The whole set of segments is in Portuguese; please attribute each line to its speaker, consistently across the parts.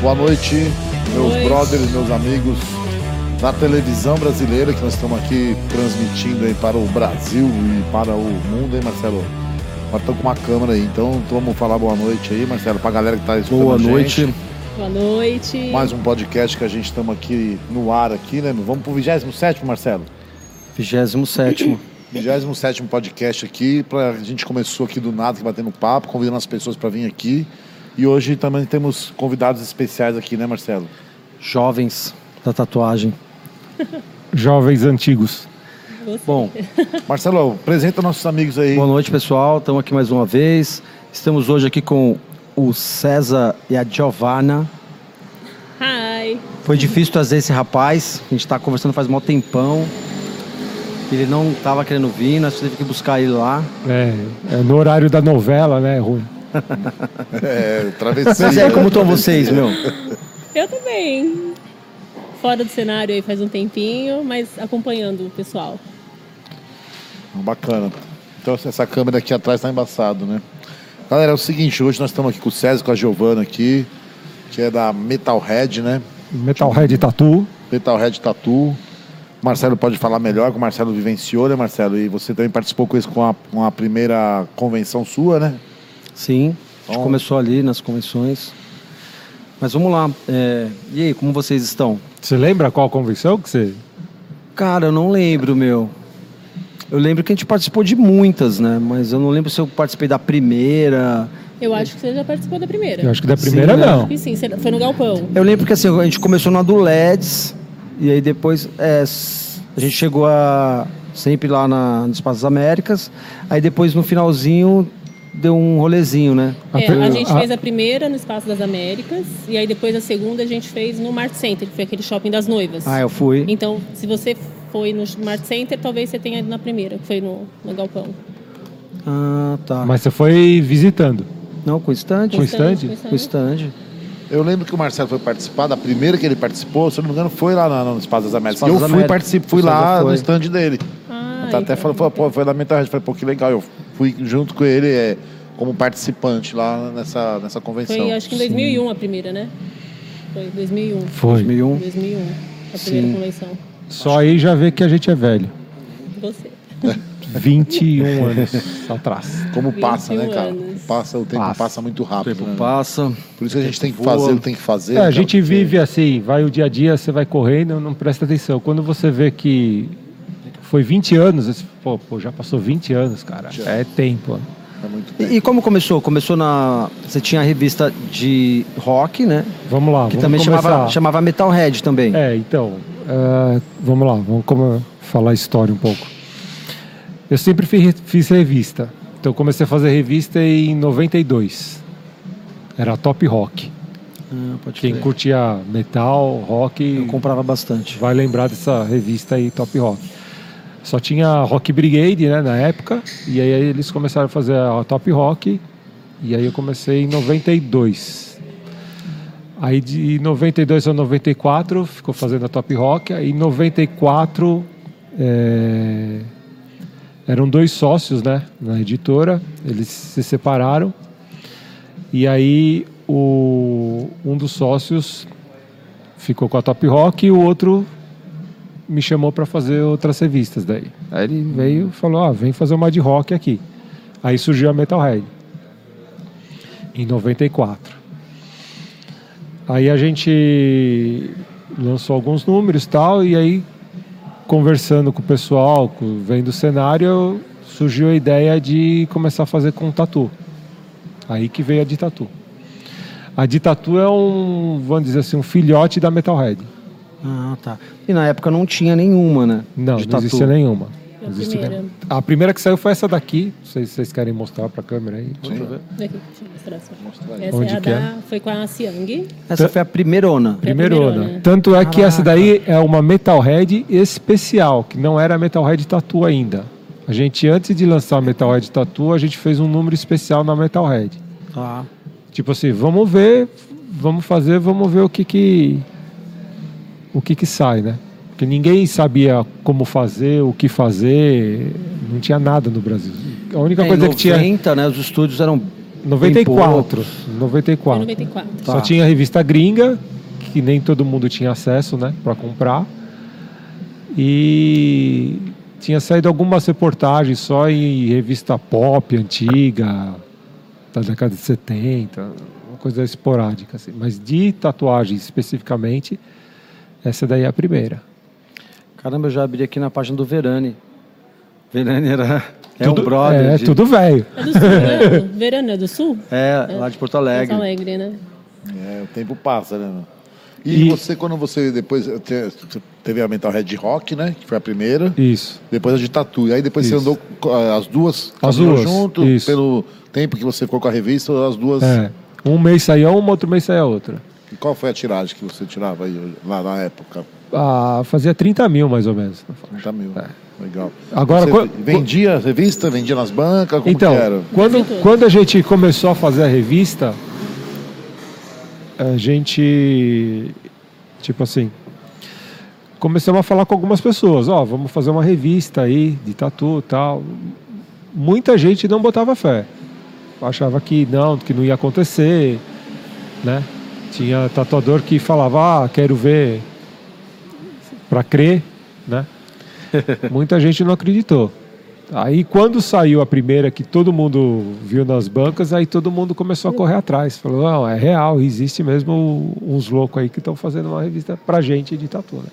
Speaker 1: Boa noite, meus
Speaker 2: noite.
Speaker 1: brothers, meus amigos na televisão brasileira, que nós estamos aqui transmitindo aí para o Brasil e para o mundo, hein, Marcelo? Nós estamos com uma câmera aí, então vamos falar boa noite aí, Marcelo, para a galera que está escutando
Speaker 3: Boa
Speaker 1: a gente.
Speaker 3: noite.
Speaker 2: Boa noite.
Speaker 1: Mais um podcast que a gente estamos aqui no ar aqui, né? Vamos pro 27, Marcelo?
Speaker 3: 27.
Speaker 1: 27 podcast aqui, pra, a gente começou aqui do nada, aqui batendo papo, convidando as pessoas para vir aqui. E hoje também temos convidados especiais aqui, né, Marcelo?
Speaker 3: Jovens da tatuagem.
Speaker 4: Jovens antigos.
Speaker 3: Bom,
Speaker 1: Marcelo, apresenta nossos amigos aí.
Speaker 3: boa noite, pessoal. Estamos aqui mais uma vez. Estamos hoje aqui com o César e a Giovanna.
Speaker 2: Hi.
Speaker 3: Foi difícil trazer esse rapaz. A gente está conversando faz mó tempão. Ele não estava querendo vir, nós tivemos que buscar ele lá.
Speaker 4: É, é no horário da novela, né? Rui?
Speaker 1: É, travessia.
Speaker 3: Mas é, como estão vocês, meu?
Speaker 2: Eu também. Fora do cenário aí faz um tempinho, mas acompanhando o pessoal.
Speaker 1: Bacana. Então essa câmera aqui atrás tá embaçado, né? Galera, é o seguinte, hoje nós estamos aqui com o César, com a Giovana aqui, que é da Metalhead, né?
Speaker 4: Metalhead Tattoo.
Speaker 1: Metalhead Tattoo. Marcelo pode falar melhor, que o Marcelo vivenciou, né, Marcelo? E você também participou com isso com a, com a primeira convenção sua, né?
Speaker 3: Sim, a gente
Speaker 1: Bom.
Speaker 3: começou ali nas convenções. Mas vamos lá. é, E aí, como vocês estão?
Speaker 4: Você lembra qual convenção que você.
Speaker 3: Cara, eu não lembro, meu. Eu lembro que a gente participou de muitas, né? Mas eu não lembro se eu participei da primeira.
Speaker 2: Eu acho que você já participou da primeira.
Speaker 4: Eu acho que da primeira
Speaker 3: Sim, né?
Speaker 4: não.
Speaker 2: E sim, É, você foi no galpão.
Speaker 3: Eu lembro que assim, a gente começou na do LEDs, e aí depois é, s- a gente chegou a sempre lá na, no Espaço das Américas, aí depois no finalzinho deu um rolezinho, né?
Speaker 2: É,
Speaker 4: pri-
Speaker 2: a gente fez a primeira no Espaço das Américas e aí depois a segunda a gente fez no Mart Center, que foi aquele shopping das noivas.
Speaker 3: Ah, eu fui.
Speaker 2: Então, se você foi no Mart Center, talvez você tenha ido na primeira, que foi no, no galpão.
Speaker 3: Ah, tá.
Speaker 4: Mas você foi visitando.
Speaker 3: Não, com o estande.
Speaker 4: Com o stand?
Speaker 2: Com
Speaker 3: Com o stand.
Speaker 1: Eu lembro que o Marcelo foi participar, da primeira que ele participou, se eu não me engano, foi lá na- no Espaço das Américas.
Speaker 3: Espaço
Speaker 1: eu
Speaker 3: das
Speaker 1: fui,
Speaker 3: Américas.
Speaker 1: participar, fui
Speaker 3: O César
Speaker 1: lá no
Speaker 3: foi.
Speaker 1: stand dele.
Speaker 2: Ah,
Speaker 1: Tá até
Speaker 2: então.
Speaker 1: falando, falou, pô, foi da Metalhead. Falei, pô, que legal. Eu fui junto com ele é, como participante lá nessa, nessa convenção.
Speaker 2: Foi, acho que em 2001 a primeira, né? Foi em 2001.
Speaker 4: Foi.
Speaker 3: 2001.
Speaker 2: 2001, a primeira
Speaker 3: Sim.
Speaker 2: convenção.
Speaker 4: Só aí já vê que a gente é velho.
Speaker 2: Você.
Speaker 4: 21 anos atrás.
Speaker 1: Como passa, né,
Speaker 2: 21
Speaker 1: cara?
Speaker 2: anos.
Speaker 1: Passa, o tempo passa,
Speaker 4: Passa.
Speaker 1: muito
Speaker 3: O
Speaker 1: rápido.
Speaker 3: tempo
Speaker 1: né?
Speaker 3: passa.
Speaker 1: Por isso que a gente tem que
Speaker 3: tempo voa.
Speaker 1: fazer, tem que fazer.
Speaker 4: É, a
Speaker 1: cara,
Speaker 4: gente
Speaker 1: porque-
Speaker 4: vive assim, vai o dia a dia, você vai correndo, não presta atenção. Quando você vê que foi 20 anos, você, pô, pô, já passou 20 anos, cara.
Speaker 1: Já.
Speaker 4: É tempo.
Speaker 1: É muito tempo.
Speaker 3: E, e como começou? Começou na. Você tinha a revista de rock, né?
Speaker 4: Vamos lá,
Speaker 3: Que
Speaker 4: vamos
Speaker 3: também
Speaker 4: começar.
Speaker 3: chamava, chamava Metalhead também.
Speaker 4: É, então, ah, vamos lá, vamos como- falar a história um pouco. Eu sempre fi- fiz revista. Então eu comecei a fazer revista em 92. Era top rock.
Speaker 3: Ah, pode
Speaker 4: Quem
Speaker 3: crer.
Speaker 4: curtia metal, rock,
Speaker 3: Eu comprava bastante.
Speaker 4: vai lembrar dessa revista aí, Top Rock. Só tinha Rock Brigade, né, na época, e aí eles começaram a fazer a Top Rock, e aí eu comecei em 92. Aí de 92 a 94 ficou fazendo a Top Rock, aí em 94 é, eram dois sócios, né, na editora, eles se separaram, e aí o, um dos sócios ficou com a Top Rock e o outro me chamou para fazer outras revistas daí. Aí ele veio e falou: "Ah, vem fazer uma de rock aqui". Aí surgiu a Metalhead em 94. Aí a gente lançou alguns números, tal, e aí conversando com o pessoal, com- vendo o cenário, surgiu a ideia de começar a fazer com tatu. Aí que veio a de tatu. A de tatu é um, vamos dizer assim, um filhote da Metalhead.
Speaker 3: Ah, tá. E na época não tinha nenhuma, né?
Speaker 4: Não,
Speaker 3: de
Speaker 4: não
Speaker 3: tatu.
Speaker 4: existia nenhuma.
Speaker 2: É a
Speaker 4: Não existia
Speaker 2: primeira.
Speaker 4: nenhuma. A primeira que saiu foi essa daqui. Não sei se vocês querem mostrar pra câmera aí.
Speaker 2: Aqui, deixa é eu mostrar só.
Speaker 1: Mostrar aí.
Speaker 2: Essa
Speaker 4: Onde
Speaker 2: é a
Speaker 4: que
Speaker 2: da, foi com a Siang.
Speaker 3: Essa foi a primeirona.
Speaker 2: primeirona.
Speaker 4: Primeirona. Tanto é que essa daí é uma Metalhead especial, que não era Metalhead Tattoo ainda. A gente, antes de lançar a Metalhead Tattoo, a gente fez um número especial na Metalhead.
Speaker 3: Tá.
Speaker 4: Tipo assim, vamos ver, vamos fazer, vamos ver o que que o que que sai, né? Porque ninguém sabia como fazer, o que fazer, não tinha nada no Brasil. A única
Speaker 3: É, em
Speaker 4: coisa que tinha
Speaker 3: 90, né? Os estúdios eram
Speaker 4: 94.
Speaker 3: Tem
Speaker 4: 94.
Speaker 2: 94.
Speaker 3: Tá.
Speaker 4: Só tinha a revista gringa, que nem todo mundo tinha acesso, né, para comprar. E tinha saído algumas reportagens só em revista pop antiga, da década de 70, uma coisa esporádica assim. Mas de tatuagens especificamente, essa daí é a primeira.
Speaker 3: Caramba, eu já abri aqui na página do Verani. Verani era. É
Speaker 4: tudo,
Speaker 3: um brother.
Speaker 4: É,
Speaker 3: de-
Speaker 4: tudo velho.
Speaker 2: É do sul, né? Verano é do sul?
Speaker 3: é, lá de Porto Alegre.
Speaker 2: Porto Alegre, né?
Speaker 1: É, o tempo passa, né? meu? E,
Speaker 4: E-
Speaker 1: você, quando você depois te- te- teve a Mental Red Rock, né? Que foi a primeira.
Speaker 4: Isso.
Speaker 1: Depois a de Tatu. E aí depois
Speaker 4: Isso.
Speaker 1: você andou co- as duas,
Speaker 4: As
Speaker 1: caminhou
Speaker 4: duas,
Speaker 1: junto,
Speaker 4: isso.
Speaker 1: pelo tempo que você ficou com a revista, as duas.
Speaker 4: É. Um mês saía uma, outro mês saía outra.
Speaker 1: E Qual foi a tiragem que você tirava aí lá na época?
Speaker 4: Ah, fazia 30 mil mais ou menos.
Speaker 1: 30 mil. Legal.
Speaker 4: É. Agora,
Speaker 1: Você
Speaker 4: quan-
Speaker 1: vendia a revista, vendia nas bancas, como
Speaker 4: então,
Speaker 1: que era?
Speaker 4: quando,
Speaker 2: Prefeitura.
Speaker 4: quando a gente começou a fazer a revista, a gente, tipo assim, começamos a falar com algumas pessoas, ó, vamos fazer uma revista aí de tatu e tal. Muita gente não botava fé. Achava que não, que não ia acontecer, né? Tinha tatuador que falava, ah, quero ver para crer, né? Muita gente não acreditou. Aí quando saiu a primeira que todo mundo viu nas bancas, aí todo mundo começou a correr atrás. Falou, não, é real, existe mesmo uns loucos aí que estão fazendo uma revista pra gente de tatu, né?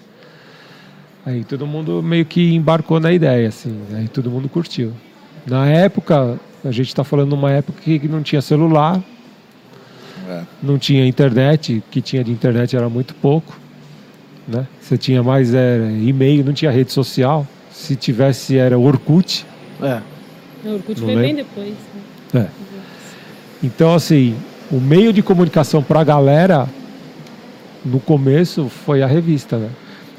Speaker 4: Aí todo mundo meio que embarcou na ideia, assim, aí todo mundo curtiu. Na época, a gente está falando numa época que não tinha celular,
Speaker 1: É.
Speaker 4: não tinha internet, o que tinha de internet era muito pouco, né? Você tinha mais era, e-mail, não tinha rede social. Se tivesse era Orkut,
Speaker 3: É.
Speaker 2: O Orkut
Speaker 4: Não
Speaker 2: foi bem
Speaker 4: lembro.
Speaker 2: depois. né?
Speaker 4: Então, assim, o meio de comunicação pra galera, no começo, foi a revista, né?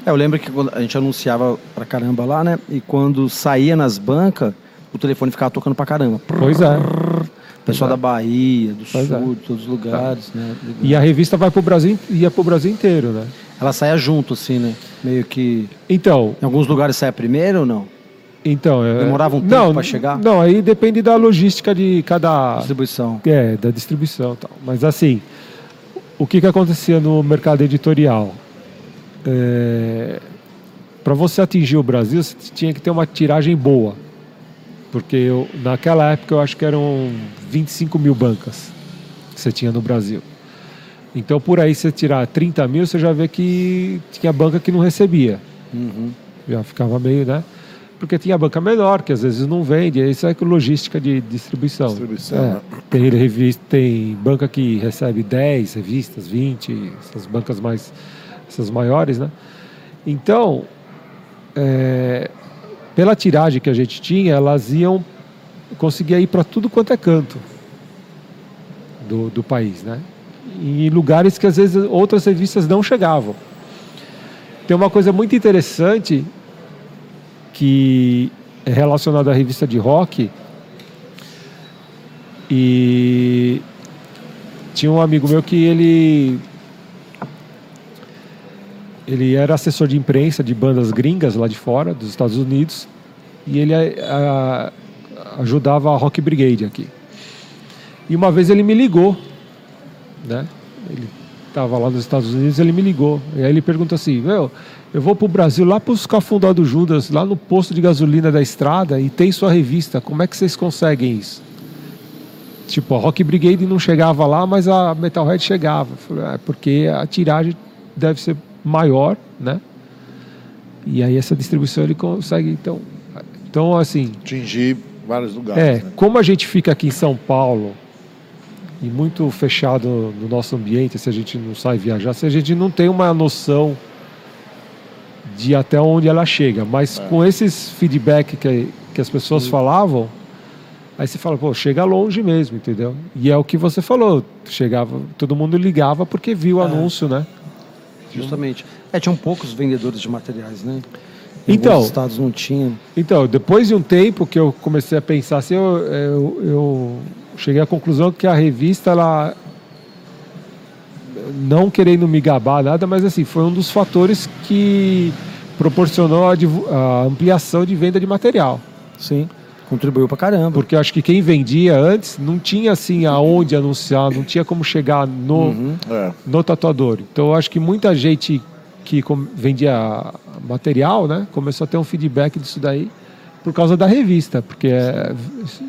Speaker 3: É, eu lembro que quando a gente anunciava pra caramba lá, né? E quando saía nas bancas, o telefone ficava tocando pra caramba.
Speaker 4: Pois é.
Speaker 3: Pessoal da Bahia, do
Speaker 4: Pois é. Tá.
Speaker 3: Sul, de todos os lugares, né?
Speaker 4: E a revista vai pro Brasil, ia pro Brasil inteiro, né?
Speaker 3: Ela saía junto, assim, né? Meio que.
Speaker 4: Então,
Speaker 3: Em alguns lugares saia primeiro ou não?
Speaker 4: então... é-
Speaker 3: Demorava um tempo
Speaker 4: não,
Speaker 3: pra chegar?
Speaker 4: Não, aí depende da logística de cada...
Speaker 3: Distribuição.
Speaker 4: É, da distribuição e tal. Mas assim, o que, que acontecia no mercado editorial? Para você atingir o Brasil, você tinha que ter uma tiragem boa. Porque eu- naquela época eu acho que eram 25 mil bancas que você tinha no Brasil. Então por aí você tirar 30 mil, você já vê que tinha banca que não recebia
Speaker 3: Uhum.
Speaker 4: já ficava meio, né? Porque tinha banca menor, que às vezes não vende, isso é com logística de distribuição.
Speaker 1: Distribuição,
Speaker 4: É.
Speaker 1: né?
Speaker 4: Tem, revista, tem banca que recebe 10 revistas, 20, essas bancas mais. essas maiores, né? Então, é, pela tiragem que a gente tinha, elas iam. conseguia ir para tudo quanto é canto do, do país, né? Em lugares que às vezes outras revistas não chegavam. Tem uma coisa muito interessante que é relacionada à revista de rock. E tinha um amigo meu que ele ele era assessor de imprensa de bandas gringas lá de fora, dos Estados Unidos, e ele eh, a- a- ajudava a Rock Brigade aqui. E uma vez ele me ligou, né? Ele estava lá nos Estados Unidos, ele me ligou. E aí ele perguntou assim: Meu, eu vou pro Brasil, lá pros Cafundó do Judas, lá no posto de gasolina da estrada, e tem sua revista, como é que vocês conseguem isso? Tipo, a Rock Brigade não chegava lá, mas a Metalhead chegava. Eu falei, "Ah, é porque a tiragem deve ser maior, né? E aí essa distribuição ele consegue. Então, então assim,
Speaker 1: Atingir vários lugares.
Speaker 4: é,
Speaker 1: né?
Speaker 4: como a gente fica aqui em São Paulo e muito fechado no nosso ambiente, se a gente não sai viajar, se a gente não tem uma noção de até onde ela chega. Mas com esses feedback que, que as pessoas falavam, aí você fala, pô, chega longe mesmo, entendeu? E é o que você falou, chegava, todo mundo ligava porque viu o anúncio, né?
Speaker 3: Justamente. É, tinham poucos vendedores de materiais, né?
Speaker 4: Então-
Speaker 3: Os estados não tinham.
Speaker 4: Então, depois de um tempo que eu comecei a pensar assim, eu, eu, eu cheguei à conclusão que a revista, ela. Não querendo me gabar nada, mas assim, foi um dos fatores que proporcionou a, divu- a ampliação de venda de material.
Speaker 3: Sim. Contribuiu pra caramba.
Speaker 4: Porque eu acho que quem vendia antes não tinha assim aonde anunciar, não tinha como chegar no,
Speaker 1: É.
Speaker 4: no tatuador. Então eu acho que muita gente que com- vendia material, né, começou a ter um feedback disso daí por causa da revista, porque é,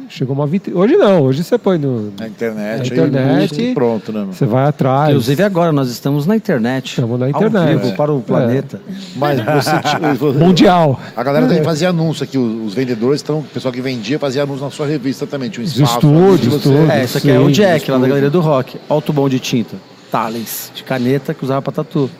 Speaker 4: chegou uma vitrine. Hoje não, hoje você põe no,
Speaker 1: Na internet,
Speaker 4: Na internet.
Speaker 1: aí, pronto, né? meu?
Speaker 4: você vai atrás.
Speaker 3: Inclusive agora, nós estamos na internet.
Speaker 4: Estamos na
Speaker 3: Ao
Speaker 4: internet.
Speaker 3: vivo,
Speaker 4: É.
Speaker 3: para o planeta.
Speaker 1: Mas você, ti- você-
Speaker 4: Mundial.
Speaker 1: A galera
Speaker 4: É.
Speaker 1: também fazia anúncio aqui, os os vendedores, então, o pessoal que vendia fazia anúncio na sua revista também. Tinha um
Speaker 4: Os
Speaker 1: espaço.
Speaker 4: estúdios,
Speaker 1: onde você-
Speaker 4: tudo.
Speaker 3: É, isso aqui é o
Speaker 4: Sim,
Speaker 3: Jack, lá da
Speaker 4: estúdio.
Speaker 3: Galeria do Rock. Alto bom de tinta. Talens, de caneta que usava pra tatu.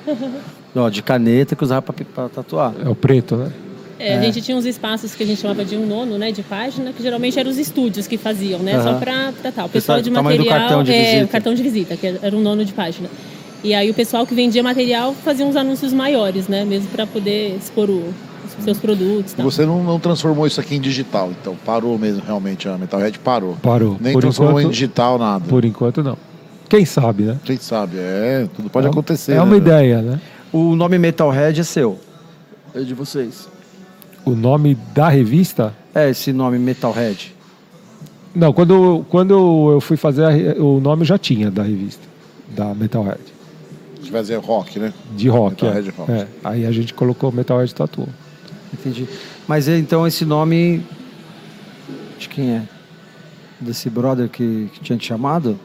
Speaker 3: Ó, de caneta que usava pra, pi- pra tatuar.
Speaker 4: É o preto, né?
Speaker 2: É, A gente tinha uns espaços que a gente chamava de um nono, né, de página, que geralmente eram os estúdios que faziam, né,
Speaker 3: Aham.
Speaker 2: só para tratar. O pessoal
Speaker 3: Esse
Speaker 2: de
Speaker 3: é o tamanho do
Speaker 2: material,
Speaker 3: cartão de
Speaker 2: é,
Speaker 3: visita.
Speaker 2: o cartão de visita, que era um nono de página. E aí o pessoal que vendia material fazia uns anúncios maiores, né, mesmo para poder expor o- os seus produtos, e tal.
Speaker 1: É, Você não, não transformou isso aqui em digital, então parou mesmo, realmente. A Metalhead parou.
Speaker 4: Parou.
Speaker 1: Nem
Speaker 4: por
Speaker 1: transformou em
Speaker 4: enquanto,
Speaker 1: digital nada.
Speaker 4: por enquanto não. Quem sabe, né?
Speaker 1: Quem sabe, é, tudo pode
Speaker 4: É um-
Speaker 1: acontecer.
Speaker 4: É
Speaker 1: né,
Speaker 4: uma
Speaker 1: meu?
Speaker 4: ideia, né?
Speaker 3: O nome Metalhead é seu. É de vocês.
Speaker 4: O nome da revista
Speaker 3: É esse nome Metalhead.
Speaker 4: Não, quando, quando eu fui fazer a re- o nome já tinha da revista, da Metalhead,
Speaker 1: Se fazer rock, né?
Speaker 4: de rock.
Speaker 1: Metalhead
Speaker 4: é.
Speaker 1: Rock.
Speaker 4: É, Aí a gente colocou Metalhead Tattoo.
Speaker 3: Entendi. Mas é, então esse nome. De quem é? Desse brother que, que tinha te chamado?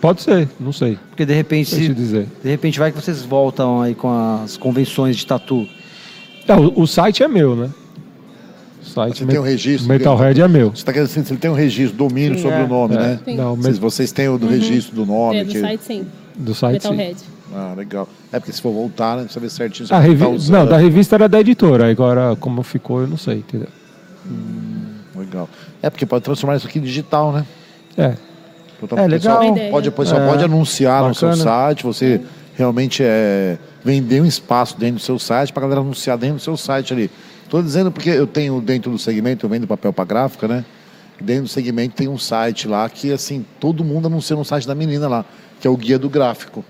Speaker 4: Pode ser, não sei,
Speaker 3: Porque de repente,
Speaker 4: sei te
Speaker 3: se-
Speaker 4: dizer.
Speaker 3: de repente vai que vocês voltam aí com as convenções de tatu.
Speaker 4: Não, o, o site é meu, né? O site
Speaker 1: Você tem um registro.
Speaker 4: Metalhead é meu.
Speaker 1: Você está querendo dizer que ele tem um registro, domínio
Speaker 3: Sim,
Speaker 1: sobre
Speaker 3: é.
Speaker 1: o nome,
Speaker 4: É,
Speaker 1: né?
Speaker 2: Sim.
Speaker 4: Não, me-
Speaker 1: Vocês, vocês têm o do registro do nome.
Speaker 2: É, do
Speaker 1: que-
Speaker 2: site sim,
Speaker 4: do site sim.
Speaker 2: Metalhead.
Speaker 1: Ah, legal. É porque se for voltar, né, precisa ver certinho. se
Speaker 4: A
Speaker 1: você
Speaker 4: revi...
Speaker 1: tá usando.
Speaker 4: Não, da revista era da editora, agora como ficou eu não sei, entendeu?
Speaker 1: Legal. É porque pode transformar isso aqui em digital, né?
Speaker 4: É,
Speaker 1: Então,
Speaker 3: É,
Speaker 1: o pessoal
Speaker 3: legal.
Speaker 2: Boa ideia.
Speaker 1: Pode, o pessoal
Speaker 3: É,
Speaker 1: pode anunciar no seu
Speaker 3: bacana.
Speaker 1: site, você realmente é, vender um espaço dentro do seu site para a galera anunciar dentro do seu site ali. Estou dizendo porque eu tenho dentro do segmento, eu vendo papel para gráfica, né? Dentro do segmento tem um site lá que, assim, todo mundo anuncia no site da menina lá, que é o Guia do Gráfico.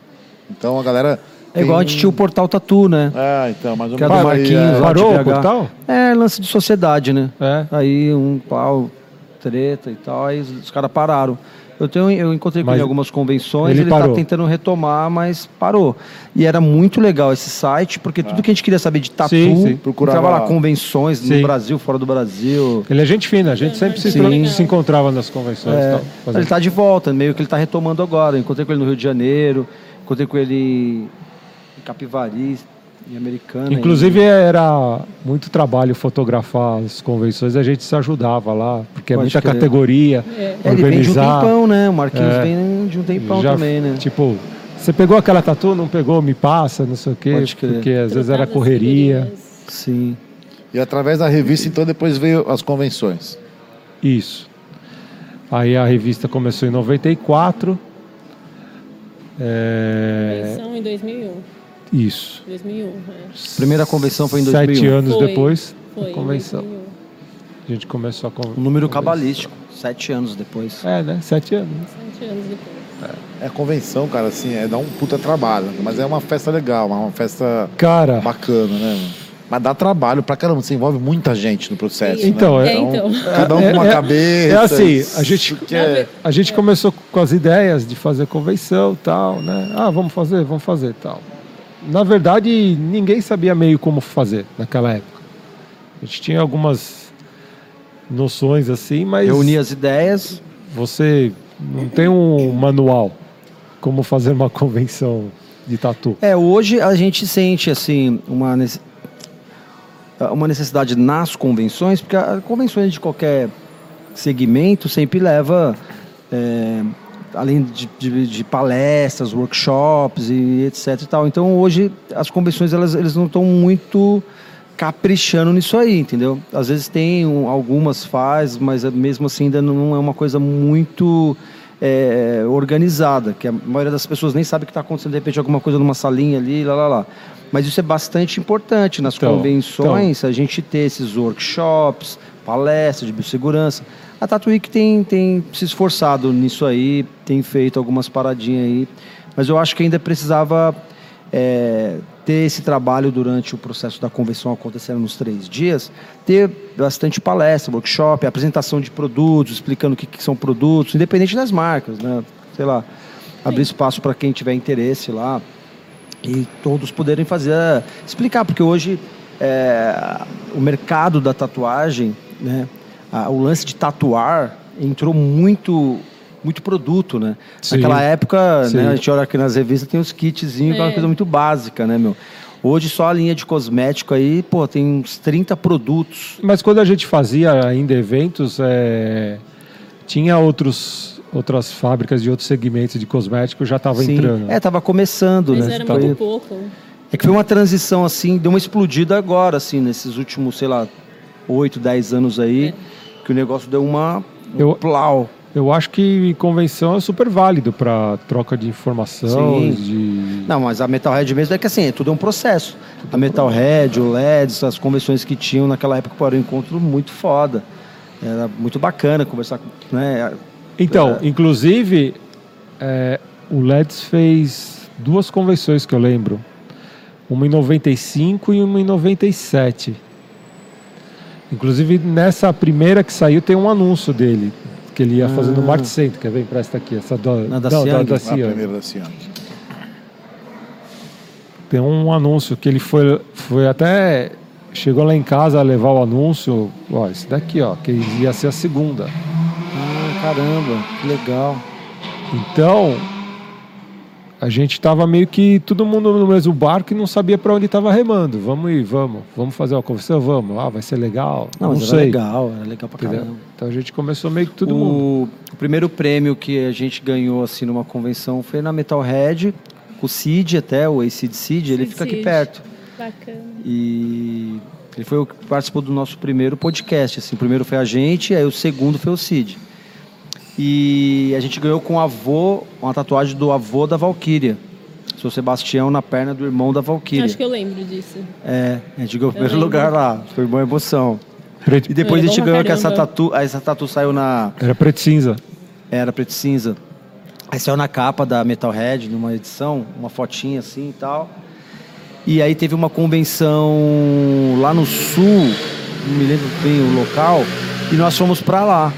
Speaker 1: Então a galera.
Speaker 3: É igual a
Speaker 1: tem
Speaker 3: gente
Speaker 1: um-
Speaker 3: tinha o portal Tatu, né?
Speaker 1: Ah, então, mais ou
Speaker 3: Que é
Speaker 1: menos.
Speaker 3: do
Speaker 1: aí,
Speaker 3: Marquinhos
Speaker 1: é.
Speaker 3: lá.
Speaker 4: parou
Speaker 3: de
Speaker 4: o
Speaker 3: BH.
Speaker 4: portal?
Speaker 3: É, lance de sociedade, né?
Speaker 4: É.
Speaker 3: Aí um pau, treta e tal, aí os, os caras pararam. Eu, tenho, eu encontrei com
Speaker 4: Mas
Speaker 3: ele em algumas convenções,
Speaker 4: ele
Speaker 3: ele, está
Speaker 4: parou.
Speaker 3: tentando retomar, mas parou. E era muito legal esse site, porque tudo que a gente queria saber de tatu,
Speaker 4: Sim, sim.
Speaker 1: Procurava
Speaker 3: procurava lá
Speaker 1: lá.
Speaker 3: convenções
Speaker 4: Sim.
Speaker 3: no Brasil, fora do Brasil.
Speaker 4: Ele é gente fina, a gente sempre se,
Speaker 3: Sim.
Speaker 4: tro- se encontrava nas convenções e
Speaker 3: É,
Speaker 4: tal.
Speaker 3: ele
Speaker 4: fazendo-
Speaker 3: está de volta, meio que ele está retomando agora. Eu encontrei com ele no Rio de Janeiro, encontrei com ele em Capivari, em Americana.
Speaker 4: Inclusive era muito trabalho fotografar as convenções, a gente se ajudava lá, porque é
Speaker 3: Pode
Speaker 4: muita
Speaker 3: crer.
Speaker 4: categoria,
Speaker 2: É.
Speaker 3: É, ele vem de um
Speaker 4: organizar.
Speaker 3: tempão, né? O Marquinhos
Speaker 4: É.
Speaker 3: vem de um tempão
Speaker 4: já,
Speaker 3: também, né?
Speaker 4: Tipo, você pegou aquela tatu, não pegou, me passa, não sei o quê,
Speaker 3: Pode crer.
Speaker 4: porque às vezes
Speaker 2: Trocava
Speaker 4: era
Speaker 2: as
Speaker 4: correria.
Speaker 2: figurinhas.
Speaker 3: Sim.
Speaker 1: E através da revista, então, depois veio as convenções.
Speaker 4: Isso. Aí a revista começou em 94. É,
Speaker 2: Convenção em 2001.
Speaker 4: isso.
Speaker 2: 2001, é.
Speaker 3: Primeira convenção foi em
Speaker 4: Sete
Speaker 3: 2001.
Speaker 4: anos
Speaker 2: Foi,
Speaker 4: depois,
Speaker 2: Foi,
Speaker 4: a convenção.
Speaker 2: 2001.
Speaker 4: A gente começou a con-
Speaker 3: Um número
Speaker 4: convenção.
Speaker 3: cabalístico, sete anos depois.
Speaker 4: É, né? Sete anos. né?
Speaker 2: Sete anos depois.
Speaker 1: É convenção, cara, assim, é dar um puta trabalho. Mas é uma festa legal, uma festa
Speaker 4: Cara,
Speaker 1: Bacana, né? mano? Mas dá trabalho pra caramba, você envolve muita gente no processo.
Speaker 4: Então,
Speaker 1: né?
Speaker 4: é-
Speaker 2: então.
Speaker 1: Cada um com uma
Speaker 4: É- é-
Speaker 1: cabeça.
Speaker 4: é assim, a gente-
Speaker 1: isso que é-
Speaker 4: A gente começou com as ideias de fazer convenção tal, né? Ah, vamos fazer, vamos fazer tal. Na verdade, ninguém sabia meio como fazer naquela época. A gente tinha algumas noções assim, mas
Speaker 3: Reunir as ideias.
Speaker 4: você não tem um manual como fazer uma convenção de tatu.
Speaker 3: É, hoje a gente sente, assim, uma, nece- Ah, uma necessidade nas convenções, porque as convenções de qualquer segmento sempre leva, é, além de, de- de palestras, workshops e etc e tal. Então hoje as convenções, elas, eles não estão muito caprichando nisso aí, entendeu? Às vezes tem, um- algumas faz, mas é- mesmo assim ainda não é uma coisa muito é, organizada, que a maioria das pessoas nem sabe o que está acontecendo, de repente alguma coisa numa salinha ali, lá, lá, lá. Mas isso é bastante importante nas
Speaker 4: Então,
Speaker 3: convenções, a gente ter esses workshops, palestras de biossegurança. A Tatuí que tem, tem se esforçado nisso aí, tem feito algumas paradinhas aí, mas eu acho que ainda precisava é, ter esse trabalho durante o processo da convenção acontecendo nos três dias, ter bastante palestra, workshop, apresentação de produtos, explicando o que, que são produtos, independente das marcas, né? Sei lá, abrir espaço para quem tiver interesse lá e todos poderem fazer, é, explicar, porque hoje é, o mercado da tatuagem, né? Ah, o lance de tatuar entrou muito muito produto, né?
Speaker 4: Sim.
Speaker 3: Naquela época,
Speaker 4: Sim.
Speaker 3: né, a gente olha aqui nas revistas, tem os kitzinhos, que é uma
Speaker 2: É.
Speaker 3: coisa muito básica, né, meu? Hoje só a linha de cosmético aí, pô, tem uns 30 produtos.
Speaker 4: Mas quando a gente fazia ainda eventos, é, tinha outros, outras fábricas de outros segmentos de cosméticos já estavam
Speaker 3: Sim.
Speaker 4: entrando. né?
Speaker 3: É, tava começando,
Speaker 2: Mas
Speaker 3: né?
Speaker 2: era
Speaker 4: Então,
Speaker 3: Foi-
Speaker 2: muito pouco.
Speaker 3: É que foi uma transição, assim, deu uma explodida agora, assim, nesses últimos, sei lá, 8, 10 anos aí, que o negócio deu uma... Um
Speaker 4: É. Eu-
Speaker 3: plau.
Speaker 4: Eu acho que convenção é super válido para troca de informação,
Speaker 3: Sim.
Speaker 4: de
Speaker 3: Não, mas a Metalhead mesmo é que assim, é tudo é um processo. A Metalhead, o LEDs, as convenções que tinham naquela época pô, era um encontro muito foda. Era muito bacana conversar com. Né?
Speaker 4: Então, inclusive, é, o Leds fez duas convenções que eu lembro. Uma em 95 e uma em 97. Inclusive, nessa primeira que saiu, tem um anúncio dele. Que ele ia
Speaker 3: Ah.
Speaker 4: fazer no Mart Center. Quer ver? Empresta aqui. Essa da,
Speaker 3: Na da
Speaker 4: da, da,
Speaker 3: Siang?
Speaker 4: da
Speaker 3: Ah,
Speaker 1: A
Speaker 4: Siang.
Speaker 1: primeira da Cianque.
Speaker 4: Tem um anúncio que ele foi, foi até. Chegou lá em casa a levar o anúncio. Ó, esse daqui, ó. Que ia ser a segunda.
Speaker 3: Ah, caramba, que legal.
Speaker 4: Então, a gente tava meio que todo mundo no mesmo barco e não sabia para onde tava remando. Vamos ir, vamos. Vamos fazer uma conversa, vamos. Ah, vai ser legal.
Speaker 3: Não,
Speaker 4: Não,
Speaker 3: mas era
Speaker 4: sei.
Speaker 3: legal, era legal pra
Speaker 4: entendeu?
Speaker 3: caramba.
Speaker 4: Então a gente começou meio que todo
Speaker 3: o,
Speaker 4: mundo.
Speaker 3: o primeiro prêmio que a gente ganhou assim numa convenção foi na Metalhead, com o Cid até, o Acid Cid, ele
Speaker 2: Sid
Speaker 3: fica aqui
Speaker 2: Cid.
Speaker 3: perto.
Speaker 2: Bacana.
Speaker 3: E ele foi o que participou do nosso primeiro podcast. Assim, o primeiro foi a gente, aí o segundo foi o Cid. E a gente ganhou com o avô, uma tatuagem do avô da Valkyria. Seu Sebastião na perna do irmão da Valkyria.
Speaker 2: Acho que eu lembro disso.
Speaker 3: É, a gente ganhou o primeiro
Speaker 2: lembro.
Speaker 3: lugar lá. Foi uma emoção.
Speaker 4: Preto-
Speaker 3: E depois
Speaker 2: É,
Speaker 3: a gente
Speaker 2: bom pra
Speaker 3: ganhou que essa
Speaker 2: caramba.
Speaker 3: tatu, aí essa tatu saiu na.
Speaker 4: Era preto e cinza.
Speaker 3: Era preto e cinza. Aí saiu na capa da Metalhead, numa edição, uma fotinha assim e tal. E aí teve uma convenção lá no sul, não me lembro bem o local, e nós fomos pra lá.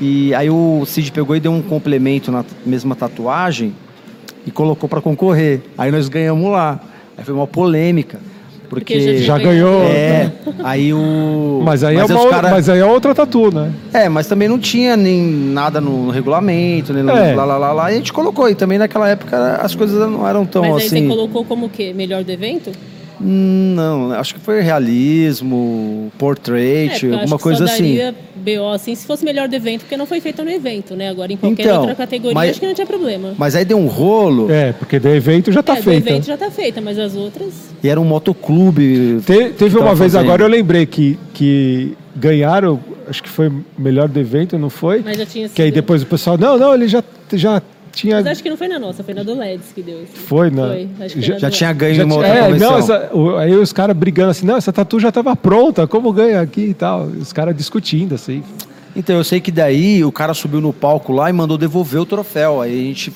Speaker 3: E aí o Cid pegou e deu um complemento na mesma tatuagem e colocou pra concorrer. Aí nós ganhamos lá. Aí foi uma polêmica, porque,
Speaker 2: Porque
Speaker 4: Já
Speaker 2: Foi.
Speaker 4: ganhou.
Speaker 3: é, aí o
Speaker 4: Mas aí, é uma,
Speaker 3: os
Speaker 4: ou-
Speaker 3: cara-
Speaker 4: mas aí é outra tatu, né?
Speaker 3: é, mas também não tinha nem nada no, no regulamento, nem no
Speaker 4: É.
Speaker 3: lá, lá, lá, lá. E a gente colocou. E também naquela época as coisas não eram tão
Speaker 2: Mas aí
Speaker 3: assim.
Speaker 2: você colocou como o quê? Melhor do evento?
Speaker 3: Hum, Não, acho que foi realismo, portrait,
Speaker 2: É, porque eu acho
Speaker 3: alguma
Speaker 2: que
Speaker 3: coisa
Speaker 2: só
Speaker 3: assim.
Speaker 2: daria BO, assim, se fosse melhor do evento, porque não foi feito no evento, né? Agora, em qualquer
Speaker 3: Então,
Speaker 2: outra categoria,
Speaker 3: mas-
Speaker 2: acho que não tinha problema.
Speaker 3: Mas aí deu um rolo
Speaker 4: É, porque do evento já tá
Speaker 2: é,
Speaker 4: feito.
Speaker 2: do evento já tá feita, mas as outras...
Speaker 3: e era um motoclube.
Speaker 4: Te- teve
Speaker 3: Tava
Speaker 4: uma vez
Speaker 3: fazendo.
Speaker 4: agora, eu lembrei que, que ganharam, acho que foi melhor do evento, não foi?
Speaker 2: Mas já tinha sido.
Speaker 4: Que aí depois o pessoal, não, não, ele já, já tinha.
Speaker 2: Mas acho que não foi na nossa, foi na do LEDs que deu. isso.
Speaker 4: Foi, né?
Speaker 2: Foi, acho que
Speaker 4: Já-
Speaker 2: foi na
Speaker 3: Já
Speaker 2: do
Speaker 3: tinha ganho
Speaker 4: Já
Speaker 3: uma
Speaker 4: ti-
Speaker 3: outra
Speaker 4: é,
Speaker 3: convenção.
Speaker 4: não, essa- o- aí os caras brigando assim, não, essa tatu já tava pronta, como ganha aqui e tal. Os caras discutindo, assim.
Speaker 3: Então, eu sei que daí o cara subiu no palco lá e mandou devolver o troféu. Aí a gente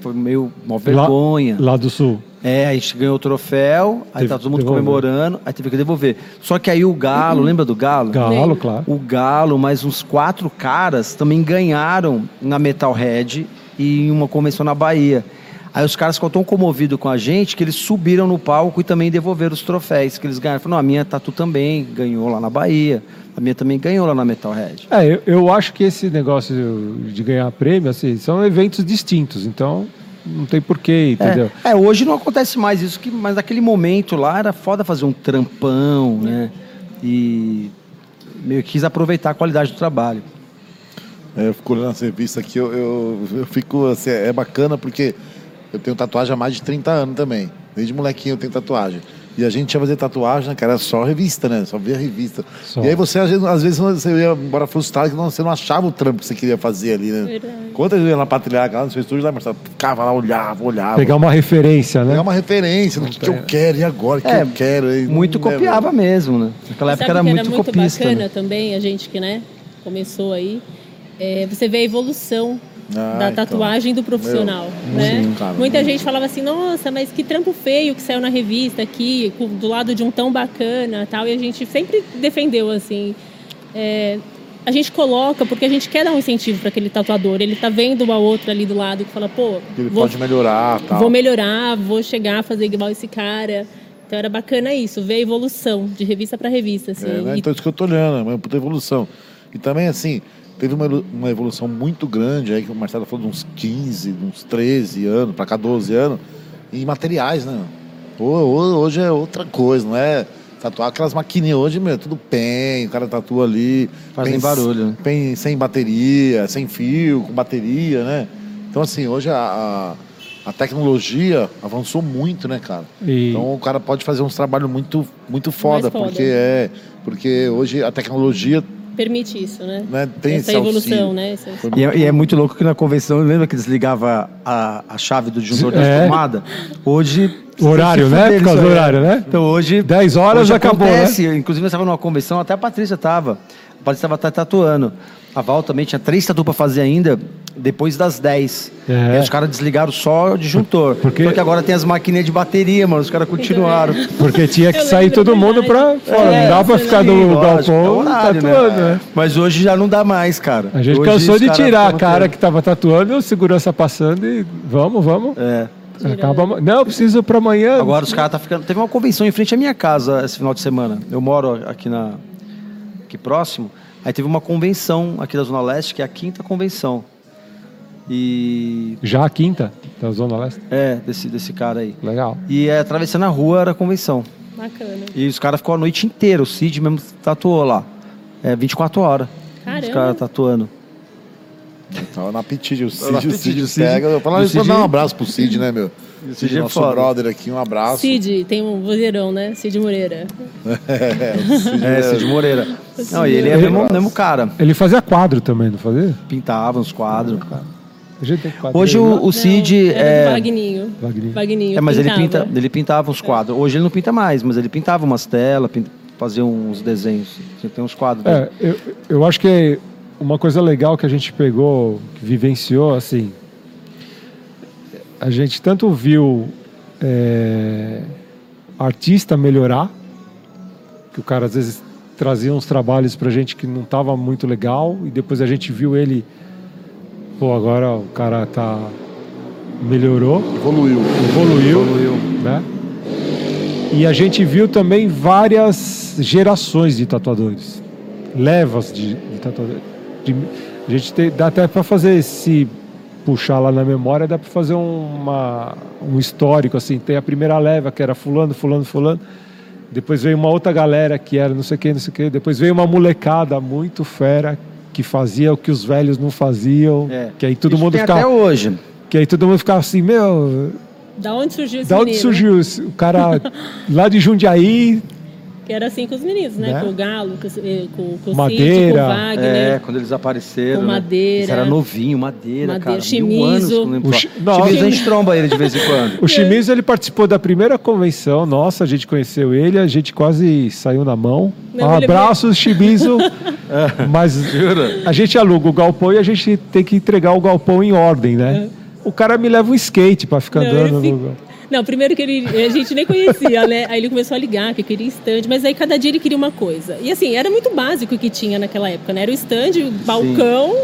Speaker 3: foi meio uma vergonha.
Speaker 4: Lá, lá do sul.
Speaker 3: É, a gente ganhou o troféu, aí
Speaker 4: Teve
Speaker 3: tá todo mundo
Speaker 4: que devolver. Uhum.
Speaker 3: comemorando, aí teve que devolver. Só que aí o Galo, lembra do Galo?
Speaker 4: Galo,
Speaker 2: Lembro.
Speaker 4: claro.
Speaker 3: O Galo, mais uns quatro caras também ganharam na Metalhead e em uma convenção na Bahia. Aí os caras ficaram tão comovidos com a gente que eles subiram no palco e também devolveram os troféus que eles ganharam. Falaram, não, a minha Tatu também ganhou lá na Bahia, a minha também ganhou lá na Metalhead.
Speaker 4: É, eu, eu acho que esse negócio de ganhar prêmio, assim, são eventos distintos, então não tem porquê, entendeu?
Speaker 3: É, é, hoje não acontece mais isso, que, mas naquele momento lá era foda fazer um trampão, né? E meio que quis aproveitar a qualidade do trabalho.
Speaker 1: É, eu fico olhando essa revista aqui, eu, eu, eu fico assim, é bacana porque eu tenho tatuagem há mais de 30 anos também. Desde molequinho eu tenho tatuagem. E a gente ia fazer tatuagem, né, cara, era só revista, né? Só via revista.
Speaker 4: Só.
Speaker 1: E aí você, às vezes, às vezes, você ia embora frustrado que não- você não achava o trampo que você queria fazer ali, né?
Speaker 2: Verdade.
Speaker 1: Quantas vezes eu ia lá patrulhar lá no seu estúdio, lá, mas ficava lá, olhava, olhava.
Speaker 4: Pegar uma referência,
Speaker 3: Então,
Speaker 4: né?
Speaker 1: Pegar É uma referência do que, eu quero e agora, o que
Speaker 3: É,
Speaker 1: eu quero. e não-
Speaker 3: Muito copiava mesmo, né? Naquela época
Speaker 2: Sabe
Speaker 3: era
Speaker 2: que
Speaker 3: muito copista.
Speaker 2: bacana
Speaker 3: né?
Speaker 2: também, a gente que né, começou aí. É, você vê a evolução
Speaker 1: Ah,
Speaker 2: da
Speaker 1: então.
Speaker 2: tatuagem do profissional,
Speaker 1: Meu,
Speaker 2: né?
Speaker 1: sim, cara.
Speaker 2: Muita gente falava assim, nossa, mas que trampo feio que saiu na revista aqui, com- do lado de um tão bacana, tal. E a gente sempre defendeu assim, é, a gente coloca porque a gente quer dar um incentivo para aquele tatuador. Ele tá vendo uma outra ali do lado que fala, pô,
Speaker 1: Que Ele
Speaker 2: vou,
Speaker 1: pode melhorar tal.
Speaker 2: vou melhorar, vou chegar a fazer igual esse cara. Então era bacana isso, ver a evolução de revista para revista, assim.
Speaker 1: É, né?
Speaker 2: E
Speaker 1: Então isso que eu tô olhando, é uma puta evolução. E também, assim, teve uma, elu- uma evolução muito grande aí, que o Marcelo falou de uns 15, de uns 13 anos, pra cá 12 anos, em materiais, né? Ho- ho- Hoje é outra coisa, não é tatuar aquelas maquininhas. Hoje, meu, é tudo pen, o cara tatua ali.
Speaker 3: Fazem
Speaker 1: pen-
Speaker 3: barulho, né?
Speaker 1: Pen sem bateria, sem fio, com bateria, né? Então, assim, hoje a- a, a tecnologia avançou muito, né, cara?
Speaker 4: E
Speaker 1: Então o cara pode fazer uns trabalhos muito, muito foda,
Speaker 2: foda.
Speaker 1: porque é. Porque hoje a tecnologia
Speaker 2: permite isso, né?
Speaker 1: né, tem
Speaker 2: Essa
Speaker 1: esse
Speaker 2: evolução,
Speaker 1: auxílio.
Speaker 2: né? Essa-
Speaker 3: E é, e é muito louco que na convenção, lembra que desligava a, a chave do disjuntor da
Speaker 4: É.
Speaker 3: tomada? Hoje.
Speaker 4: o horário,
Speaker 3: se
Speaker 4: né?
Speaker 3: fuder
Speaker 4: Por causa
Speaker 3: isso
Speaker 4: do
Speaker 3: aí.
Speaker 4: horário, né?
Speaker 3: Então hoje.
Speaker 4: 10 horas
Speaker 3: hoje
Speaker 4: já acabou, né?
Speaker 3: acontece. Inclusive, eu estava numa convenção, até a Patrícia estava. A Patrícia estava até tatuando. A Val também tinha três tatu pra fazer ainda, depois das 10.
Speaker 4: É.
Speaker 3: E aí os caras desligaram só o disjuntor.
Speaker 4: Porque-
Speaker 3: Só que agora tem as maquininhas de bateria, mano. Os caras continuaram.
Speaker 4: Porque tinha que
Speaker 2: Eu
Speaker 4: sair
Speaker 2: lembro,
Speaker 4: todo
Speaker 2: é
Speaker 4: mundo pra
Speaker 2: verdade.
Speaker 4: fora.
Speaker 2: É,
Speaker 4: não dá pra
Speaker 2: sim,
Speaker 4: ficar
Speaker 3: Sim,
Speaker 4: Tá no
Speaker 3: lógico, é o
Speaker 4: galpão
Speaker 3: horário, né?
Speaker 4: tatuando, né?
Speaker 3: Mas hoje já não dá mais, cara.
Speaker 4: A gente
Speaker 3: Hoje
Speaker 4: cansou
Speaker 3: os
Speaker 4: de
Speaker 3: caras
Speaker 4: tirar a
Speaker 3: tão-
Speaker 4: cara que tava tatuando, o segurança passando e vamos, vamos.
Speaker 3: É.
Speaker 4: Acaba... ama- Não, eu preciso pra amanhã.
Speaker 3: Agora os caras tá ficando. Teve uma convenção em frente à minha casa esse final de semana. Eu moro aqui na aqui próximo. Aí teve uma convenção aqui da Zona Leste, que é a quinta convenção. E
Speaker 4: Já a quinta da Zona Leste.
Speaker 3: é desse desse cara aí.
Speaker 4: Legal.
Speaker 3: E é, atravessando a rua era a convenção.
Speaker 2: Bacana.
Speaker 3: E os caras ficou a noite inteira, o Cid mesmo tatuou lá. É 24 horas. Os
Speaker 2: Caramba.
Speaker 3: caras tatuando.
Speaker 1: Tava na apetite, o
Speaker 3: na
Speaker 1: Cid, o
Speaker 3: apetite,
Speaker 1: Cid,
Speaker 3: o Cid-
Speaker 1: pega. Falar
Speaker 3: o
Speaker 1: isso pra
Speaker 3: Cid- é
Speaker 1: dar um abraço pro Cid, né, meu?
Speaker 3: o Cid
Speaker 1: Cid,
Speaker 3: é
Speaker 1: nosso
Speaker 3: foda.
Speaker 1: brother aqui, um
Speaker 3: tá-
Speaker 1: abraço.
Speaker 2: Cid, tem um vozeirão, né? Cid Moreira.
Speaker 1: É, o Cid
Speaker 3: É, Cid Moreira. Não, e ele é o mesmo, mesmo cara.
Speaker 4: Ele fazia quadro também, não fazia?
Speaker 3: Pintava uns quadros.
Speaker 4: A gente tem quadro
Speaker 3: Hoje
Speaker 4: aí,
Speaker 3: o,
Speaker 4: né?
Speaker 3: o Cid.
Speaker 2: era
Speaker 3: é,
Speaker 2: do Vagninho.
Speaker 4: Vagninho.
Speaker 2: Vagninho
Speaker 3: É, mas ele,
Speaker 2: pintava.
Speaker 3: pinta, ele pintava uns quadros. Hoje ele não pinta mais, mas ele pintava umas telas, pin- fazia uns desenhos. Tinha- Tem uns quadros. dele.
Speaker 4: É, eu, eu acho que uma coisa legal que a gente pegou, que vivenciou, assim, a gente tanto viu é, artista melhorar, que o cara às vezes trazia uns trabalhos pra gente que não tava muito legal, e depois a gente viu ele, pô, agora o cara tá melhorou
Speaker 1: evoluiu.
Speaker 4: evoluiu, né? E a gente viu também várias gerações de tatuadores, levas de, de tatuadores. De- a gente tem- dá até para fazer se puxar lá na memória, dá para fazer uma, um histórico assim. Tem a primeira leva que era fulano, fulano, fulano. Depois veio uma outra galera que era não sei quem, não sei quem. Depois veio uma molecada muito fera que fazia o que os velhos não faziam.
Speaker 3: É.
Speaker 4: Que aí todo
Speaker 3: Isso
Speaker 4: mundo
Speaker 3: tem
Speaker 4: ficava,
Speaker 3: Até hoje.
Speaker 4: que aí todo mundo ficava assim, meu,
Speaker 2: Da onde surgiu esse
Speaker 4: da onde
Speaker 2: menino? né?
Speaker 4: surgiu esse- o cara lá de Jundiaí?
Speaker 2: Que era assim com os meninos, né?
Speaker 4: Né?
Speaker 2: Com o Galo, com, o- eh, com, com o Cid, com
Speaker 4: Madeira.
Speaker 2: o Wagner.
Speaker 3: É, quando eles apareceram.
Speaker 2: Com
Speaker 3: né?
Speaker 2: madeira.
Speaker 3: Eles era novinho, madeira,
Speaker 2: Madeira,
Speaker 3: cara. Mil
Speaker 2: chimizo.
Speaker 3: anos, que eu não lembro
Speaker 4: O
Speaker 3: falar.
Speaker 4: chi- Nossa.
Speaker 3: Chimizo a gente tromba ele de vez em quando.
Speaker 4: O
Speaker 2: É.
Speaker 4: Chimizo ele participou da primeira convenção nossa, a gente conheceu ele, a gente quase saiu na mão.
Speaker 2: Não, ele-
Speaker 4: Abraços, Chimizo. Mas a gente aluga o galpão e a gente tem que entregar o galpão em ordem, né? O cara me leva um skate pra ficar
Speaker 2: É. Não,
Speaker 4: andando.
Speaker 2: ele
Speaker 4: no-
Speaker 2: fica- Não, primeiro que ele, a gente nem conhecia, né? Aí ele começou a ligar que queria stand, mas aí cada dia ele queria uma coisa. E assim, era muito básico o que tinha naquela época, né? Era o stand, o balcão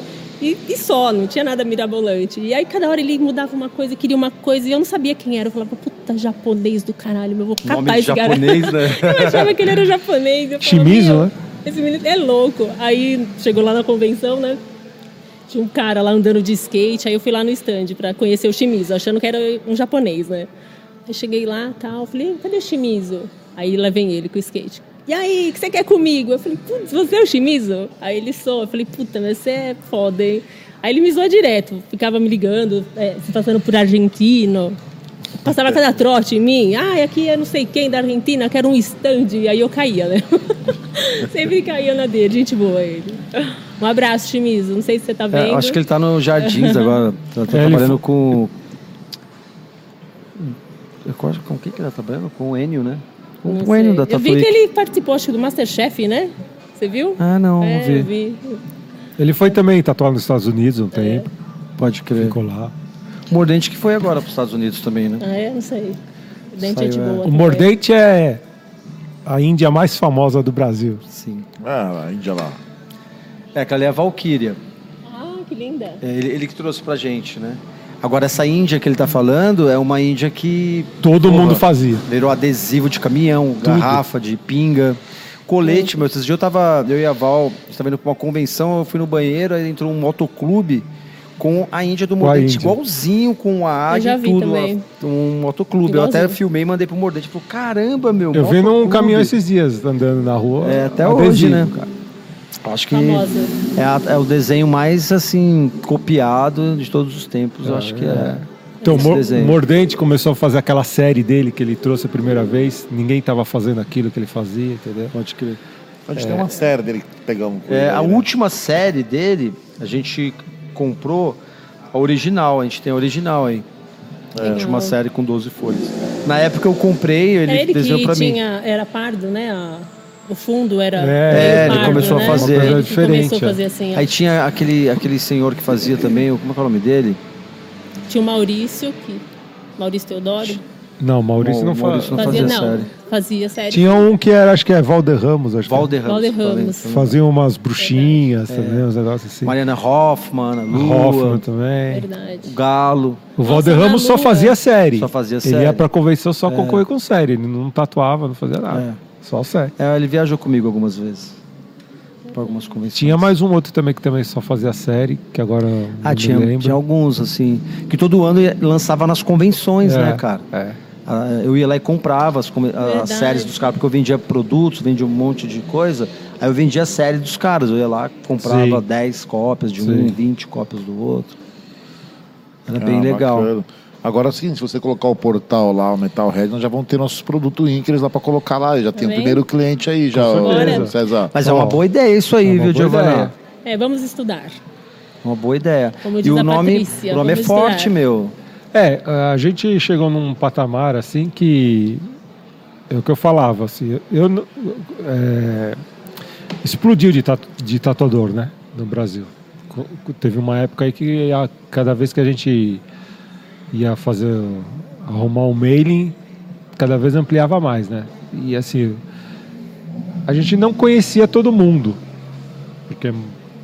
Speaker 2: e, e só, não tinha nada mirabolante. E aí cada hora ele mudava uma coisa, queria uma coisa, e eu não sabia quem era. Eu falava, puta, japonês do caralho, meu, eu vou
Speaker 3: Nome
Speaker 2: capaz
Speaker 3: de
Speaker 2: de garoto.
Speaker 3: japonês, né?
Speaker 2: Eu achava que ele era japonês. Eu falava,
Speaker 4: Shimizu,
Speaker 2: "Meu,
Speaker 4: né?
Speaker 2: Esse menino é louco. Aí chegou lá na convenção, né? Tinha um cara lá andando de skate, aí eu fui lá no stand pra conhecer o Shimizu, achando que era um japonês, né? Aí cheguei lá tal, falei, cadê o Shimizu? Aí lá vem ele com o skate. E aí, o que você quer comigo? Eu falei, putz, você é o Shimizu? Aí ele sou, eu falei, puta, mas você é foda, hein? Aí ele me zoou direto, ficava me ligando, é, se passando por argentino, Passava cada trote em mim. Ah, aqui é não sei quem da Argentina, que era um stand. E aí eu caía, né? Sempre caía na dele. Gente boa ele. Um abraço, Chimizo. Não sei se você tá
Speaker 3: É,
Speaker 2: vendo.
Speaker 3: acho que ele tá no Jardins agora. Tá, tá
Speaker 4: É, ele
Speaker 3: trabalhando
Speaker 4: foi-
Speaker 3: com. Hum. Eu acho- Com quem que ele tá trabalhando? Com o Enio, né? Com
Speaker 2: Não
Speaker 3: o Enio
Speaker 2: sei.
Speaker 3: da
Speaker 2: Eu vi que
Speaker 3: Tatuí.
Speaker 2: ele participou, acho que do Masterchef, né? Você viu?
Speaker 3: Ah, não, não
Speaker 2: é,
Speaker 3: vi.
Speaker 2: eu vi. É.
Speaker 4: Ele foi também tatuado nos Estados Unidos um tempo.
Speaker 3: Pode crer.
Speaker 4: Ficou lá.
Speaker 3: Mordente que foi agora para os Estados Unidos também, né?
Speaker 2: Ah, é? Não sei. Dente
Speaker 3: Saiu,
Speaker 2: é de
Speaker 3: é.
Speaker 2: boa.
Speaker 4: O
Speaker 2: também.
Speaker 4: Mordente é a Índia mais famosa do Brasil.
Speaker 3: Sim.
Speaker 1: Ah, a Índia lá.
Speaker 3: É, aquela ali é a Valkyria.
Speaker 2: Ah, que linda.
Speaker 3: É, ele, ele que trouxe pra gente, né? Agora, essa Índia que ele tá falando é uma Índia que
Speaker 4: Todo
Speaker 3: Porra.
Speaker 4: mundo fazia.
Speaker 3: Virou adesivo de caminhão, garrafa de pinga, colete, meu. Esses dias eu tava, eu e a Val, a gente tava indo pra uma convenção, eu fui no banheiro, aí entrou um motoclube com a Índia do
Speaker 4: Com a
Speaker 3: Mordente,
Speaker 4: Índia.
Speaker 3: igualzinho com a
Speaker 2: Eu
Speaker 3: águia
Speaker 2: já
Speaker 3: e
Speaker 2: vi
Speaker 3: tudo.
Speaker 2: também.
Speaker 3: ó, Um motoclube. Eu até
Speaker 2: Igualzinho.
Speaker 3: filmei e mandei pro Mordente. Falei, caramba, meu.
Speaker 4: Eu vi num
Speaker 3: motoclube.
Speaker 4: caminhão esses dias andando na rua.
Speaker 3: É, até
Speaker 4: adesivo,
Speaker 3: hoje, né?
Speaker 4: cara.
Speaker 3: Acho que
Speaker 2: Famosa.
Speaker 3: é, a- é o desenho mais, assim, copiado de todos os tempos. eu acho que é.
Speaker 4: Então,
Speaker 3: Esse
Speaker 4: Mor-
Speaker 3: desenho.
Speaker 4: Mordente começou a fazer aquela série dele que ele trouxe a primeira vez. Ninguém tava fazendo aquilo que ele fazia, entendeu?
Speaker 3: Pode crer.
Speaker 1: A gente tem uma série dele que pegamos com
Speaker 3: É,
Speaker 1: ele,
Speaker 3: a
Speaker 1: né?
Speaker 3: última série dele, a gente comprou a original, a gente tem a original aí. A última série com 12 folhas. Na época eu comprei, ele,
Speaker 2: é Uhum. ele
Speaker 3: desenhou
Speaker 2: que
Speaker 3: pra mim.
Speaker 2: tinha, era pardo, né? A- o fundo era.
Speaker 4: É,
Speaker 2: meio
Speaker 4: ele
Speaker 3: começou a
Speaker 2: né?
Speaker 3: fazer.
Speaker 2: Ele que
Speaker 4: Uma coisa
Speaker 2: Começou a
Speaker 4: diferente,
Speaker 2: fazer assim. ó.
Speaker 3: Aí tinha aquele, aquele senhor que fazia também, o- como é que é o nome dele?
Speaker 2: Tinha o Maurício, que. Maurício Teodoro.
Speaker 4: Não, Maurício
Speaker 3: Mau-
Speaker 4: não fa-
Speaker 3: Maurício não
Speaker 2: fazia,
Speaker 3: fazia
Speaker 2: não.
Speaker 3: série.
Speaker 2: Fazia série.
Speaker 4: Tinha um que era, acho que é Valder Ramos, acho
Speaker 3: Valder Ramos.
Speaker 2: Valder
Speaker 3: tá vendo?
Speaker 2: Ramos.
Speaker 4: que fazia umas bruxinhas, também, uns negócios assim.
Speaker 3: Mariana Hoffman, Ana Lua,
Speaker 4: Hoffman também.
Speaker 2: é Verdade.
Speaker 3: o Galo.
Speaker 4: O Valder
Speaker 2: Nossa,
Speaker 4: Ramos
Speaker 2: na
Speaker 4: só
Speaker 2: lua.
Speaker 4: fazia série.
Speaker 3: Só fazia
Speaker 4: Ele
Speaker 3: série. É.
Speaker 4: ia pra convenção só concorrer com série. Ele não tatuava, não fazia nada. Só série.
Speaker 3: É, ele viajou comigo algumas vezes. Pra algumas convenções.
Speaker 4: Tinha mais um outro também que também só fazia série, que agora não
Speaker 3: Ah,
Speaker 4: me
Speaker 3: tinha,
Speaker 4: lembro.
Speaker 3: tinha alguns, assim. Que todo ano ia- lançava nas convenções,
Speaker 4: É,
Speaker 3: né, cara?
Speaker 4: é.
Speaker 3: Ah, Eu ia lá e comprava as, come- as
Speaker 2: Verdade.
Speaker 3: séries dos caras, porque eu vendia produtos, vendia um monte de coisa. Aí eu vendia a série dos caras. Eu ia lá, comprava
Speaker 4: Sim.
Speaker 3: 10 cópias de
Speaker 4: Sim.
Speaker 3: um, 20 cópias do outro.
Speaker 4: É
Speaker 3: Era
Speaker 1: Ah,
Speaker 3: bem legal.
Speaker 1: bacana. Agora sim, se você colocar o portal lá, o Metalhead, nós já vamos ter nossos produtos Inkers lá pra colocar lá. Já tem o
Speaker 2: Também.
Speaker 1: primeiro cliente aí, já,
Speaker 4: Com
Speaker 1: ô,
Speaker 4: certeza.
Speaker 1: César.
Speaker 3: Mas é uma
Speaker 4: Ó,
Speaker 3: boa ideia isso aí,
Speaker 4: é uma
Speaker 3: viu,
Speaker 4: boa
Speaker 3: Giovanna?
Speaker 4: ideia.
Speaker 2: É, vamos estudar.
Speaker 3: Uma boa ideia.
Speaker 2: Como
Speaker 3: e
Speaker 2: diz
Speaker 3: o
Speaker 2: a
Speaker 3: nome,
Speaker 2: Patrícia,
Speaker 3: o nome é
Speaker 2: vamos
Speaker 3: forte,
Speaker 2: estudar.
Speaker 3: meu.
Speaker 4: É, a gente chegou num patamar assim que é o que eu falava, assim, eu n- é, explodiu de, tatu, de tatuador, né, no Brasil. Co- co- Teve uma época aí que a, cada vez que a gente ia fazer arrumar um mailing, cada vez ampliava mais, né? E assim, a gente não conhecia todo mundo, porque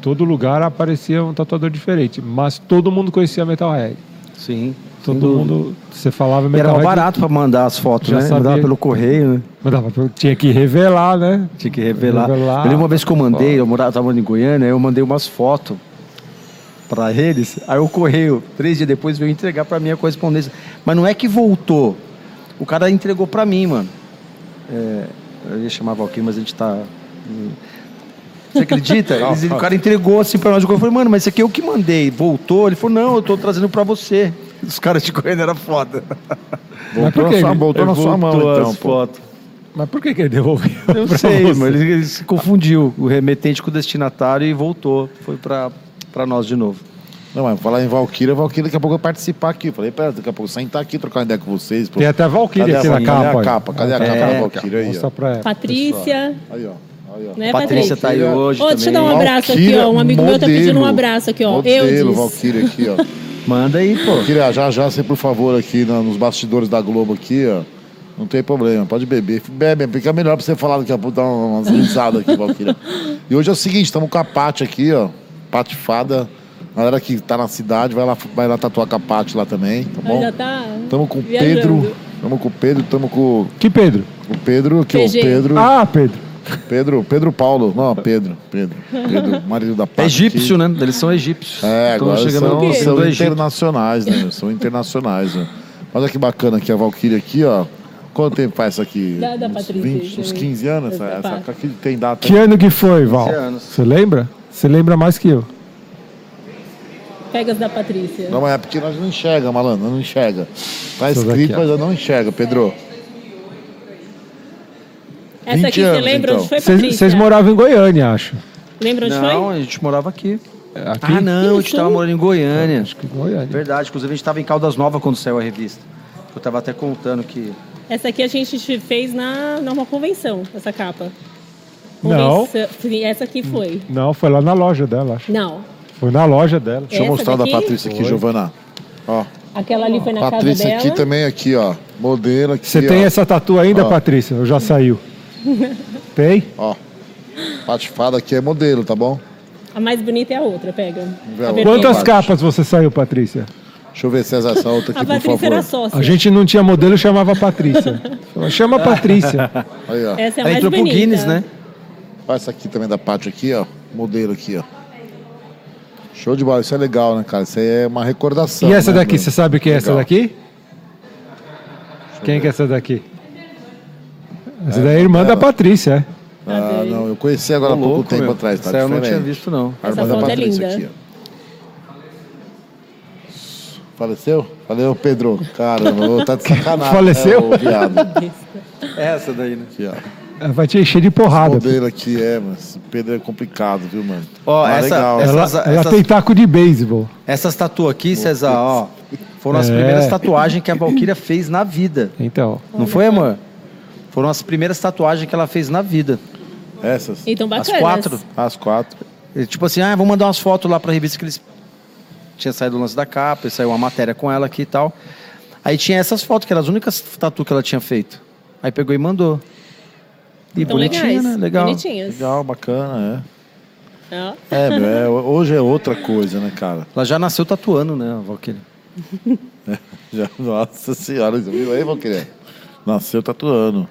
Speaker 4: todo lugar aparecia um tatuador diferente, mas todo mundo conhecia Metalhead.
Speaker 3: Sim. sem
Speaker 4: Todo
Speaker 3: dúvida.
Speaker 4: mundo, você falava
Speaker 3: E era
Speaker 4: metal
Speaker 3: mais barato pra mandar as fotos,
Speaker 4: Já
Speaker 3: né?
Speaker 4: sabia.
Speaker 3: Mandava pelo correio, né?
Speaker 4: tinha que revelar, né?
Speaker 3: Tinha que revelar.
Speaker 4: Revelar.
Speaker 3: Eu lembro uma vez que eu mandei, eu morava, tava em Goiânia, aí eu mandei umas fotos pra eles, aí o correio, três dias depois, veio entregar pra mim a correspondência. Mas não é que voltou. O cara entregou pra mim, mano. É, eu ia chamar Valquíria, mas a gente tá. hum. Você acredita? Eles- o cara entregou assim pra nós. Eu falei, mano, mas isso aqui eu que mandei. Voltou? Ele falou, não, eu tô trazendo pra você. Os caras de Goiânia era foda.
Speaker 4: Mas
Speaker 1: Voltou,
Speaker 4: por
Speaker 1: na
Speaker 4: quê?
Speaker 1: sua, voltou na sua mão,
Speaker 3: Voltou
Speaker 1: então.
Speaker 3: as
Speaker 1: Pô.
Speaker 3: fotos.
Speaker 4: Mas por que, que ele devolveu?
Speaker 3: Eu
Speaker 4: pra
Speaker 3: sei,
Speaker 4: você?
Speaker 3: mas ele, ele se confundiu. O remetente com o destinatário e voltou. Foi pra, pra nós de novo.
Speaker 1: Não, mas falar em Valkyria, Valkyria daqui a pouco vai participar aqui. Eu Falei, pera, daqui a pouco sentar aqui, trocar uma ideia com vocês. pô.
Speaker 4: Tem até a
Speaker 1: Cadê
Speaker 4: Valkyria aqui
Speaker 1: a-
Speaker 4: na capa.
Speaker 1: Cadê a
Speaker 4: olha.
Speaker 1: capa? Cadê a
Speaker 3: É,
Speaker 1: capa da
Speaker 3: cara.
Speaker 1: Valkyria aí?
Speaker 4: Mostra
Speaker 1: ó?
Speaker 4: pra ela.
Speaker 2: Patrícia,
Speaker 1: Aí, ó. Aí, ó.
Speaker 2: né,
Speaker 3: Patrícia
Speaker 2: Patrícia?
Speaker 3: tá aí hoje.
Speaker 2: Ô,
Speaker 3: também.
Speaker 2: deixa eu dar um abraço aqui,
Speaker 1: Valkyria
Speaker 2: ó. Um amigo meu tá pedindo um
Speaker 1: modelo.
Speaker 2: abraço aqui, ó.
Speaker 1: Modelo,
Speaker 2: Eudes.
Speaker 1: Valkyria aqui, ó.
Speaker 3: Manda aí, pô.
Speaker 1: Valkyria, já, já, você, por favor, aqui na- nos bastidores da Globo aqui, ó. Não tem problema, pode beber. Bebe, fica melhor pra você falar daqui a pouco, dar um, umas risadas aqui, Valkyria. E hoje é o seguinte, estamos com a Paty aqui, ó. Paty Fada. Galera que tá na cidade, vai lá, vai lá tatuar com a Paty lá também, tá
Speaker 2: Ela
Speaker 1: bom?
Speaker 2: Já tá.
Speaker 1: Tamo com o
Speaker 2: viajando.
Speaker 1: Pedro. Tamo com o Pedro, tamo com
Speaker 4: Que Pedro?
Speaker 1: o Pedro, que é o
Speaker 2: PG.
Speaker 1: Pedro.
Speaker 4: Ah, Pedro.
Speaker 1: Pedro, Pedro Paulo. Não, Pedro, Pedro. Pedro, marido da Paty.
Speaker 3: É egípcio, né? Eles são egípcios.
Speaker 1: É,
Speaker 3: Tão
Speaker 1: agora
Speaker 3: chegando
Speaker 1: são,
Speaker 3: no-
Speaker 1: são
Speaker 3: do Egito.
Speaker 1: internacionais, né? meu? São internacionais, né? Olha que bacana aqui a Valkyria aqui, ó. Quanto tempo faz isso aqui?
Speaker 2: Da- da
Speaker 1: uns
Speaker 2: Patrícia,
Speaker 1: 20, uns
Speaker 2: também.
Speaker 1: 15 anos? Essa,
Speaker 2: Essa
Speaker 1: essa
Speaker 2: parte.
Speaker 1: aqui tem data.
Speaker 4: Que ano que foi, Val?
Speaker 3: 15 anos.
Speaker 4: Você lembra? Você lembra mais que eu.
Speaker 2: Pegas da Patrícia.
Speaker 1: Não, mas é porque nós não enxerga, malandro, nós não enxerga. Tá
Speaker 4: Essa
Speaker 1: escrito,
Speaker 4: daqui, ó.
Speaker 1: mas eu não enxerga, Pedro.
Speaker 2: Essa
Speaker 1: 20
Speaker 2: aqui você
Speaker 1: anos,
Speaker 2: lembra
Speaker 1: então.
Speaker 2: onde foi, Patrícia?
Speaker 4: Vocês vocês moravam em Goiânia, acho.
Speaker 2: Lembra onde
Speaker 3: Não,
Speaker 2: foi?
Speaker 3: a gente morava aqui.
Speaker 4: Aqui?
Speaker 3: Ah, não, a gente
Speaker 2: Isso.
Speaker 3: tava morando em Goiânia.
Speaker 4: Acho que Goiânia.
Speaker 3: Verdade, inclusive a gente tava em Caldas Novas quando saiu a revista. Eu tava até contando que.
Speaker 2: Essa aqui a gente te fez na, numa convenção, essa capa.
Speaker 4: Não.
Speaker 2: Convenção- Sim, Essa aqui foi.
Speaker 4: Não, foi lá na loja dela, acho.
Speaker 2: Não.
Speaker 4: Foi na loja dela.
Speaker 1: Deixa eu
Speaker 2: Essa
Speaker 1: mostrar
Speaker 2: daqui?
Speaker 1: da Patrícia aqui,
Speaker 4: Foi.
Speaker 1: Giovana. Ó,
Speaker 2: Aquela ali foi na
Speaker 1: Patrícia
Speaker 2: casa
Speaker 1: aqui
Speaker 2: dela.
Speaker 1: também, aqui, ó. Modelo aqui,
Speaker 4: Você
Speaker 1: ó.
Speaker 4: tem essa tatu ainda,
Speaker 1: Ó.
Speaker 4: Patrícia? Ou já saiu? tem?
Speaker 1: Ó, patifada aqui é modelo, tá bom?
Speaker 2: A mais bonita é a outra, pega.
Speaker 1: ver a
Speaker 2: A
Speaker 1: outra.
Speaker 2: vermelha.
Speaker 4: Quantas
Speaker 1: Verdade.
Speaker 4: capas você saiu, Patrícia?
Speaker 1: Deixa eu ver se é essa outra
Speaker 2: A
Speaker 1: aqui, por
Speaker 2: Patrícia era
Speaker 1: favor.
Speaker 2: sócia.
Speaker 4: A gente não tinha modelo, chamava a Patrícia. Falava, Chama a Patrícia.
Speaker 1: Aí, ó.
Speaker 2: Essa é a
Speaker 3: Aí
Speaker 2: mais
Speaker 3: entrou pro
Speaker 2: bonita.
Speaker 3: Guinness, né?
Speaker 1: Olha essa aqui também da Pátio aqui, ó. Modelo aqui, ó. Show de bola, isso é legal, né, cara? Isso aí é uma recordação.
Speaker 4: E essa
Speaker 1: né,
Speaker 4: daqui,
Speaker 1: mano?
Speaker 4: você sabe quem é essa
Speaker 1: Legal.
Speaker 4: daqui? Quem que é essa daqui? Essa daí é a irmã da Patrícia, é.
Speaker 1: Ah, não, eu conheci agora há
Speaker 3: Tô
Speaker 1: pouco
Speaker 3: louco,
Speaker 1: tempo
Speaker 3: meu.
Speaker 1: atrás, tá?
Speaker 3: Essa eu não
Speaker 1: diferente.
Speaker 3: tinha visto, não.
Speaker 1: A irmã
Speaker 2: Essa
Speaker 1: da
Speaker 2: foto é
Speaker 1: Patrícia
Speaker 2: linda.
Speaker 1: aqui, ó. Faleceu? Valeu, Pedro. Caramba, ô, tá de sacanagem.
Speaker 4: Faleceu?
Speaker 1: Né, ô, viado. É
Speaker 3: Essa daí, né?
Speaker 1: Aqui, ó.
Speaker 4: Ela vai te encher de porrada.
Speaker 1: Modelo aqui é, mas esse Pedro é complicado, viu, mano?
Speaker 3: Ó,
Speaker 1: Mas
Speaker 3: essa-
Speaker 1: legal,
Speaker 3: essa-
Speaker 4: Ela,
Speaker 3: Essas-
Speaker 4: ela
Speaker 3: essas-
Speaker 4: tem taco de beisebol.
Speaker 3: Essas tatuas aqui, César, ó, foram as
Speaker 4: É.
Speaker 3: primeiras tatuagens que a Valkyria fez na vida.
Speaker 4: Então,
Speaker 3: Não foi, amor? Foram as primeiras tatuagens que ela fez na vida.
Speaker 1: Essas?
Speaker 2: Então, bacanas.
Speaker 3: As quatro.
Speaker 1: As quatro.
Speaker 3: E, tipo assim, ah, vou mandar umas fotos lá pra revista que eles. Tinha saído o lance da capa, e saiu uma matéria com ela aqui e tal. Aí tinha essas fotos, que eram as únicas tatu que ela tinha feito. Aí pegou e mandou. E
Speaker 2: Então,
Speaker 3: bonitinha,
Speaker 2: legais.
Speaker 3: né? Legal.
Speaker 2: Bonitinhas.
Speaker 1: Legal, bacana,
Speaker 2: Ó.
Speaker 1: é. É, meu, é, hoje é outra coisa, né, cara?
Speaker 3: Ela já nasceu tatuando, né, a Valkyria?
Speaker 1: Já- nossa senhora, você viu aí, Valquíria? Nasceu tatuando.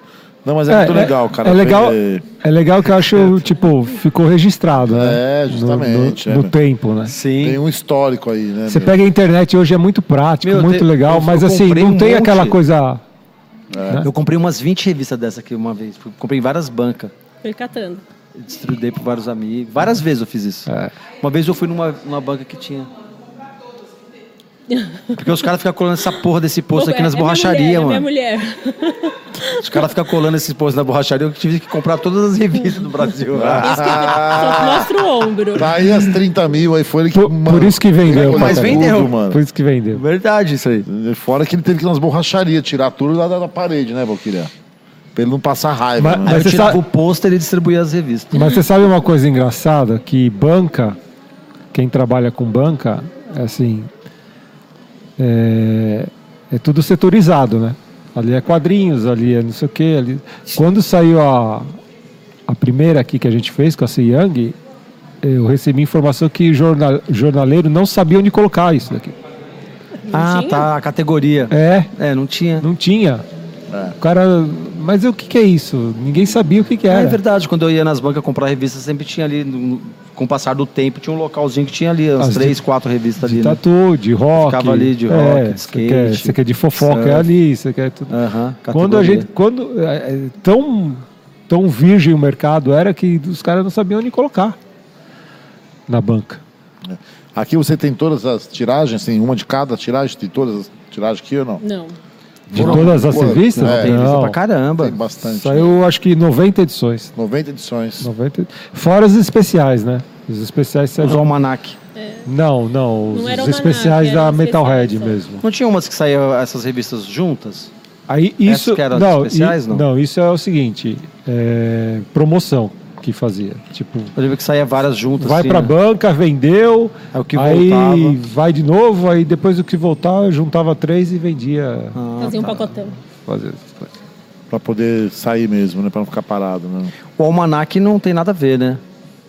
Speaker 1: Não, mas é,
Speaker 4: É,
Speaker 1: muito
Speaker 4: é-
Speaker 1: legal, cara.
Speaker 4: é legal-
Speaker 1: ver-
Speaker 4: é legal que eu acho, tipo, ficou registrado, né?
Speaker 1: É, justamente,
Speaker 4: No,
Speaker 1: é,
Speaker 4: no- no
Speaker 1: né?
Speaker 4: tempo, né?
Speaker 3: Sim.
Speaker 1: Tem um histórico aí, né?
Speaker 4: Você
Speaker 1: meu?
Speaker 4: pega a internet hoje, é muito prático,
Speaker 3: Meu,
Speaker 4: muito
Speaker 3: eu-
Speaker 4: legal,
Speaker 3: eu-
Speaker 4: mas
Speaker 3: eu
Speaker 4: assim,
Speaker 3: comprei
Speaker 4: não
Speaker 3: um
Speaker 4: tem
Speaker 3: monte.
Speaker 4: aquela coisa.
Speaker 3: Eu comprei umas 20 revistas dessa aqui uma vez. Comprei em várias bancas.
Speaker 2: Foi catando.
Speaker 3: Distribuí para vários amigos. Várias vezes eu fiz isso.
Speaker 4: É.
Speaker 3: Uma vez eu fui numa, numa banca que tinha. Porque os caras ficam colando essa porra desse posto
Speaker 2: Pô,
Speaker 3: aqui nas
Speaker 2: é minha
Speaker 3: borracharias,
Speaker 2: mulher, é
Speaker 3: mano.
Speaker 2: minha mulher.
Speaker 3: Os caras ficam colando esse posto na borracharia. Eu tive que comprar todas as revistas do Brasil.
Speaker 4: Ah,
Speaker 2: Só mostra o ombro.
Speaker 1: Tá aí as 30 mil, aí foi ele que.
Speaker 4: Por, por isso que vendeu.
Speaker 1: Mas
Speaker 4: pra caralho.
Speaker 1: vendeu.
Speaker 4: Por é isso que vendeu.
Speaker 3: Verdade, isso aí.
Speaker 1: Fora que ele teve que ir nas borracharias, tirar tudo lá da, da parede, né, Valquíria? Pra ele não passar raiva.
Speaker 4: Mas-
Speaker 1: né?
Speaker 3: Aí eu
Speaker 4: você
Speaker 3: tirava
Speaker 4: sabe-
Speaker 3: o pôster e distribuía as revistas.
Speaker 4: Mas você sabe uma coisa engraçada? Que banca, quem trabalha com banca, assim, é, é tudo setorizado, né? Ali é quadrinhos, ali é não sei o quê. Ali... Quando saiu a, a primeira aqui que a gente fez com a C. Young, eu recebi informação que jornal, jornaleiro não sabia onde colocar isso daqui.
Speaker 3: Ah,
Speaker 2: tinha?
Speaker 3: tá. A categoria.
Speaker 4: É,
Speaker 3: É, não tinha.
Speaker 4: não tinha.
Speaker 1: É.
Speaker 4: O cara, mas o que, que é isso? Ninguém sabia o que, que
Speaker 3: É.
Speaker 4: era.
Speaker 3: verdade, quando eu ia nas bancas comprar revista, sempre tinha ali, no- com o passar do tempo, tinha um localzinho que tinha ali,
Speaker 4: As
Speaker 3: umas
Speaker 4: de-
Speaker 3: três, quatro revistas
Speaker 4: De
Speaker 3: ali. né?
Speaker 4: tatu, de rock.
Speaker 3: Ficava ali de rock, de
Speaker 4: Você quer,
Speaker 3: skate,
Speaker 4: você quer de fofoca,
Speaker 3: surf.
Speaker 4: é ali, você quer tudo.
Speaker 3: Aham,
Speaker 4: quando a
Speaker 3: categoria.
Speaker 4: gente. Quando, é, é, tão, tão virgem o mercado era que os caras não sabiam onde colocar na banca.
Speaker 1: Aqui você tem todas as tiragens, tem uma de cada tiragem, tem todas as tiragens aqui ou não?
Speaker 2: Não.
Speaker 4: De
Speaker 1: Foram
Speaker 4: todas as
Speaker 1: quantas?
Speaker 4: revistas?
Speaker 1: É,
Speaker 3: Tem revista
Speaker 4: Não.
Speaker 3: pra caramba.
Speaker 1: Tem bastante.
Speaker 4: Saiu acho que 90 edições.
Speaker 1: 90 edições.
Speaker 4: 90, fora os especiais, né? Os especiais
Speaker 3: Os
Speaker 4: saíram.
Speaker 3: almanac.
Speaker 4: Não, não. Os
Speaker 2: Não era
Speaker 4: especiais
Speaker 2: almanac,
Speaker 4: da
Speaker 2: era é.
Speaker 4: Metalhead
Speaker 2: especial.
Speaker 4: mesmo.
Speaker 3: Não tinha umas que saíam essas revistas juntas?
Speaker 4: Aí isso
Speaker 3: Essas que eram as
Speaker 4: não,
Speaker 3: especiais,
Speaker 4: i-
Speaker 3: não?
Speaker 4: isso é o seguinte, é, promoção que fazia, tipo,
Speaker 3: Eu lembro que saía várias juntas.
Speaker 4: vai
Speaker 3: assim,
Speaker 4: pra
Speaker 3: né?
Speaker 4: banca, vendeu,
Speaker 3: Aí É o que
Speaker 4: aí
Speaker 3: voltava.
Speaker 4: vai de novo, aí depois do que voltar eu juntava três e vendia,
Speaker 3: Ah,
Speaker 2: Fazia um
Speaker 3: tá.
Speaker 2: pacotão.
Speaker 4: fazia essas coisas.
Speaker 1: Pra poder sair mesmo, né? Pra não ficar parado, né?
Speaker 3: O almanac não tem nada a ver, né?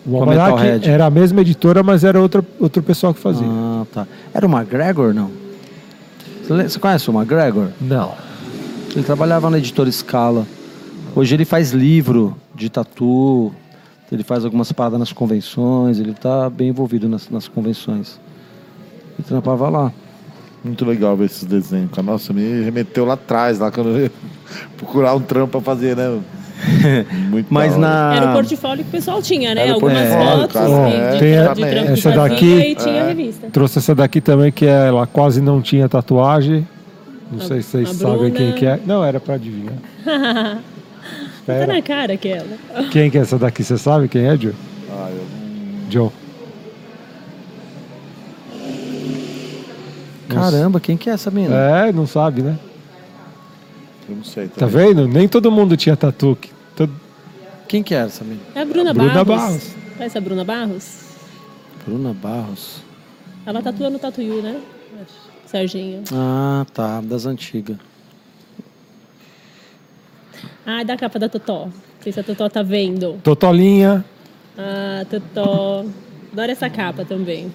Speaker 4: O
Speaker 3: Com a Metalhead.
Speaker 4: Almanac era a mesma editora, mas era outro outro pessoal que fazia.
Speaker 3: Ah, tá. Era o McGregor, não? Você le- Você conhece o McGregor?
Speaker 4: Não.
Speaker 3: Ele trabalhava na editora Scala. Hoje ele faz livro de tatu, ele faz algumas paradas nas convenções, ele tá bem envolvido nas, nas convenções. Ele trampava lá.
Speaker 1: Muito legal ver esses desenhos. cara. Nossa, me remeteu lá atrás, lá quando eu ia procurar um trampo pra fazer, né? Muito
Speaker 3: Mas
Speaker 1: da hora.
Speaker 3: na.
Speaker 2: Era o portfólio que o pessoal tinha, né?
Speaker 1: Era o
Speaker 2: Algumas
Speaker 1: portfólio,
Speaker 2: fotos
Speaker 1: cara,
Speaker 2: de,
Speaker 1: é.
Speaker 2: de,
Speaker 1: Tem
Speaker 2: de
Speaker 1: a-
Speaker 2: trampo
Speaker 4: essa
Speaker 2: que fazia
Speaker 4: daqui-
Speaker 2: e tinha a revista. Tá
Speaker 4: Trouxe essa daqui também que é, ela quase não tinha tatuagem. Não sei se vocês
Speaker 2: a
Speaker 4: sabem
Speaker 2: Bruna.
Speaker 4: quem que é. Não, era pra adivinhar.
Speaker 2: Tá
Speaker 4: Era.
Speaker 2: na cara aquela.
Speaker 4: Quem que é essa daqui? Você sabe quem é, Joe?
Speaker 1: Ah,
Speaker 4: Joe.
Speaker 3: Caramba, quem que é essa menina?
Speaker 4: É, não sabe, né?
Speaker 1: Eu não sei.
Speaker 4: Tá
Speaker 1: Também.
Speaker 4: vendo? Nem todo mundo tinha tatu. que Todo...
Speaker 3: Quem que é essa menina?
Speaker 2: É a Bruna,
Speaker 4: Bruna
Speaker 2: Barros. Parece a Bruna Barros?
Speaker 3: Bruna Barros.
Speaker 2: Ela tatua no Tatuyu, né? Serginho.
Speaker 3: Ah, tá. Das antigas.
Speaker 2: Ah, é da capa da Totó. Não sei se a Totó tá vendo.
Speaker 4: Totolinha,
Speaker 2: Ah, Totó. Adoro essa capa também.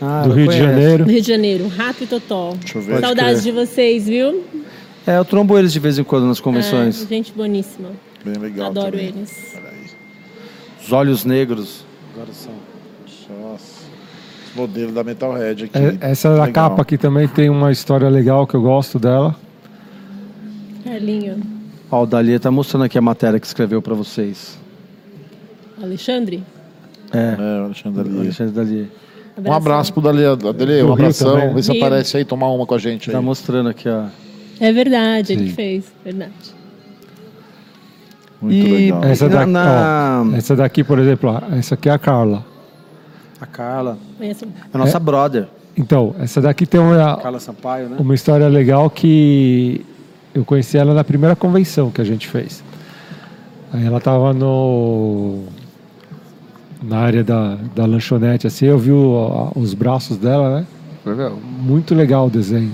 Speaker 3: Ah,
Speaker 4: do
Speaker 3: eu
Speaker 4: Rio de
Speaker 3: conheço.
Speaker 4: Janeiro.
Speaker 2: Do Rio de Janeiro, Rato e Totó.
Speaker 1: Deixa eu ver.
Speaker 2: Saudades de vocês, viu?
Speaker 3: É, eu trombo eles de vez em quando nas
Speaker 2: Ah,
Speaker 3: convenções.
Speaker 2: gente boníssima.
Speaker 1: Bem legal
Speaker 2: Adoro
Speaker 1: também.
Speaker 2: eles.
Speaker 1: Peraí.
Speaker 3: Os olhos negros. Agora são.
Speaker 1: Nossa. Esse modelo da Metalhead aqui.
Speaker 4: É, Essa da
Speaker 1: Legal.
Speaker 4: capa aqui também tem uma história legal que eu gosto dela.
Speaker 2: Carlinho.
Speaker 3: Ó, o Dali tá mostrando aqui a matéria que escreveu pra vocês.
Speaker 2: Alexandre?
Speaker 3: É,
Speaker 1: É, o Alexandre
Speaker 3: o
Speaker 1: Dali.
Speaker 3: Alexandre Dali.
Speaker 1: Um abraço pro Dali. Dali, um
Speaker 4: Rio
Speaker 1: abração.
Speaker 4: também, né?
Speaker 1: Vê se
Speaker 2: Rio.
Speaker 1: aparece aí tomar uma com a gente aí.
Speaker 3: Tá mostrando aqui, ó.
Speaker 2: É verdade, ele
Speaker 4: Sim.
Speaker 2: fez. Verdade.
Speaker 1: Muito
Speaker 3: E-
Speaker 1: legal.
Speaker 4: Essa
Speaker 3: Na-
Speaker 4: daqui,
Speaker 3: na-
Speaker 4: ó, essa daqui, por exemplo, ó, essa aqui é a Carla.
Speaker 3: A Carla.
Speaker 2: Conheço.
Speaker 3: A nossa
Speaker 4: É.
Speaker 3: brother.
Speaker 4: Então, essa daqui tem uma,
Speaker 3: Carla Sampaio, né?
Speaker 4: uma história legal que eu conheci ela na primeira convenção que a gente fez. Aí ela tava no na área da, da lanchonete, assim, eu vi o- a- os braços dela, né? Falei, "Meu, Muito legal o desenho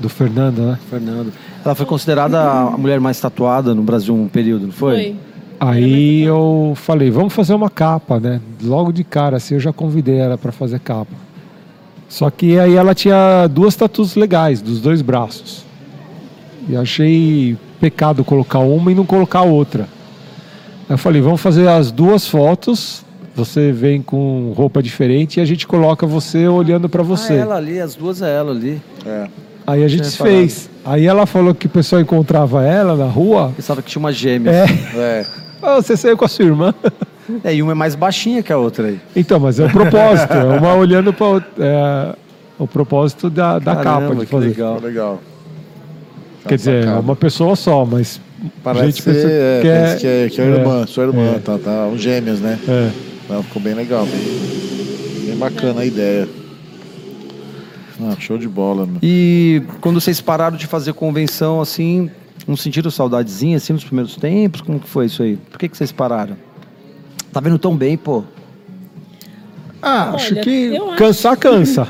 Speaker 4: do Fernando, né?
Speaker 3: Fernando. Ela foi considerada a mulher mais tatuada no Brasil um período, não foi?
Speaker 2: Foi.
Speaker 4: Aí
Speaker 3: então,
Speaker 4: eu falei, vamos fazer uma capa, né? Logo de cara, assim, eu já convidei ela para fazer capa. Só que aí ela tinha duas tatuas legais, dos dois braços. E eu achei pecado colocar uma e não colocar a outra. Aí eu falei, vamos fazer as duas fotos, você vem com roupa diferente e a gente coloca você olhando para você.
Speaker 3: Ah, ela ali, as duas é ela ali.
Speaker 1: É.
Speaker 4: Aí a gente
Speaker 3: Tinha falado.
Speaker 4: fez. Aí ela falou que o pessoal encontrava ela na rua.
Speaker 3: Pensava que tinha uma gêmea.
Speaker 4: É,
Speaker 1: É.
Speaker 4: "Ah, você saiu com a sua irmã.
Speaker 3: É. e uma é mais baixinha que a outra aí.
Speaker 4: Então, mas é o propósito, é uma olhando para é, o propósito da, da
Speaker 3: Caramba,
Speaker 4: capa de
Speaker 3: que
Speaker 4: fazer.
Speaker 3: legal.
Speaker 1: Legal.
Speaker 4: Quer dizer, é
Speaker 1: Sacada.
Speaker 4: uma pessoa só, mas
Speaker 1: Parece
Speaker 4: gente
Speaker 1: que,
Speaker 4: pensa
Speaker 1: é,
Speaker 4: que é-
Speaker 1: parece que é, que é a
Speaker 4: é.
Speaker 1: irmã, sua irmã, tá, tá, os gêmeos, né?
Speaker 4: é,
Speaker 1: Não, ficou bem legal. Bem bacana a ideia. Ah, show de bola, meu.
Speaker 3: E quando vocês pararam de fazer convenção assim, não sentiram saudadezinha assim nos primeiros tempos? Como que foi isso aí? Por que, que vocês pararam? Tá vendo tão bem, pô?
Speaker 4: Ah, acho
Speaker 2: Olha,
Speaker 4: que
Speaker 2: eu acho-
Speaker 4: cansar cansa.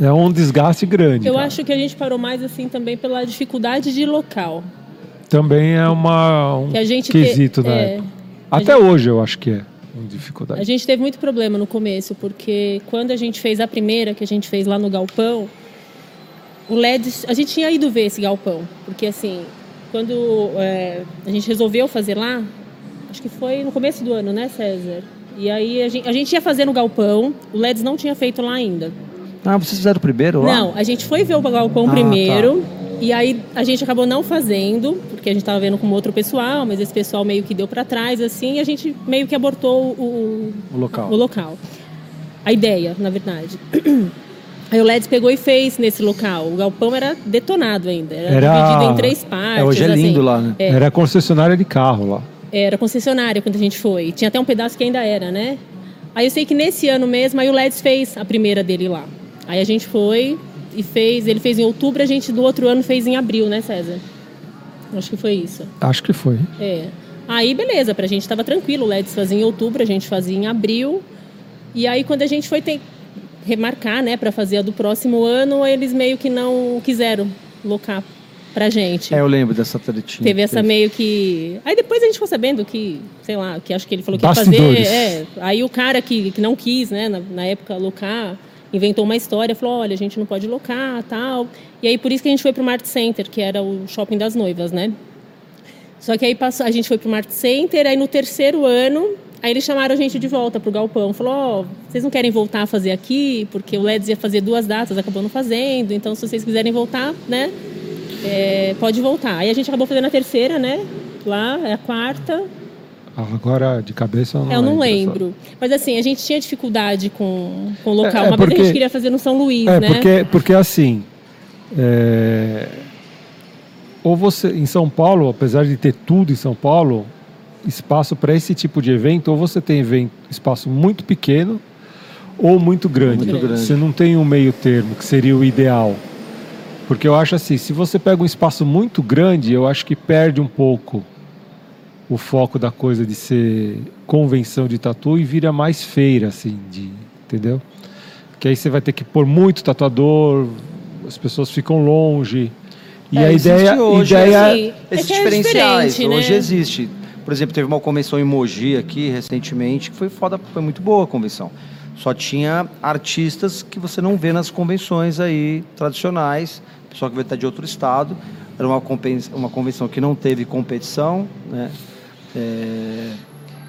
Speaker 4: É um desgaste grande.
Speaker 2: Eu
Speaker 4: cara.
Speaker 2: acho que a gente parou mais assim também pela dificuldade de local.
Speaker 4: Também é uma um
Speaker 2: Que a gente te-
Speaker 4: quesito na
Speaker 2: é,
Speaker 1: né?
Speaker 4: época. Até hoje eu acho que é uma dificuldade.
Speaker 2: A gente teve muito problema no começo, porque quando a gente fez a primeira, que a gente fez lá no galpão, o LED, a gente tinha ido ver esse galpão, porque assim, quando é, a gente resolveu fazer lá, acho que foi no começo do ano, né, César? E aí a gente, a gente ia fazer no galpão, o LEDs não tinha feito lá ainda.
Speaker 3: Ah, vocês fizeram primeiro lá?
Speaker 2: Não, a gente foi ver o galpão
Speaker 3: Ah,
Speaker 2: primeiro. E aí a gente acabou não fazendo, porque a gente tava vendo com outro pessoal, mas esse pessoal meio que deu para trás, assim, e a gente meio que abortou o,
Speaker 3: O local.
Speaker 2: o local. A ideia, na verdade. Aí o Leds pegou e fez nesse local. O galpão era detonado ainda. Era,
Speaker 4: Era-
Speaker 2: dividido em três partes.
Speaker 3: É, hoje é
Speaker 2: assim.
Speaker 3: lindo lá, né?
Speaker 4: Era concessionária de carro lá.
Speaker 2: Era concessionária quando a gente foi. Tinha até um pedaço que ainda era, né? Aí eu sei que nesse ano mesmo, aí o Leds fez a primeira dele lá. Aí a gente foi e fez. Ele fez em outubro, a gente do outro ano fez em abril, né, César? Acho que foi isso.
Speaker 4: Acho que foi.
Speaker 2: É. Aí, beleza, pra gente tava tranquilo. O Leds fazia em outubro, a gente fazia em abril. E aí, quando a gente foi tem- remarcar, né, pra fazer a do próximo ano, eles meio que não quiseram locar pra gente.
Speaker 3: É, eu lembro dessa tretinha.
Speaker 2: Teve essa meio que. Aí depois a gente ficou sabendo que, sei lá, que acho que ele falou que ia
Speaker 4: Bastidores.
Speaker 2: fazer. É, aí o cara que, que não quis, né, na, na época, locar, inventou uma história, falou: olha, a gente não pode locar tal. E aí por isso que a gente foi pro Mart Center, que era o shopping das noivas, né? Só que aí passou, a gente foi pro Mart Center, aí no terceiro ano, aí eles chamaram a gente de volta pro galpão. Falou, ó, vocês não querem voltar a fazer aqui? Porque o Leds ia fazer duas datas, acabou não fazendo. Então, se vocês quiserem voltar, né, é, pode voltar. Aí a gente acabou fazendo a terceira, né, lá, é a quarta.
Speaker 4: Ah, Agora, de cabeça, eu não,
Speaker 2: eu não
Speaker 4: essa-
Speaker 2: lembro. Mas assim, a gente tinha dificuldade com, com o local.
Speaker 4: É, é
Speaker 2: Uma vez a
Speaker 4: porque-
Speaker 2: gente queria fazer no São Luís,
Speaker 4: É,
Speaker 2: né?
Speaker 4: porque, porque assim. é, ou você. Em São Paulo, apesar de ter tudo em São Paulo, espaço para esse tipo de evento, ou você tem evento, espaço muito pequeno ou muito grande.
Speaker 2: Muito
Speaker 3: grande.
Speaker 4: Você não tem um meio termo, que seria o ideal. Porque eu acho assim, se você pega um espaço muito grande, eu acho que perde um pouco o o foco da coisa de ser convenção de tatu e vira mais feira, assim, de, entendeu? Que aí você vai ter que pôr muito tatuador, as pessoas ficam longe. E
Speaker 3: É,
Speaker 4: a
Speaker 3: existe
Speaker 4: ideia,
Speaker 3: hoje,
Speaker 4: ideia
Speaker 2: assim, É que
Speaker 3: Esses
Speaker 2: é
Speaker 3: diferenciais,
Speaker 2: diferente, né?
Speaker 3: hoje existe. Por exemplo, teve uma convenção em Mogi aqui recentemente, que foi foda, foi muito boa a convenção. Só tinha artistas que você não vê nas convenções aí tradicionais, pessoal que veio até de outro estado. Era uma, compen- uma convenção que não teve competição, né? É,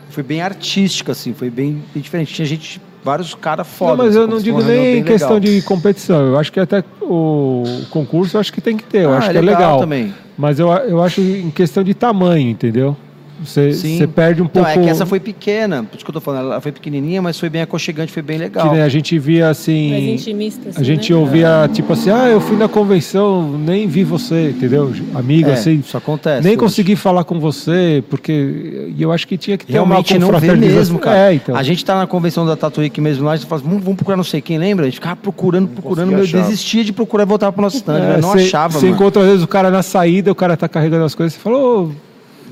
Speaker 3: foi bem artística, assim, foi bem, bem diferente. Tinha gente, vários caras foda.
Speaker 4: Não, mas
Speaker 3: assim,
Speaker 4: eu não
Speaker 3: aconteceu
Speaker 4: digo
Speaker 3: uma reunião
Speaker 4: nem
Speaker 3: bem
Speaker 4: questão
Speaker 3: legal.
Speaker 4: de competição. Eu acho que até o concurso eu acho que tem que ter. Eu
Speaker 3: Ah,
Speaker 4: acho que é legal.
Speaker 3: também.
Speaker 4: Mas eu, eu acho em questão de tamanho, entendeu? Você,
Speaker 3: Sim.
Speaker 4: você perde um
Speaker 3: Não,
Speaker 4: pouco.
Speaker 3: é que essa foi pequena, por isso que eu tô falando, ela foi pequenininha, mas foi bem aconchegante, foi bem legal.
Speaker 4: que, né, a gente via
Speaker 2: Mais
Speaker 4: assim.
Speaker 2: intimista, assim,
Speaker 4: A gente
Speaker 2: né?
Speaker 4: ouvia tipo assim: ah, eu fui na convenção, nem vi você, entendeu? Amigo,
Speaker 3: É,
Speaker 4: assim.
Speaker 3: isso acontece.
Speaker 4: nem
Speaker 3: hoje.
Speaker 4: consegui falar com você, porque e eu acho que tinha que ter
Speaker 3: Realmente
Speaker 4: uma
Speaker 3: não vê
Speaker 4: confraternização.
Speaker 3: mesmo, cara.
Speaker 4: É, então.
Speaker 3: A gente tá na convenção da Tatuí aqui mesmo lá, a gente fala, vamos, vamos procurar não sei quem, lembra? A gente ficava procurando, procurando,
Speaker 1: conseguia
Speaker 3: meu,
Speaker 1: achar.
Speaker 3: desistia de procurar e voltava pro nosso stand,
Speaker 4: É,
Speaker 3: velho, não
Speaker 4: você-
Speaker 3: achava,
Speaker 4: Você
Speaker 3: mano.
Speaker 4: encontra às vezes o cara na saída, o cara tá carregando as coisas, você fala, ô,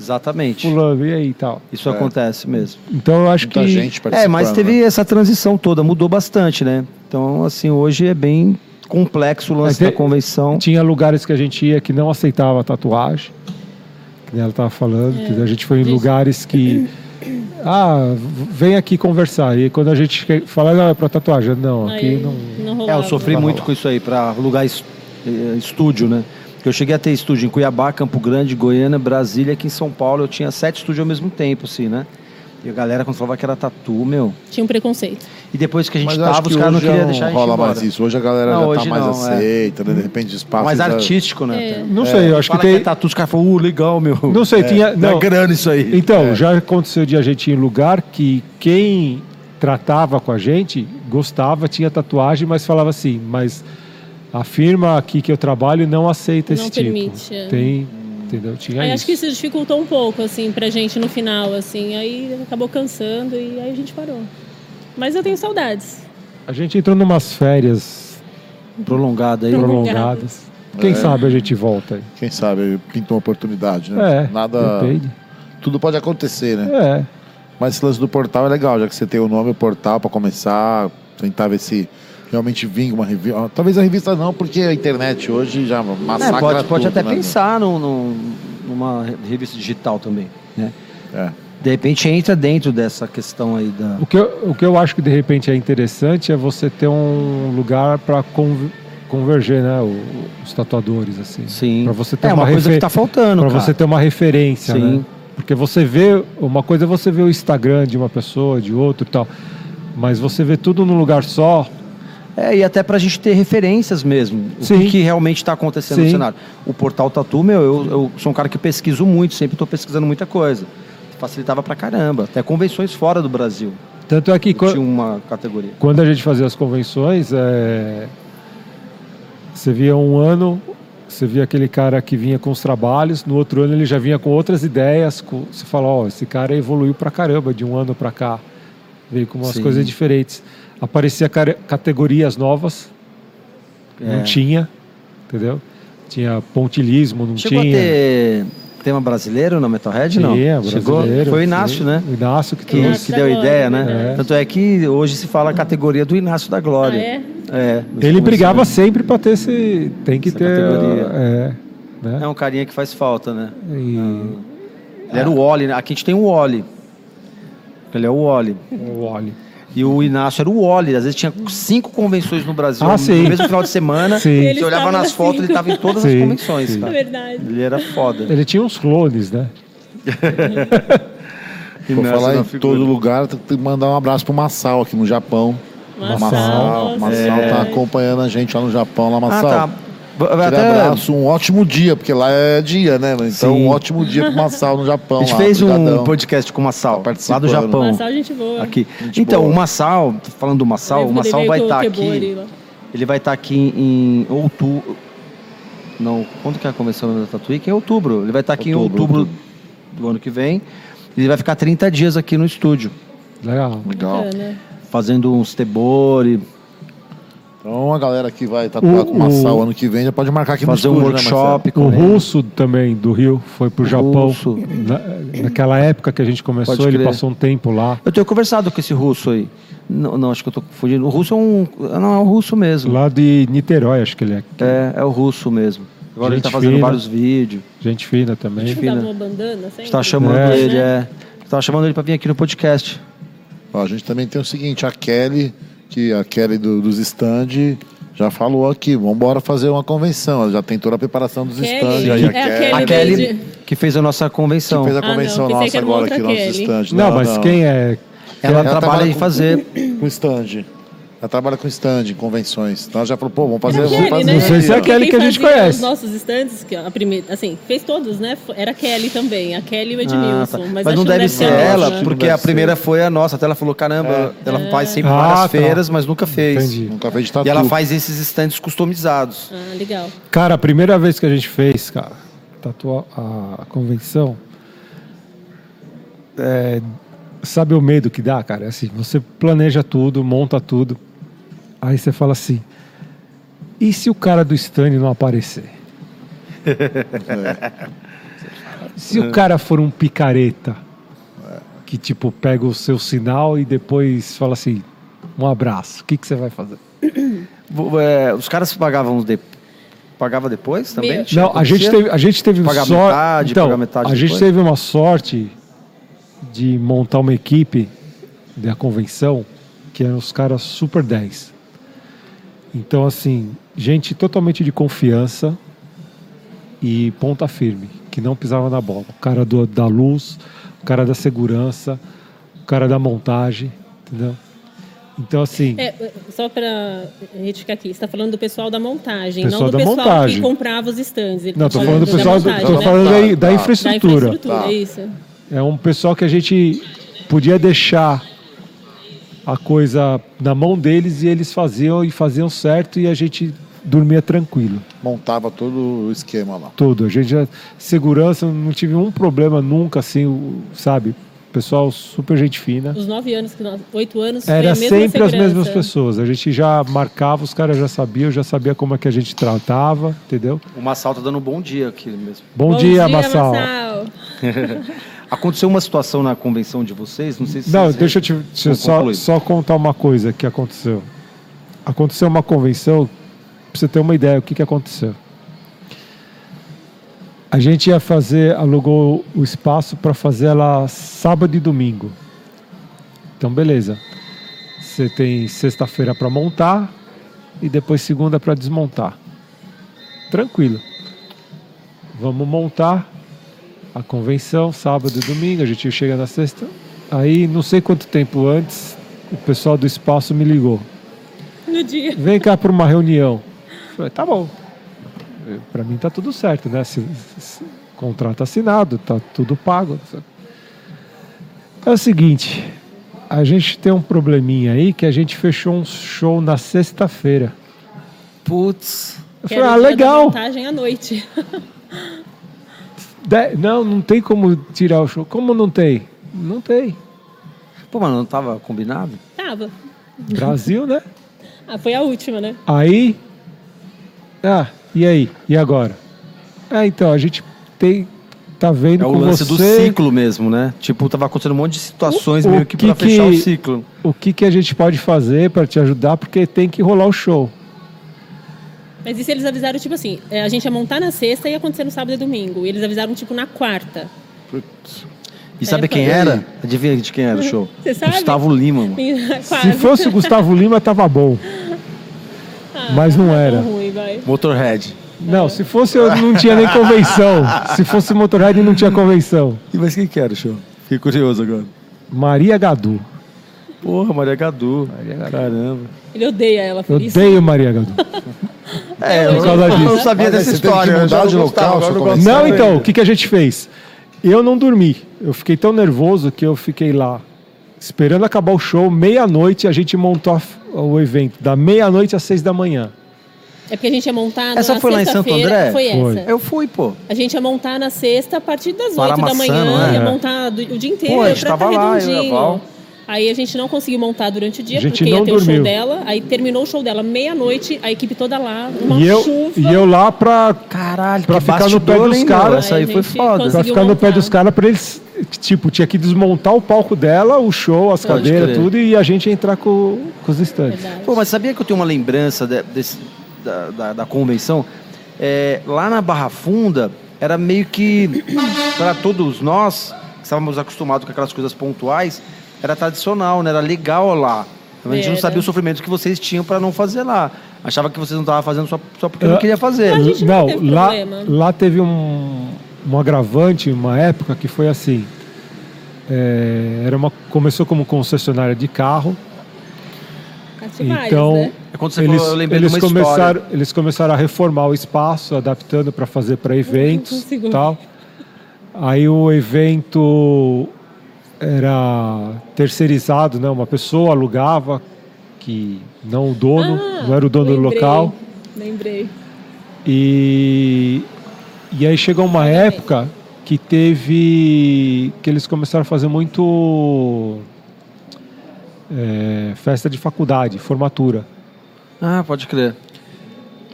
Speaker 3: Exatamente.
Speaker 4: fulano, e aí e tal.
Speaker 3: Isso
Speaker 1: É.
Speaker 3: acontece mesmo.
Speaker 4: Então eu acho
Speaker 1: Muita
Speaker 4: que.
Speaker 1: gente participando.
Speaker 3: É, mas teve
Speaker 1: né?
Speaker 3: essa transição toda, mudou bastante, né? Então, assim, hoje é bem complexo o
Speaker 4: Mas
Speaker 3: lance
Speaker 4: tem-
Speaker 3: da convenção.
Speaker 4: Tinha lugares que a gente ia que não aceitava tatuagem. Que nem ela tava falando. entendeu? A gente foi em lugares que. Ah, v- vem aqui conversar. E quando a gente que- fala, não, é pra tatuagem. Não, aqui
Speaker 2: Aí
Speaker 4: não.
Speaker 2: não
Speaker 3: É, eu
Speaker 2: rolava.
Speaker 3: sofri
Speaker 4: Vai
Speaker 3: muito
Speaker 4: rolar.
Speaker 3: com isso aí, pra alugar es- eh, estúdio, né? Porque eu cheguei a ter estúdio em Cuiabá, Campo Grande, Goiânia, Brasília, aqui em São Paulo. Eu tinha sete estúdios ao mesmo tempo, assim, né? E a galera, quando falava que era tatu, meu.
Speaker 2: Tinha um preconceito.
Speaker 3: E depois que a gente
Speaker 1: Mas eu acho
Speaker 3: tava, os
Speaker 1: que
Speaker 3: caras não
Speaker 1: hoje
Speaker 3: queriam
Speaker 1: não
Speaker 3: deixar a gente
Speaker 1: rola
Speaker 3: embora.
Speaker 1: mais isso. Hoje a galera
Speaker 3: Não,
Speaker 1: já
Speaker 3: hoje
Speaker 1: tá mais
Speaker 3: não, é.
Speaker 1: aceita, né? De repente espaço.
Speaker 3: Mais
Speaker 1: já-
Speaker 3: artístico, né?
Speaker 2: É.
Speaker 4: Não sei, eu acho que
Speaker 3: Fala
Speaker 4: tem.
Speaker 3: é tatu, os caras falam, uh, legal, meu.
Speaker 4: Não sei, tinha.
Speaker 1: Dá
Speaker 3: é
Speaker 1: é
Speaker 4: Não,
Speaker 1: grana isso aí.
Speaker 4: então, já aconteceu de a gente ir em lugar que quem tratava com a gente gostava, tinha tatuagem, mas falava assim, mas a firma aqui que eu trabalho não aceita
Speaker 2: Não
Speaker 4: esse
Speaker 2: permite,
Speaker 4: tipo.
Speaker 2: é.
Speaker 4: Tem, entendeu? Tinha
Speaker 2: aí
Speaker 4: é isso.
Speaker 2: acho que isso dificultou um pouco, assim, pra gente no final, assim. Aí acabou cansando e aí a gente parou. Mas eu tenho saudades.
Speaker 4: A gente entrou numas férias
Speaker 3: Prolongado
Speaker 2: um
Speaker 3: aí.
Speaker 4: prolongadas. Quem sabe a gente volta aí.
Speaker 1: Quem sabe pinta uma oportunidade, né?
Speaker 4: É,
Speaker 1: Nada.
Speaker 4: depende.
Speaker 1: Tudo pode acontecer, né?
Speaker 4: É,
Speaker 1: Mas esse lance do portal é legal, já que você tem o nome, o portal pra começar, tentar ver se realmente vinga uma revista. Talvez a revista não, porque a internet hoje já massacra
Speaker 3: É, pode, pode
Speaker 1: tudo,
Speaker 3: até
Speaker 1: né?
Speaker 3: pensar num- num- numa revista digital também, né?
Speaker 1: É.
Speaker 3: De repente entra dentro dessa questão aí da.
Speaker 4: o que, eu, o que eu acho que de repente é interessante é você ter um lugar para converger, né, o- os tatuadores assim.
Speaker 3: Sim.
Speaker 4: Pra você ter
Speaker 3: É
Speaker 4: uma,
Speaker 3: uma coisa
Speaker 4: refer-
Speaker 3: que tá faltando,
Speaker 4: pra
Speaker 3: cara.
Speaker 4: você ter uma referência,
Speaker 3: Sim.
Speaker 4: né? Porque você vê uma coisa é você vê o Instagram de uma pessoa, de outro, e tal, mas você vê tudo num lugar só.
Speaker 3: É, e até pra gente ter referências mesmo.
Speaker 4: Sim.
Speaker 3: O que, que realmente está acontecendo
Speaker 4: Sim.
Speaker 3: no cenário. O portal Tatu, meu, eu, eu sou um cara que pesquiso muito, sempre estou pesquisando muita coisa. Facilitava pra caramba. Até convenções fora do Brasil.
Speaker 4: Tanto é que
Speaker 3: Eu
Speaker 4: quan-
Speaker 3: Tinha uma categoria.
Speaker 4: quando a gente fazia as convenções, é, você via um ano, você via aquele cara que vinha com os trabalhos, no outro ano ele já vinha com outras ideias. com- Você fala, ó, esse cara evoluiu pra caramba de um ano pra cá, veio com umas
Speaker 3: Sim.
Speaker 4: coisas diferentes. Aparecia cara- categorias novas, não
Speaker 3: É.
Speaker 4: tinha, entendeu? Tinha pontilismo, não
Speaker 3: Chegou
Speaker 4: tinha.
Speaker 3: a ter tema brasileiro na Metalhead, não?
Speaker 4: Tinha,
Speaker 3: Chegou?
Speaker 4: brasileiro,
Speaker 3: Foi o Inácio,
Speaker 4: sim.
Speaker 3: né?
Speaker 4: O Inácio que
Speaker 3: Que,
Speaker 4: trouxe.
Speaker 2: Inácio
Speaker 3: que
Speaker 2: da
Speaker 3: deu a
Speaker 2: Glória,
Speaker 3: ideia, né?
Speaker 4: verdade.
Speaker 3: Tanto é que hoje se fala a categoria do Inácio da Glória.
Speaker 2: Ah, é?
Speaker 3: É,
Speaker 4: Ele brigava sempre pra ter esse. Tem que
Speaker 3: Essa
Speaker 4: ter.
Speaker 3: categoria.
Speaker 4: É, né?
Speaker 3: É um carinha que faz falta, né?
Speaker 4: E-
Speaker 3: Ele era o Wally, né? Aqui a gente tem o Wally. Ele é o Wally.
Speaker 4: o Oli.
Speaker 3: E o Inácio era o Wally. Às vezes tinha cinco convenções no Brasil
Speaker 4: Ah,
Speaker 3: no
Speaker 4: sim.
Speaker 3: mesmo final de semana.
Speaker 4: Sim.
Speaker 3: Você
Speaker 2: Ele
Speaker 3: olhava
Speaker 2: estava
Speaker 3: nas
Speaker 2: nas
Speaker 3: fotos, ele
Speaker 2: cinco.
Speaker 3: estava em todas
Speaker 4: Sim,
Speaker 3: as convenções,
Speaker 4: sim.
Speaker 2: É
Speaker 3: cara.
Speaker 2: verdade.
Speaker 3: Ele era foda.
Speaker 4: Ele tinha uns clones, né?
Speaker 1: Vou
Speaker 3: Inácio
Speaker 1: falar
Speaker 3: era
Speaker 1: em
Speaker 3: uma figura.
Speaker 1: todo lugar, tem que mandar um abraço pro Massal aqui no Japão.
Speaker 2: Massal,
Speaker 1: Massal,
Speaker 2: nossa,
Speaker 1: Massal
Speaker 2: é.
Speaker 1: tá acompanhando a gente lá no Japão, lá
Speaker 3: Ah,
Speaker 1: Massal.
Speaker 3: tá.
Speaker 1: Aquele
Speaker 3: Vai Até,
Speaker 1: abraço, um ótimo dia, porque lá é dia, né? Então,
Speaker 3: Sim.
Speaker 1: um ótimo dia pro Massal no Japão.
Speaker 3: a gente
Speaker 1: lá,
Speaker 3: fez um
Speaker 1: brigadão.
Speaker 3: podcast com o Massal,
Speaker 1: Tá
Speaker 3: lá
Speaker 1: participando.
Speaker 3: do Japão.
Speaker 2: Massal, gente boa.
Speaker 3: Aqui.
Speaker 1: Gente
Speaker 3: Então,
Speaker 1: boa.
Speaker 3: o Massal, falando do Massal, o
Speaker 2: Lembro dele,
Speaker 3: Massal
Speaker 2: veio
Speaker 3: vai
Speaker 2: com o é
Speaker 3: estar
Speaker 2: Kebori
Speaker 3: aqui.
Speaker 2: lá.
Speaker 3: Ele vai estar aqui em outubro. Não, quando que é a convenção da Tatuí? Que é outubro. Ele vai estar aqui
Speaker 1: Outubro,
Speaker 3: em outubro,
Speaker 1: outubro.
Speaker 3: do ano que vem. Ele vai ficar 30 dias aqui no estúdio,
Speaker 4: Legal.
Speaker 2: É, né?
Speaker 1: Legal.
Speaker 2: Bacana.
Speaker 3: fazendo uns tebori,
Speaker 1: Então a galera que vai tatuar
Speaker 4: O-
Speaker 1: com Massal
Speaker 4: o-
Speaker 1: ano que vem já pode marcar aqui
Speaker 3: Fazer
Speaker 1: no
Speaker 3: um
Speaker 1: estúdio, né,
Speaker 3: workshop
Speaker 4: O
Speaker 3: com ele.
Speaker 4: russo também do Rio foi pro Japão.
Speaker 3: russo.
Speaker 4: Na- naquela época que a gente começou,
Speaker 3: Pode
Speaker 4: ele
Speaker 3: crer.
Speaker 4: passou um tempo lá.
Speaker 3: Eu tenho conversado com esse russo aí. Não, não, acho que eu tô confundindo. O russo é um. Não, é um russo mesmo.
Speaker 4: Lá de Niterói, acho que ele é.
Speaker 3: É, é o russo mesmo. Agora ele
Speaker 4: Gente
Speaker 3: tá fazendo
Speaker 4: fina.
Speaker 3: vários vídeos.
Speaker 4: Gente fina também.
Speaker 2: Não
Speaker 3: Fina.
Speaker 2: dava uma bandana,
Speaker 3: A
Speaker 2: sempre?
Speaker 3: gente tá chamando
Speaker 4: É.
Speaker 3: ele, é. Tava chamando ele pra vir aqui no podcast.
Speaker 1: Ó, a gente também tem o seguinte, a Kelly, que a Kelly do- dos stand, já falou aqui, vamos embora fazer uma convenção. Ela já tem toda a preparação dos
Speaker 2: Kelly?
Speaker 1: stands.
Speaker 2: É
Speaker 1: aí,
Speaker 2: a Kelly.
Speaker 3: A
Speaker 2: Ele
Speaker 3: Kelly,
Speaker 2: vende-
Speaker 3: que fez a nossa
Speaker 1: que
Speaker 3: convenção.
Speaker 1: fez a
Speaker 2: Ah, não,
Speaker 1: convenção
Speaker 2: pensei que
Speaker 1: nossa
Speaker 2: era uma
Speaker 1: agora
Speaker 2: outra
Speaker 1: aqui, nossos
Speaker 2: Kelly.
Speaker 1: stands.
Speaker 4: Não, mas quem é.
Speaker 3: Ela,
Speaker 1: Ela
Speaker 3: trabalha
Speaker 1: trabalha
Speaker 3: em
Speaker 1: com-
Speaker 3: fazer.
Speaker 1: Com stand. Ela trabalha com stand, em convenções. Então ela já falou, pô, vamos fazer...
Speaker 2: Era
Speaker 1: vamos fazer um
Speaker 4: né? Não sei
Speaker 1: aqui,
Speaker 4: se é
Speaker 1: ó.
Speaker 2: Porque
Speaker 4: aquele
Speaker 2: quem
Speaker 4: que a gente
Speaker 2: fazia
Speaker 4: conhece.
Speaker 2: Os nossos estandes, que a primeira, assim, fez todos, né? Fo- Era a Kelly também, a Kelly e o Edmilson.
Speaker 3: Ah, tá.
Speaker 2: Mas,
Speaker 3: Mas,
Speaker 2: acho
Speaker 3: não
Speaker 2: que
Speaker 3: deve
Speaker 1: ser
Speaker 3: ser
Speaker 2: a
Speaker 1: ela,
Speaker 3: ela,
Speaker 2: última.
Speaker 1: acho que
Speaker 3: porque
Speaker 1: não deve
Speaker 3: a primeira foi a nossa. Até ela falou: caramba,
Speaker 2: É.
Speaker 3: ela faz sempre
Speaker 4: Ah,
Speaker 3: várias
Speaker 4: tá.
Speaker 3: feiras, mas nunca fez.
Speaker 4: Entendi.
Speaker 1: Nunca fez Um de tatu.
Speaker 3: E ela faz esses estandes customizados.
Speaker 2: Ah, legal.
Speaker 4: Cara, a primeira vez que a gente fez, cara, tatuou a convenção. é, sabe o medo que dá, cara? É Assim, você planeja tudo, monta tudo. Aí você fala assim: e se o cara do stand não aparecer? se o cara for um picareta, que tipo, pega o seu sinal e depois fala assim: um abraço, o que, que você vai fazer?
Speaker 3: Vo- é, os caras pagavam de... pagava depois também?
Speaker 2: Meu.
Speaker 3: Tinha-
Speaker 4: Não, a gente
Speaker 3: acontecia?
Speaker 4: teve, a gente teve
Speaker 3: Pagar
Speaker 4: sor-
Speaker 3: metade,
Speaker 4: então,
Speaker 3: pagar metade
Speaker 4: A gente
Speaker 3: depois.
Speaker 4: teve uma sorte de montar uma equipe da convenção que eram os caras super 10. Então, assim, gente totalmente de confiança e ponta firme, que não pisava na bola. O cara do, da luz, o cara da segurança, o cara da montagem, entendeu? Então, assim,
Speaker 2: É, só para retificar aqui, você está falando do pessoal da montagem,
Speaker 4: Pessoal
Speaker 2: não do
Speaker 4: da
Speaker 2: pessoal
Speaker 4: montagem.
Speaker 2: que comprava os stands. Ele
Speaker 4: não,
Speaker 2: tá
Speaker 4: tô falando do
Speaker 2: da
Speaker 4: pessoal, do,
Speaker 2: montagem,
Speaker 4: tô
Speaker 2: né?
Speaker 4: falando
Speaker 1: Tá,
Speaker 4: da, da
Speaker 1: tá.
Speaker 2: da
Speaker 4: infraestrutura.
Speaker 2: infraestrutura,
Speaker 1: Tá.
Speaker 2: isso.
Speaker 4: É um pessoal que a gente podia deixar a coisa na mão deles e eles faziam e faziam certo e a gente dormia tranquilo.
Speaker 1: Montava todo o esquema lá.
Speaker 4: Tudo. A gente já, segurança, não tive um problema nunca assim, o- sabe? Pessoal super gente fina.
Speaker 2: Os nove anos que nós, oito anos, foi
Speaker 4: Era
Speaker 2: a mesma
Speaker 4: sempre as
Speaker 2: segurança.
Speaker 4: mesmas pessoas. A gente já marcava, os caras já sabiam, já sabia como é que a gente tratava, entendeu?
Speaker 3: Uma salta dando um bom dia aqui mesmo.
Speaker 4: Bom, dia, Massal.
Speaker 3: Aconteceu uma situação na convenção de vocês, não sei se.
Speaker 4: Não,
Speaker 3: vocês-
Speaker 4: deixa eu te, deixa
Speaker 3: Vou
Speaker 4: eu só,
Speaker 3: concluir.
Speaker 4: só contar uma coisa que aconteceu. Aconteceu uma convenção, pra você ter uma ideia, o que, que aconteceu. A gente ia fazer, alugou o espaço para fazer ela sábado e domingo. Então, beleza. Você tem sexta-feira para montar e depois segunda para desmontar. Tranquilo. Vamos montar a convenção, sábado e domingo, a gente chega na sexta. Aí, não sei quanto tempo antes, o pessoal do espaço me ligou.
Speaker 2: No dia.
Speaker 4: Vem cá para uma reunião. Eu Falei, tá bom. Para mim tá tudo certo, né? Se- se- contrato assinado, tá tudo pago. É o seguinte, a gente tem um probleminha aí que a gente fechou um show na sexta-feira.
Speaker 3: Putz.
Speaker 4: Eu
Speaker 2: que
Speaker 4: falei,
Speaker 2: era o
Speaker 4: ah,
Speaker 2: dia da
Speaker 4: legal.
Speaker 2: montagem à noite.
Speaker 4: De- não, não tem como tirar o show. Como não tem? Não tem.
Speaker 3: Pô, mano, não tava combinado?
Speaker 2: Tava.
Speaker 4: Brasil, né?
Speaker 2: Ah, foi a última, né?
Speaker 4: Aí. Ah, e aí? E agora? Ah, então, a gente tem. Tá vendo
Speaker 3: É o
Speaker 4: com
Speaker 3: lance do
Speaker 4: você
Speaker 3: ciclo mesmo, né? Tipo, tava acontecendo um monte de situações
Speaker 4: O- o
Speaker 3: meio que,
Speaker 4: que
Speaker 3: pra
Speaker 4: que-
Speaker 3: fechar o ciclo.
Speaker 4: o que, que a gente pode fazer para te ajudar, porque tem que rolar o show.
Speaker 2: Mas isso eles avisaram, tipo assim, é, a gente ia montar na sexta e ia acontecer no sábado e domingo. E eles avisaram, tipo, na quarta.
Speaker 3: E sabe
Speaker 2: É,
Speaker 3: quem
Speaker 2: foi.
Speaker 3: era? Adivinha de quem era o show?
Speaker 2: Você sabe?
Speaker 3: Gustavo Lima, mano.
Speaker 4: Se fosse o Gustavo Lima, tava bom. mas não era.
Speaker 2: Ah, tá Ruim, vai.
Speaker 3: Motorhead.
Speaker 4: Não, se fosse eu não tinha nem convenção. Se fosse Motorhead, não tinha convenção.
Speaker 3: E mas quem que era o show? Fiquei curioso agora.
Speaker 4: Maria Gadu.
Speaker 3: Porra, Maria Gadu. Caramba.
Speaker 2: Ele odeia ela
Speaker 4: Eu
Speaker 2: por isso.
Speaker 4: odeio Maria Gadu.
Speaker 3: É,
Speaker 4: Por causa
Speaker 3: eu não
Speaker 4: disso.
Speaker 3: sabia
Speaker 1: Mas aí você teve
Speaker 3: dessa
Speaker 1: que
Speaker 3: história. eu
Speaker 1: mudar
Speaker 3: já
Speaker 1: de
Speaker 3: gostava,
Speaker 1: local,
Speaker 3: agora
Speaker 1: sua
Speaker 3: eu gosto
Speaker 1: conexão
Speaker 4: Não,
Speaker 3: também.
Speaker 4: então, o que, que a gente fez? Eu não dormi. Eu fiquei tão nervoso que eu fiquei lá esperando acabar o show, meia-noite, a gente montou a f- o evento, da meia-noite às seis da manhã.
Speaker 2: É porque a gente ia montar
Speaker 3: Essa
Speaker 2: na
Speaker 3: foi lá em
Speaker 2: sexta-feira.
Speaker 3: Santo André?
Speaker 2: Foi,
Speaker 4: Foi.
Speaker 2: essa.
Speaker 3: Eu fui, pô.
Speaker 2: A gente ia montar na sexta a partir das oito da
Speaker 3: Paramaçã,
Speaker 2: manhã,
Speaker 3: não é?
Speaker 2: ia
Speaker 4: É.
Speaker 2: montar do- o dia inteiro
Speaker 3: Pô, a gente
Speaker 2: pra
Speaker 3: tava
Speaker 2: tá
Speaker 3: lá, eu e a
Speaker 2: redondinho.
Speaker 3: Val.
Speaker 2: Aí a gente não conseguiu montar durante o dia,
Speaker 4: A gente
Speaker 2: porque ia
Speaker 4: não
Speaker 2: ter o show
Speaker 4: dormiu.
Speaker 2: dela. Aí terminou o show dela meia-noite, a equipe toda lá, uma
Speaker 4: E eu,
Speaker 2: chuva.
Speaker 4: e eu lá pra,
Speaker 3: Caralho,
Speaker 4: Pra
Speaker 3: que
Speaker 4: ficar no pé
Speaker 3: bastidor,
Speaker 4: dos
Speaker 3: hein,
Speaker 4: caras.
Speaker 3: meu? Essa aí
Speaker 2: Ai,
Speaker 3: foi
Speaker 2: gente,
Speaker 3: foda.
Speaker 2: consegui-
Speaker 4: pra
Speaker 2: Conseguiu
Speaker 4: ficar no pé
Speaker 2: montar.
Speaker 4: dos caras pra eles. Tipo, tinha que desmontar o palco dela, o show, as
Speaker 3: Pode
Speaker 4: cadeiras,
Speaker 3: crer.
Speaker 4: tudo, e a gente entrar com, com os estantes.
Speaker 2: Verdade.
Speaker 3: Pô, mas sabia que eu tenho uma lembrança de- desse- da, da- da convenção? É, lá na Barra Funda, era meio que, para todos nós, que estávamos acostumados com aquelas coisas pontuais, era tradicional, né? Era legal lá. A gente não
Speaker 2: Era.
Speaker 3: sabia o sofrimento que vocês tinham para não fazer lá. Achava que vocês não estavam fazendo só, só porque não queria fazer.
Speaker 2: A gente não
Speaker 4: não,
Speaker 2: teve
Speaker 4: lá,
Speaker 2: problema.
Speaker 4: lá teve um, um agravante, uma época que foi assim. é, era uma, começou como concessionária de carro,
Speaker 2: Ativares,
Speaker 4: então
Speaker 2: né?
Speaker 3: É Quando você
Speaker 4: eles,
Speaker 3: falou, eu lembrei
Speaker 4: eles
Speaker 3: de uma história.
Speaker 4: começaram, eles começaram a reformar o espaço, adaptando para fazer para eventos
Speaker 2: consigo.
Speaker 4: e tal. Aí o evento era terceirizado, né? Uma pessoa alugava, que não o dono,
Speaker 2: Ah,
Speaker 4: não era o dono do
Speaker 2: lembrei,
Speaker 4: local.
Speaker 2: Lembrei.
Speaker 4: E, e aí chegou uma época que teve. que eles começaram a fazer muito. é, festa de faculdade, formatura.
Speaker 3: Ah, pode crer.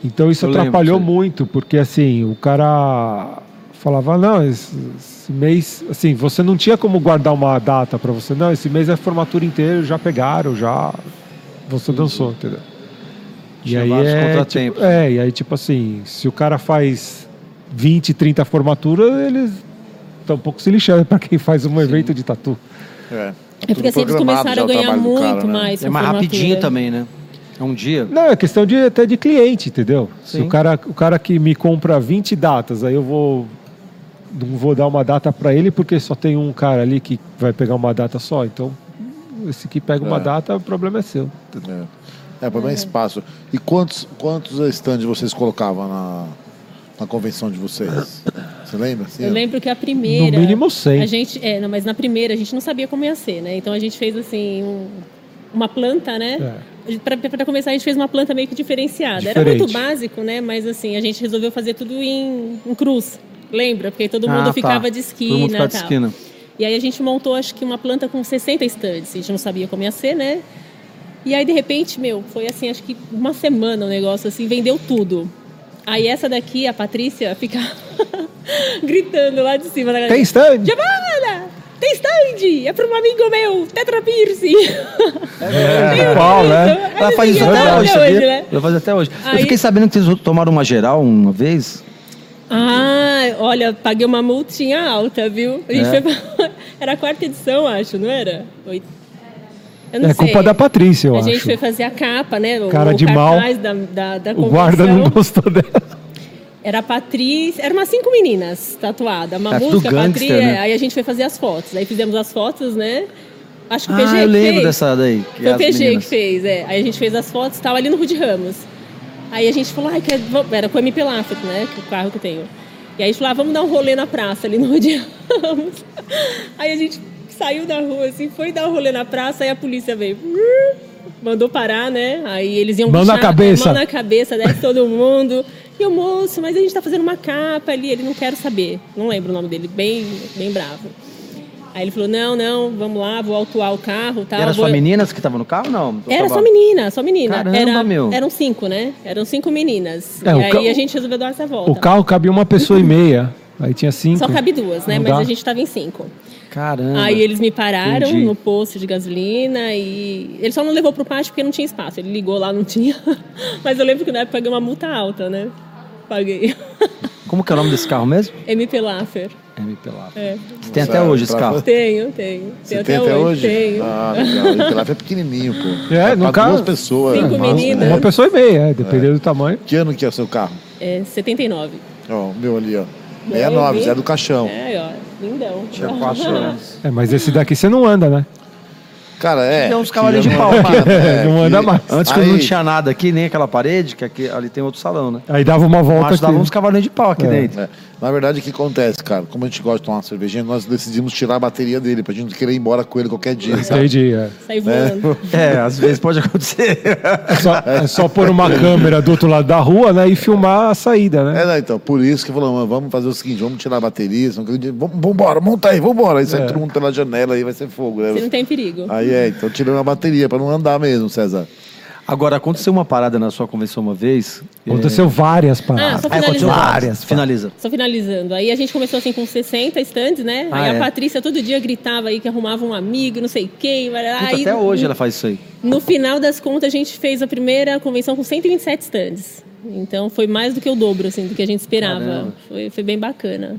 Speaker 4: Então isso
Speaker 3: Eu lembro,
Speaker 4: atrapalhou
Speaker 3: sim.
Speaker 4: muito, porque assim, o cara falava, não, esse, esse mês, assim, você não tinha como guardar uma data para você, não, esse mês é formatura inteira, já pegaram, já você dançou, entendeu? E
Speaker 3: Tinha
Speaker 4: aí
Speaker 3: vários
Speaker 4: é,
Speaker 3: contratempos,
Speaker 4: tipo, é, e aí tipo assim, se o cara faz 20, 30 formaturas, eles estão um pouco se lixando para quem faz um evento de tatu.
Speaker 1: É,
Speaker 2: É porque assim eles começaram a ganhar muito
Speaker 1: mais.
Speaker 2: mais.
Speaker 3: É
Speaker 2: com
Speaker 3: mais
Speaker 2: formatura.
Speaker 3: rapidinho também, né? É um dia.
Speaker 4: Não, é questão de, até de cliente, entendeu? Se
Speaker 3: Sim.
Speaker 4: o cara, o cara que me compra 20 datas, aí eu vou. Não vou dar uma data para ele porque só tem um cara ali que vai pegar uma data só. Então, esse que pega uma
Speaker 1: É.
Speaker 4: data, o problema é seu.
Speaker 1: É, o problema é espaço. E quantos, quantos stands vocês colocavam na, na convenção de vocês? Você lembra? Assim,
Speaker 2: Eu
Speaker 1: ó?
Speaker 2: lembro que a primeira.
Speaker 4: No mínimo 100.
Speaker 2: A gente, é, não, mas na primeira a gente não sabia como ia ser, né? Então a gente fez assim um- uma planta,
Speaker 4: É.
Speaker 2: né? Para começar a gente fez uma planta meio que diferenciada. Era
Speaker 4: Diferente.
Speaker 2: muito básico, né? Mas assim a gente resolveu fazer tudo em, em cruz. Lembra? Porque aí todo
Speaker 3: Ah,
Speaker 2: mundo
Speaker 3: tá.
Speaker 2: ficava de esquina,
Speaker 3: Todo mundo ficava de
Speaker 2: tal.
Speaker 3: esquina.
Speaker 2: E aí a gente montou acho que uma planta com 60 estandes. A gente não sabia como ia ser, né? E aí, de repente, meu, foi assim, acho que uma semana o negócio, assim, vendeu tudo. Aí essa daqui, a Patrícia, fica gritando lá de cima da
Speaker 4: Tem
Speaker 2: galera.
Speaker 4: stand?
Speaker 2: Giovana! Tem stand! É para um amigo meu, Tetra Pierce!
Speaker 4: É, pau, né?
Speaker 3: Ela faz isso
Speaker 2: Ela
Speaker 3: até
Speaker 2: faz
Speaker 3: hoje,
Speaker 2: até assim, hoje,
Speaker 3: sabia?
Speaker 2: né?
Speaker 3: Ela faz até hoje. Eu
Speaker 2: Aí-
Speaker 3: fiquei sabendo que vocês tomaram uma geral uma vez.
Speaker 2: Ah, olha, paguei uma multinha alta, viu? A gente foi
Speaker 3: É.
Speaker 2: pra... Era a quarta edição, acho, não era? Oit- Eu não
Speaker 4: É
Speaker 2: sei.
Speaker 4: culpa da Patrícia, eu
Speaker 2: a
Speaker 4: acho.
Speaker 2: gente foi fazer a capa, né? O,
Speaker 4: Cara
Speaker 2: o
Speaker 4: de
Speaker 2: cartaz Da, da, da
Speaker 4: O guarda
Speaker 2: convenção.
Speaker 4: não gostou dela.
Speaker 2: Era a Patrícia, eram umas cinco meninas tatuadas, uma
Speaker 3: Era tudo
Speaker 2: música, a
Speaker 3: gangster,
Speaker 2: Patrícia,
Speaker 3: né?
Speaker 2: aí a gente foi fazer as fotos, aí fizemos as fotos, né? Acho que o
Speaker 3: Ah,
Speaker 2: PG
Speaker 3: eu
Speaker 2: que
Speaker 3: lembro
Speaker 2: fez.
Speaker 3: dessa daí. que
Speaker 2: Foi o
Speaker 3: as
Speaker 2: PG
Speaker 3: meninas.
Speaker 2: que fez, é. Aí a gente fez as fotos, tava ali no Rude Ramos. Aí a gente falou, ai, quer... vamos- era com o MP Lafayette, né? Que é o carro que eu tenho. E aí a gente falou, ah, vamos dar um rolê na praça ali no Rude Ramos. Aí a gente saiu da rua, assim, foi dar um rolê na praça, aí a polícia veio. Mandou parar, né? Aí eles iam
Speaker 4: Mão na
Speaker 2: bichar,
Speaker 4: cabeça.
Speaker 2: Mão na cabeça, né? Todo mundo. E o moço, mas a gente tá fazendo uma capa ali, ele não quer saber. Não lembro o nome dele, bem, bem bravo. Aí ele falou, não, não, vamos lá, vou autuar o carro, tal.
Speaker 3: E eram
Speaker 2: vou...
Speaker 3: só meninas que estavam no carro? Não. então tá
Speaker 2: Era
Speaker 3: Tava-
Speaker 2: só menina, só menina.
Speaker 3: Caramba,
Speaker 2: Era-
Speaker 3: meu.
Speaker 2: Eram cinco, né? Eram cinco meninas.
Speaker 4: É, o
Speaker 2: e aí
Speaker 4: ca-
Speaker 2: a gente resolveu dar essa volta.
Speaker 4: O carro cabia uma pessoa e meia. Aí tinha cinco.
Speaker 2: Só cabe duas, né?
Speaker 4: Não
Speaker 2: Mas
Speaker 4: dá.
Speaker 2: a gente tava em cinco.
Speaker 3: Caramba.
Speaker 2: Aí eles me pararam
Speaker 3: Entendi.
Speaker 2: no posto de gasolina e. Ele só não levou pro pátio porque não tinha espaço. Ele ligou lá, não tinha. Mas eu lembro que na época eu paguei uma multa alta, né? Paguei.
Speaker 3: Como que é o nome desse carro mesmo?
Speaker 2: MP Laffer.
Speaker 3: MP lá.
Speaker 2: É.
Speaker 3: Você tem até
Speaker 1: Sabe,
Speaker 3: hoje esse
Speaker 1: pra-
Speaker 3: carro.
Speaker 2: Tenho, tenho. Tenho
Speaker 1: Você tem até hoje?
Speaker 2: Tenho.
Speaker 1: Ah, legal. E Pilaf é pequenininho, pô.
Speaker 4: É,
Speaker 1: pra
Speaker 4: no carro-
Speaker 1: duas pessoas.
Speaker 2: Cinco
Speaker 1: Nossa,
Speaker 2: meninas.
Speaker 4: É, Uma pessoa e meia, é, dependendo do tamanho.
Speaker 1: Que ano que é o seu carro?
Speaker 2: É 79.
Speaker 1: Ó, o meu ali, ó. 69,
Speaker 2: vi.
Speaker 1: Zé do Caixão.
Speaker 2: É, ó. Lindão.
Speaker 3: Tinha quatro anos.
Speaker 4: É, mas esse daqui você não anda, né?
Speaker 1: Cara, é.
Speaker 3: Tem uns cavalinhos
Speaker 1: que
Speaker 3: de
Speaker 1: já
Speaker 3: pau,
Speaker 1: anda mais, né?
Speaker 4: Não anda
Speaker 1: Que-
Speaker 4: mais.
Speaker 3: Antes que eu não
Speaker 1: Aí-
Speaker 3: tinha nada aqui, nem aquela parede, que aqui, ali tem outro salão, né?
Speaker 4: Aí dava uma volta
Speaker 3: Mas
Speaker 4: aqui.
Speaker 3: dava uns cavalinhos de pau aqui dentro.
Speaker 1: É. Na verdade, o que acontece, cara? Como a gente gosta de tomar uma cervejinha, nós decidimos tirar a bateria dele, pra gente não querer ir embora com ele qualquer dia. sabe?
Speaker 4: Entendi. É.
Speaker 2: Sai voando.
Speaker 3: É, às vezes pode acontecer.
Speaker 4: É só, é só pôr uma câmera do outro lado da rua, né? E filmar a saída, né?
Speaker 1: É, né, então, por isso que falou, "Mano, vamos fazer o seguinte, vamos tirar a bateria, senão aquele dia- vamos, vambora, monta aí, vambora. Aí
Speaker 4: É.
Speaker 1: sai todo mundo pela janela, aí vai ser fogo,
Speaker 2: Você não
Speaker 1: né?
Speaker 2: tem perigo.
Speaker 1: Aí é, então tirando a bateria pra não andar mesmo, César.
Speaker 3: Agora, aconteceu uma parada na sua convenção uma vez.
Speaker 4: Aconteceu várias
Speaker 2: Ah,
Speaker 4: paradas.
Speaker 2: só
Speaker 3: É, aconteceu
Speaker 2: finalizando.
Speaker 3: várias. Finaliza.
Speaker 2: Só finalizando, aí a gente começou assim com 60 stands, né?
Speaker 3: Ah,
Speaker 2: aí
Speaker 3: é.
Speaker 2: a Patrícia todo dia gritava aí que arrumava um amigo, não sei quem. blá, blá, blá.
Speaker 3: Puta,
Speaker 2: aí, hum.
Speaker 3: até hoje ela faz isso aí.
Speaker 2: No final das contas, a gente fez a primeira convenção com 127 stands. Então foi mais do que o dobro, assim, do que a gente esperava.
Speaker 3: Caramba.
Speaker 2: Foi, foi bem bacana.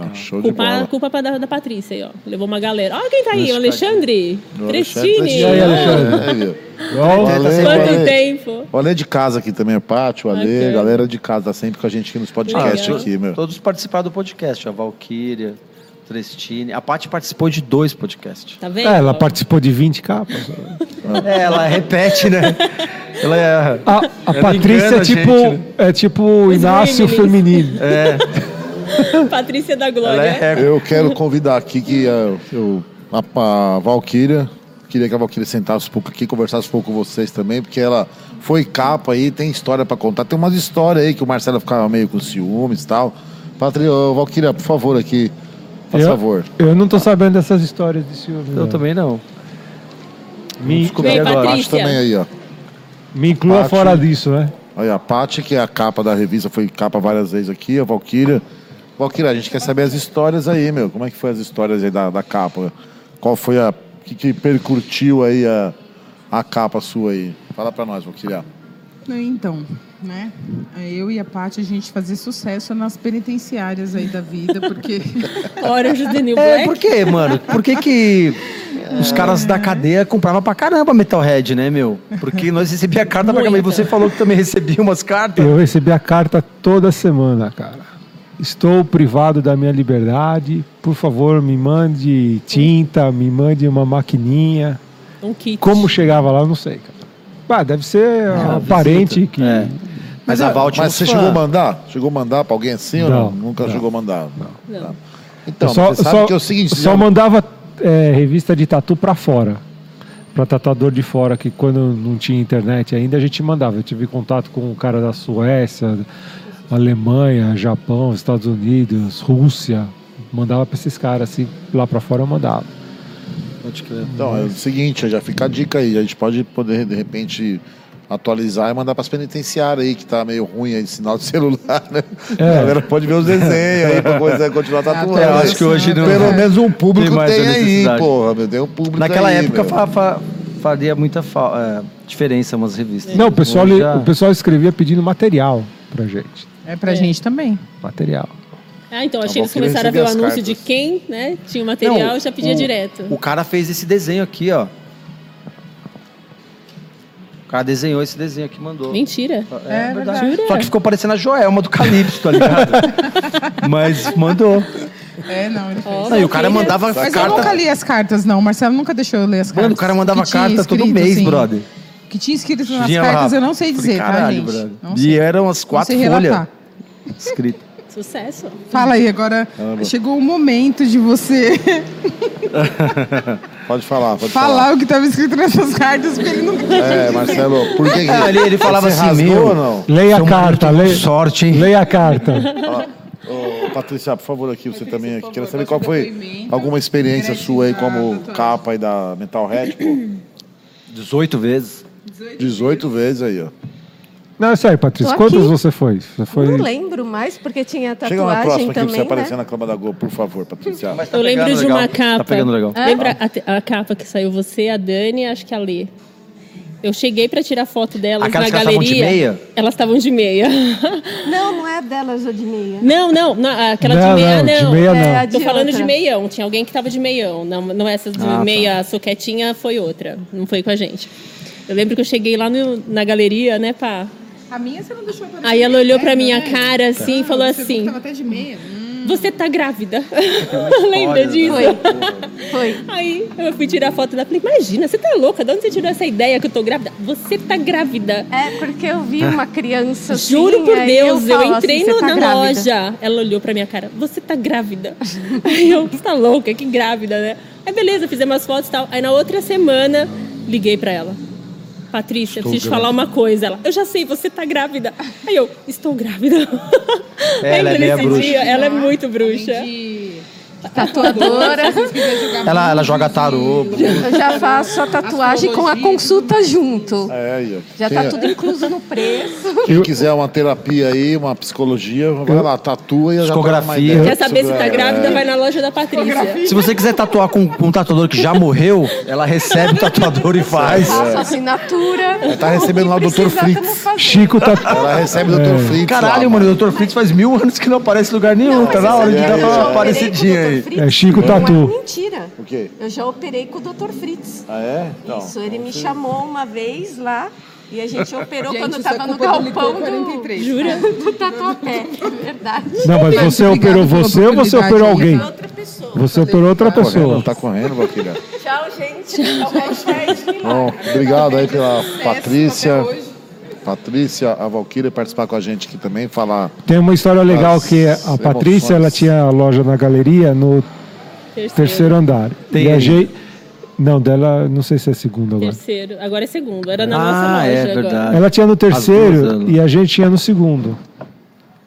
Speaker 1: Ah, show de
Speaker 2: Culpa,
Speaker 1: bola.
Speaker 2: culpa pra da, da Patrícia aí, ó. Levou uma galera. Olha quem tá aí,
Speaker 3: Nossa,
Speaker 2: o Alexandre.
Speaker 1: O
Speaker 2: Cristine.
Speaker 1: Alexandre-
Speaker 4: E aí,
Speaker 2: ó,
Speaker 4: Alexandre?
Speaker 1: É, viu?
Speaker 4: Ó,
Speaker 3: Tá
Speaker 1: Valeu,
Speaker 3: sempre
Speaker 2: Quanto
Speaker 1: valeu.
Speaker 2: tempo.
Speaker 1: O Alê de casa aqui também é Pátio, o Alê,
Speaker 2: Bacana.
Speaker 1: galera de casa, tá sempre com a gente aqui nos podcasts
Speaker 2: Legal.
Speaker 1: aqui, meu.
Speaker 3: Ah, Todos participaram do podcast. A Valkyria, Trestine. A Paty participou de dois podcasts.
Speaker 2: Tá vendo?
Speaker 4: é, ela
Speaker 2: ó?
Speaker 4: participou de 20 capas.
Speaker 1: Ah.
Speaker 3: É, ela repete, né? Ela é...
Speaker 4: A, a
Speaker 3: Ela
Speaker 4: Patrícia
Speaker 3: engana
Speaker 4: é
Speaker 3: a
Speaker 4: tipo,
Speaker 3: gente, né?
Speaker 4: é tipo o
Speaker 2: Os
Speaker 4: Inácio
Speaker 2: meninos.
Speaker 4: feminino.
Speaker 2: Patrícia da
Speaker 3: Ela
Speaker 2: Glória.
Speaker 3: é régua.
Speaker 1: Eu quero convidar aqui que a, eu, a, a Valkyria, queria que a Valkyria sentasse um pouco aqui, conversasse um pouco com vocês também, porque ela foi capa aí, tem história pra contar. Tem umas histórias aí que o Marcelo ficava meio com ciúmes e tal. Patrícia, Valkyria, por favor aqui, por
Speaker 4: Eu-
Speaker 1: favor.
Speaker 4: Eu não tô sabendo dessas histórias de ciúme.
Speaker 3: Eu
Speaker 4: né?
Speaker 3: também não.
Speaker 4: Me,
Speaker 3: descobri
Speaker 2: Vem,
Speaker 3: agora.
Speaker 2: Patrícia.
Speaker 1: Paty também aí, ó.
Speaker 4: me inclua
Speaker 1: Pátio.
Speaker 4: fora disso, né?
Speaker 1: Aí a Paty, que é a capa da revista, foi capa várias vezes aqui, a Valkyria. Valkyria, a gente quer saber as histórias aí, meu. Como é que foi as histórias aí da, da capa? Qual foi a. O que, que percutiu aí a, a capa sua aí? Fala pra nós, Valkyria.
Speaker 5: Não, Então, né? Eu e a Paty, a gente fazia sucesso nas penitenciárias aí da vida, porque
Speaker 2: Orange is the New
Speaker 3: É,
Speaker 2: Black.
Speaker 3: por quê, mano? Por que que os caras da cadeia compravam pra caramba Metalhead, né, meu? Porque nós recebia carta pra caramba. E
Speaker 2: Muita.
Speaker 3: você falou que também recebia umas cartas.
Speaker 4: Eu recebi a carta toda semana, cara. Estou privado da minha liberdade. Por favor, me mande tinta, me mande uma maquininha.
Speaker 2: Um kit.
Speaker 4: Como chegava lá, eu não sei, cara. Ah, deve
Speaker 1: É,
Speaker 4: ser
Speaker 3: Ah,
Speaker 4: um parente
Speaker 3: visita.
Speaker 4: que.
Speaker 3: É. Mas a Val
Speaker 4: um
Speaker 3: tinha
Speaker 1: Mas
Speaker 3: uns
Speaker 1: você
Speaker 3: fã.
Speaker 1: chegou a mandar? Chegou a mandar pra alguém assim ou não?
Speaker 4: Não,
Speaker 1: Nunca
Speaker 4: não.
Speaker 1: chegou a mandar.
Speaker 2: Não.
Speaker 1: Então,
Speaker 4: Eu só,
Speaker 1: mas você sabe
Speaker 4: só-
Speaker 1: que é o seguinte.
Speaker 4: só
Speaker 1: já-
Speaker 4: mandava é, revista de tatu pra fora. Pra tatuador de fora, que quando não tinha internet ainda, a gente mandava. Eu tive contato com o cara da Suécia, Alemanha, Japão, Estados Unidos, Rússia. Mandava pra esses caras, assim, lá pra fora eu mandava.
Speaker 1: Então, é o seguinte, já fica a dica aí. A gente pode poder, de repente, atualizar e mandar para as penitenciárias aí, que tá meio ruim aí de sinal de celular, né?
Speaker 3: É.
Speaker 1: A galera pode ver os desenhos aí para coisa continuar tatuando.
Speaker 5: É, eu
Speaker 3: acho que hoje não-
Speaker 1: Pelo menos um público
Speaker 3: Tem
Speaker 1: tem,
Speaker 3: mais a
Speaker 1: aí,
Speaker 3: necessidade.
Speaker 1: porra. Meu, tem um público
Speaker 3: Naquela
Speaker 1: aí,
Speaker 3: época
Speaker 1: meu.
Speaker 3: fa- fa- faria muita fa- é, diferença umas revistas.
Speaker 4: Não, o pessoal,
Speaker 3: Hoje
Speaker 4: li-
Speaker 3: já-
Speaker 4: o pessoal escrevia pedindo material pra gente.
Speaker 5: é pra gente também.
Speaker 4: Material.
Speaker 2: Ah, então,
Speaker 1: Tá
Speaker 2: achei
Speaker 1: bom
Speaker 2: que eles
Speaker 1: que eu
Speaker 2: começaram a ver o
Speaker 1: recebi as
Speaker 2: anúncio
Speaker 1: cartas.
Speaker 2: de quem, né? Tinha o material
Speaker 3: Não,
Speaker 2: e já pedia
Speaker 3: o-
Speaker 2: direto.
Speaker 3: O cara fez esse desenho aqui, ó. O cara desenhou esse desenho aqui e mandou.
Speaker 2: Mentira.
Speaker 5: É verdade.
Speaker 3: Só que ficou parecendo a Joelma do Calypso, tá ligado? Mas mandou.
Speaker 5: É, não, ele fez.
Speaker 2: Ó,
Speaker 3: Não, e o cara
Speaker 2: Valquíria.
Speaker 3: mandava
Speaker 5: Mas eu nunca
Speaker 3: carta.
Speaker 5: li as cartas, não. O Marcelo nunca deixou eu ler as cartas.
Speaker 3: Mano, o cara mandava
Speaker 5: Que tinha
Speaker 3: carta todo
Speaker 5: escrito,
Speaker 3: mês,
Speaker 5: assim,
Speaker 3: brother.
Speaker 5: O que tinha escrito nas
Speaker 3: Vinha lá.
Speaker 5: cartas, eu não sei dizer,
Speaker 3: Falei,
Speaker 5: tá,
Speaker 3: "Caralho,
Speaker 5: gente?
Speaker 3: brother."
Speaker 5: Não
Speaker 3: E
Speaker 5: sei.
Speaker 3: eram umas quatro
Speaker 5: sei
Speaker 3: folhas Ah,
Speaker 5: relatar.
Speaker 3: escritas.
Speaker 2: Sucesso.
Speaker 5: Fala aí, agora chegou o momento de você
Speaker 1: Pode falar, pode falar.
Speaker 5: falar o que estava escrito nessas cartas, porque ele nunca
Speaker 1: É, Marcelo, por que. que-
Speaker 3: Ah, ele, ele falava
Speaker 1: Você
Speaker 3: assim,
Speaker 1: rasgou
Speaker 3: meu...
Speaker 1: ou não?
Speaker 3: seu
Speaker 4: Leia a um carta,
Speaker 3: marido tem
Speaker 4: leia.
Speaker 3: Sorte, hein?
Speaker 4: Leia a carta.
Speaker 1: Ó, ô, Patrícia, por favor, aqui você
Speaker 5: Patrícia,
Speaker 1: também.
Speaker 5: por
Speaker 1: Queria
Speaker 5: favor,
Speaker 1: saber
Speaker 5: dá
Speaker 1: qual
Speaker 5: seu
Speaker 1: foi
Speaker 5: depoimento.
Speaker 1: alguma experiência sua aí como
Speaker 5: Gratidão,
Speaker 1: capa aí da Metalhead, pô.
Speaker 3: 18 vezes.
Speaker 1: 18 vezes aí, ó.
Speaker 4: Não, é sério, Patrícia.
Speaker 6: Tô
Speaker 4: Quantas
Speaker 6: aqui.
Speaker 4: você foi? Você foi...
Speaker 6: Não lembro mais, porque tinha
Speaker 1: Chega na
Speaker 6: tatuagem
Speaker 1: próxima aqui pra você
Speaker 6: também,
Speaker 1: aparecer
Speaker 6: né?
Speaker 1: na cama da Go, por favor, Patrícia.
Speaker 2: Eu lembro de uma capa. Ah,
Speaker 3: Tá pegando Tá legal.
Speaker 2: Lembra a te- a, capa que saiu você, a Dani, acho que a Lê. Eu cheguei pra tirar foto delas
Speaker 3: Aquelas
Speaker 2: na
Speaker 3: que elas
Speaker 2: galeria.
Speaker 3: estavam de meia?
Speaker 2: Elas estavam de meia.
Speaker 6: Não, não é dela, Jodinha.
Speaker 2: Não, não, na- aquela
Speaker 4: Não,
Speaker 2: de meia
Speaker 4: não, de
Speaker 2: não.
Speaker 4: meia
Speaker 6: É,
Speaker 4: não.
Speaker 6: a
Speaker 2: Tô falando de
Speaker 6: outra.
Speaker 2: meião, tinha alguém que tava de meião. Não, não essa de
Speaker 3: Ah, tá.
Speaker 2: meia soquetinha foi outra, não foi com a gente. Eu lembro que eu cheguei lá no- na galeria, né, pá?
Speaker 5: A minha você não deixou aparecer.
Speaker 2: Aí ela olhou pra
Speaker 5: É,
Speaker 2: minha
Speaker 5: né?
Speaker 2: cara assim e
Speaker 5: Ah,
Speaker 2: falou
Speaker 5: você viu que
Speaker 2: assim:
Speaker 5: Tava até de meia. Hum,
Speaker 2: Você tá grávida.
Speaker 5: né?
Speaker 2: Lembra disso?
Speaker 6: Foi. Foi.
Speaker 2: Aí eu fui tirar foto dela falei, imagina, você tá louca, de onde você tirou essa ideia que eu tô grávida? Você tá grávida.
Speaker 6: É porque eu vi uma criança. assim,
Speaker 2: Juro por
Speaker 6: aí
Speaker 2: Deus, eu,
Speaker 6: falo assim,
Speaker 2: entrei
Speaker 6: "Você
Speaker 2: no-
Speaker 6: tá
Speaker 2: na
Speaker 6: grávida?"
Speaker 2: loja. Ela olhou pra minha cara, você tá grávida? Aí eu, você tá louca, que grávida, né? Aí beleza, fizemos as fotos e tal. Aí na outra semana, liguei pra ela. Patrícia,
Speaker 1: Estou
Speaker 2: preciso te
Speaker 1: grávida.
Speaker 2: falar uma coisa. Ela, eu já sei, você tá grávida. Aí eu, estou grávida.
Speaker 3: Ela é
Speaker 2: Lembra
Speaker 3: meia
Speaker 2: desse
Speaker 3: bruxa.
Speaker 2: dia? Ela é muito
Speaker 5: Além
Speaker 2: bruxa.
Speaker 5: de
Speaker 6: Tatuadora.
Speaker 5: se quiser jogar
Speaker 3: Ela, ela
Speaker 5: muito
Speaker 3: joga
Speaker 5: de-
Speaker 3: tarô.
Speaker 6: Eu já faço a tatuagem com a
Speaker 5: Astrologia.
Speaker 6: consulta junto.
Speaker 1: É, aí, ó.
Speaker 6: Já
Speaker 1: quem,
Speaker 6: tá tudo incluso no preço.
Speaker 1: quem quiser uma terapia aí, uma psicologia, vai lá, tatua e já
Speaker 3: Psicografia.
Speaker 1: troca uma ideia
Speaker 2: Quer saber se
Speaker 1: sobre
Speaker 2: tá
Speaker 3: é
Speaker 1: ela.
Speaker 2: grávida? Vai na loja da Patrícia.
Speaker 3: Se você quiser tatuar com, com um tatuador que já morreu, ela recebe o tatuador e faz.
Speaker 6: Faço assinatura.
Speaker 1: É. Tá recebendo lá o Dr.
Speaker 6: Precisar, eu vou
Speaker 1: Fritz.
Speaker 6: fazer.
Speaker 4: Chico tá.
Speaker 1: Ela recebe o Dr. Fritz.
Speaker 3: Caralho,
Speaker 1: lá,
Speaker 3: mano, o Dr. Fritz faz mil anos que não aparece em lugar nenhum. tá
Speaker 2: é
Speaker 3: na hora de
Speaker 6: é.
Speaker 1: sabe
Speaker 3: dar
Speaker 1: que eu
Speaker 3: uma
Speaker 1: já
Speaker 3: aparecidinha aí.
Speaker 4: É Chico
Speaker 6: Não é
Speaker 4: Tatu.
Speaker 6: mentira.
Speaker 1: O quê?
Speaker 6: Eu já operei com o Dr. Fritz.
Speaker 1: Ah, é? Então.
Speaker 6: Isso, ele me chamou uma vez lá e a gente operou
Speaker 5: Gente,
Speaker 6: quando
Speaker 5: isso é
Speaker 6: tava no
Speaker 5: culpa do
Speaker 6: galpão
Speaker 5: Licor
Speaker 6: do,
Speaker 5: 43.
Speaker 2: Jura?
Speaker 6: do tatuapé. É verdade.
Speaker 4: Não, mas
Speaker 5: Mas
Speaker 4: você
Speaker 5: obrigado
Speaker 4: operou
Speaker 5: pela
Speaker 4: você ou você
Speaker 5: oportunidade
Speaker 4: operou
Speaker 5: aí,
Speaker 4: alguém?
Speaker 5: tá?
Speaker 6: Outra pessoa.
Speaker 4: Você operou outra
Speaker 1: Tá correndo,
Speaker 4: pessoa.
Speaker 1: tá correndo, Valquíria.
Speaker 6: Tchau, gente. Tchau,
Speaker 1: Bom, obrigado aí pela
Speaker 5: Sucesso
Speaker 1: Patrícia.
Speaker 5: até hoje.
Speaker 1: Patrícia, a Valquíria participar com a gente aqui também, falar.
Speaker 4: Tem uma história legal
Speaker 1: As
Speaker 4: que é a Patrícia
Speaker 1: emoções.
Speaker 4: ela tinha a loja na galeria no terceiro andar.
Speaker 3: Tem
Speaker 4: Viajei. Não, dela, não sei se é segundo agora.
Speaker 2: Terceiro. Agora é segundo. Era na
Speaker 3: Ah,
Speaker 2: nossa loja
Speaker 3: é
Speaker 2: agora.
Speaker 3: verdade.
Speaker 4: Ela tinha no
Speaker 3: As duas,
Speaker 4: terceiro
Speaker 1: né?
Speaker 3: ela.
Speaker 4: e a gente tinha no segundo.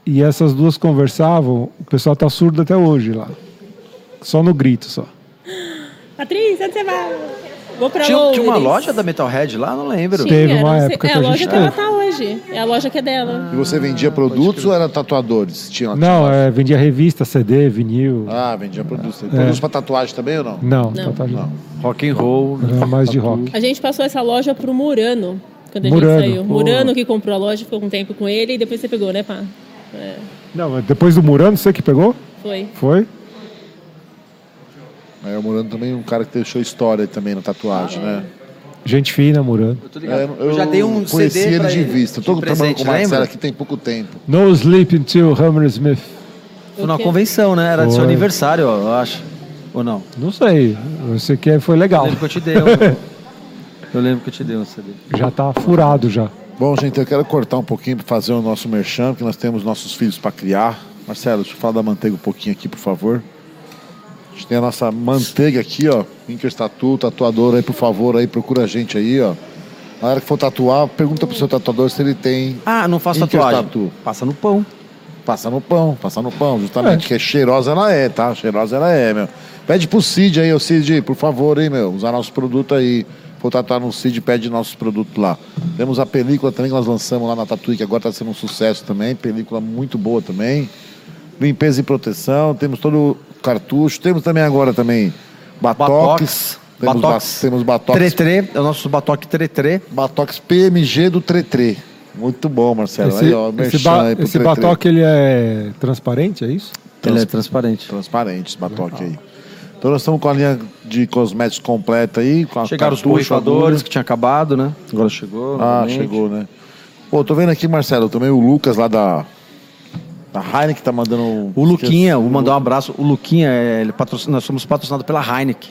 Speaker 4: E essas duas conversavam, o pessoal tá surdo até hoje lá. Só no grito só.
Speaker 2: Patrícia, onde você vai? Vou pra
Speaker 3: Tinha, tinha uma
Speaker 2: Londres.
Speaker 3: loja da Metalhead lá? Não lembro.
Speaker 2: Tinha,
Speaker 4: Teve uma
Speaker 2: não sei-
Speaker 4: época
Speaker 2: é
Speaker 4: que a
Speaker 2: a loja
Speaker 4: gente
Speaker 2: que ela
Speaker 4: teve.
Speaker 2: tá hoje. É a loja que é dela.
Speaker 1: E
Speaker 6: Ah,
Speaker 1: você vendia produtos ou era tatuadores? Tinha
Speaker 4: Não, é, vendia revista, CD, vinil.
Speaker 1: Ah, vendia produtos.
Speaker 4: É.
Speaker 1: Tem Produtos pra tatuagem também ou não?
Speaker 4: Não, não, tá, não. Tá
Speaker 3: Rock and roll.
Speaker 4: Era
Speaker 1: Uhum.
Speaker 4: mais de rock.
Speaker 2: A gente passou essa loja pro Murano. Quando a
Speaker 4: Murano,
Speaker 2: gente saiu.
Speaker 4: pô.
Speaker 2: Murano que comprou a loja, ficou um tempo com ele e depois você pegou, né, pá?
Speaker 4: Não, mas depois do Murano, você que pegou?
Speaker 2: Foi.
Speaker 4: Foi?
Speaker 1: Aí o Morando também é um cara que deixou história também na tatuagem, né?
Speaker 4: Gente fina, Murano.
Speaker 3: Eu, tô
Speaker 1: É,
Speaker 3: ligado. Ah, é. Eu já dei um
Speaker 1: conheci
Speaker 3: CD
Speaker 1: ele
Speaker 3: pra
Speaker 1: de vista. Eu tô trabalhando
Speaker 3: presente,
Speaker 1: com o Marcelo
Speaker 3: lembra?
Speaker 1: aqui tem pouco tempo.
Speaker 4: No Sleep Until Hammersmith.
Speaker 3: Foi na
Speaker 2: quê?
Speaker 3: convenção, né? Era de seu
Speaker 4: Foi.
Speaker 3: aniversário, ó, eu acho. Ou não?
Speaker 4: Não sei, eu sei que é, foi
Speaker 3: Eu
Speaker 4: legal.
Speaker 3: lembro que eu te dei um. eu lembro que eu te dei um CD.
Speaker 4: Já tá furado já.
Speaker 1: Bom, gente, eu quero cortar um pouquinho para fazer o nosso merchan, que nós temos nossos filhos para criar. Marcelo, deixa eu falar da manteiga um pouquinho aqui, por favor. A gente tem a nossa manteiga aqui, ó. Inker Tatu, tatuador aí, por favor, aí, procura a gente aí, ó. Na hora que for tatuar, pergunta pro seu tatuador se ele tem.
Speaker 3: Ah, não faço
Speaker 1: Quem que é
Speaker 3: tatuagem.
Speaker 1: tatu?
Speaker 3: Passa no pão.
Speaker 1: Passa no pão, passa no pão, justamente, que é cheirosa ela é, tá? Cheirosa ela é, meu. Pede pro Cid aí, ô Cid, por favor, hein, meu, usar nosso produto aí. Vou tatuar no Cid, pede nossos produtos lá. Temos a película também que nós lançamos lá na Tatuí, que agora tá sendo um sucesso também. Película muito boa também. Limpeza e proteção, temos todo o cartucho. Temos também agora também batoques.
Speaker 3: Batox.
Speaker 1: Temos,
Speaker 3: Batox.
Speaker 1: ba- temos batoques
Speaker 3: Tretrê. É o nosso batoque tretrê.
Speaker 1: Batox PMG do Tretrê. Muito bom, Marcelo.
Speaker 4: Esse,
Speaker 1: aí, ó,
Speaker 4: esse,
Speaker 1: merchan
Speaker 4: ba
Speaker 1: aí pro
Speaker 4: esse
Speaker 1: Tretrê.
Speaker 4: batoque ele é transparente, é isso?
Speaker 3: Ele é transparente.
Speaker 1: transparentes, batoque aí. Então nós estamos com a linha de cosméticos completa aí. Com a
Speaker 3: Chegaram os
Speaker 1: cartucho,
Speaker 3: borrifadores
Speaker 1: agulha.
Speaker 3: que tinha acabado, né? Agora chegou.
Speaker 1: Ah,
Speaker 3: novamente.
Speaker 1: chegou, né? Pô, tô vendo aqui, Marcelo, também o Lucas lá da, da Heineken tá mandando... um-
Speaker 3: O Luquinha, vou mandar um
Speaker 1: Lu-
Speaker 3: abraço. O Luquinha, é, ele patrocina- nós somos patrocinados pela Heineken.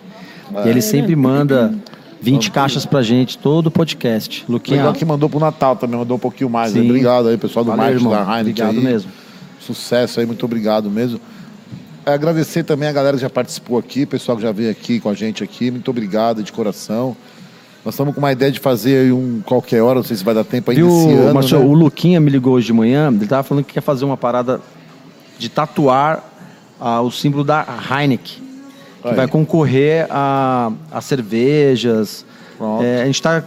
Speaker 3: E ele sempre manda 20 caixas pra gente, todo podcast. Luquinha,
Speaker 1: Legal que mandou pro Natal também, mandou um pouquinho mais. né?
Speaker 3: Sim.
Speaker 1: Obrigado aí, pessoal do
Speaker 3: valeu,
Speaker 1: marketing
Speaker 3: irmão.
Speaker 1: da Heineken.
Speaker 3: Obrigado
Speaker 1: aí.
Speaker 3: mesmo.
Speaker 1: Sucesso aí, muito obrigado mesmo. É, agradecer também a galera que já participou aqui, o pessoal que já veio aqui com a gente aqui. Muito obrigado de coração. Nós estamos com uma ideia de fazer aí um qualquer hora, não sei se vai dar tempo ainda
Speaker 3: Viu,
Speaker 1: esse ano.
Speaker 3: Marcelo,
Speaker 1: né?
Speaker 3: o Luquinha me ligou hoje de manhã, ele tava falando que quer fazer uma parada de tatuar ah, o símbolo da Heineken, que
Speaker 1: Aí.
Speaker 3: vai concorrer a, a cervejas.
Speaker 1: Pronto.
Speaker 3: É, a gente tá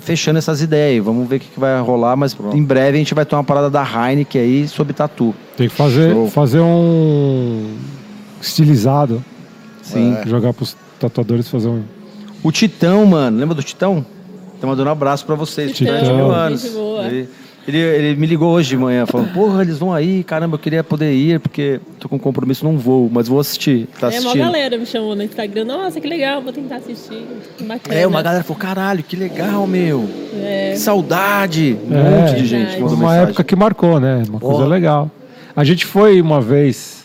Speaker 3: fechando essas ideias aí, vamos ver o que, que vai rolar, mas em breve a gente vai ter uma parada da Heineken aí sobre tatu.
Speaker 4: Tem que fazer,
Speaker 1: Show.
Speaker 4: fazer um estilizado.
Speaker 1: É.
Speaker 3: Sim.
Speaker 4: Jogar pros tatuadores fazer um.
Speaker 3: O Titão, mano, lembra do Titão? Tá mandando um abraço pra vocês,
Speaker 4: Titão,
Speaker 3: de mil
Speaker 4: gente
Speaker 3: anos.
Speaker 2: boa.
Speaker 3: Ele, ele, ele me ligou hoje de manhã, falando, porra, eles vão aí, caramba, eu queria poder ir, porque tô com compromisso, não vou, mas vou assistir. Tá
Speaker 2: é, uma
Speaker 3: assistindo.
Speaker 2: galera me chamou no Instagram. Nossa, que legal, vou tentar assistir. Que Bacana.
Speaker 3: É, uma galera falou, caralho, que legal, meu.
Speaker 2: né? É.
Speaker 3: Que saudade. Um
Speaker 4: É,
Speaker 3: monte de gente
Speaker 2: verdade.
Speaker 3: mandou
Speaker 4: uma
Speaker 3: mensagem.
Speaker 4: época que marcou, né? Uma
Speaker 3: Porra.
Speaker 4: coisa legal. A gente foi uma vez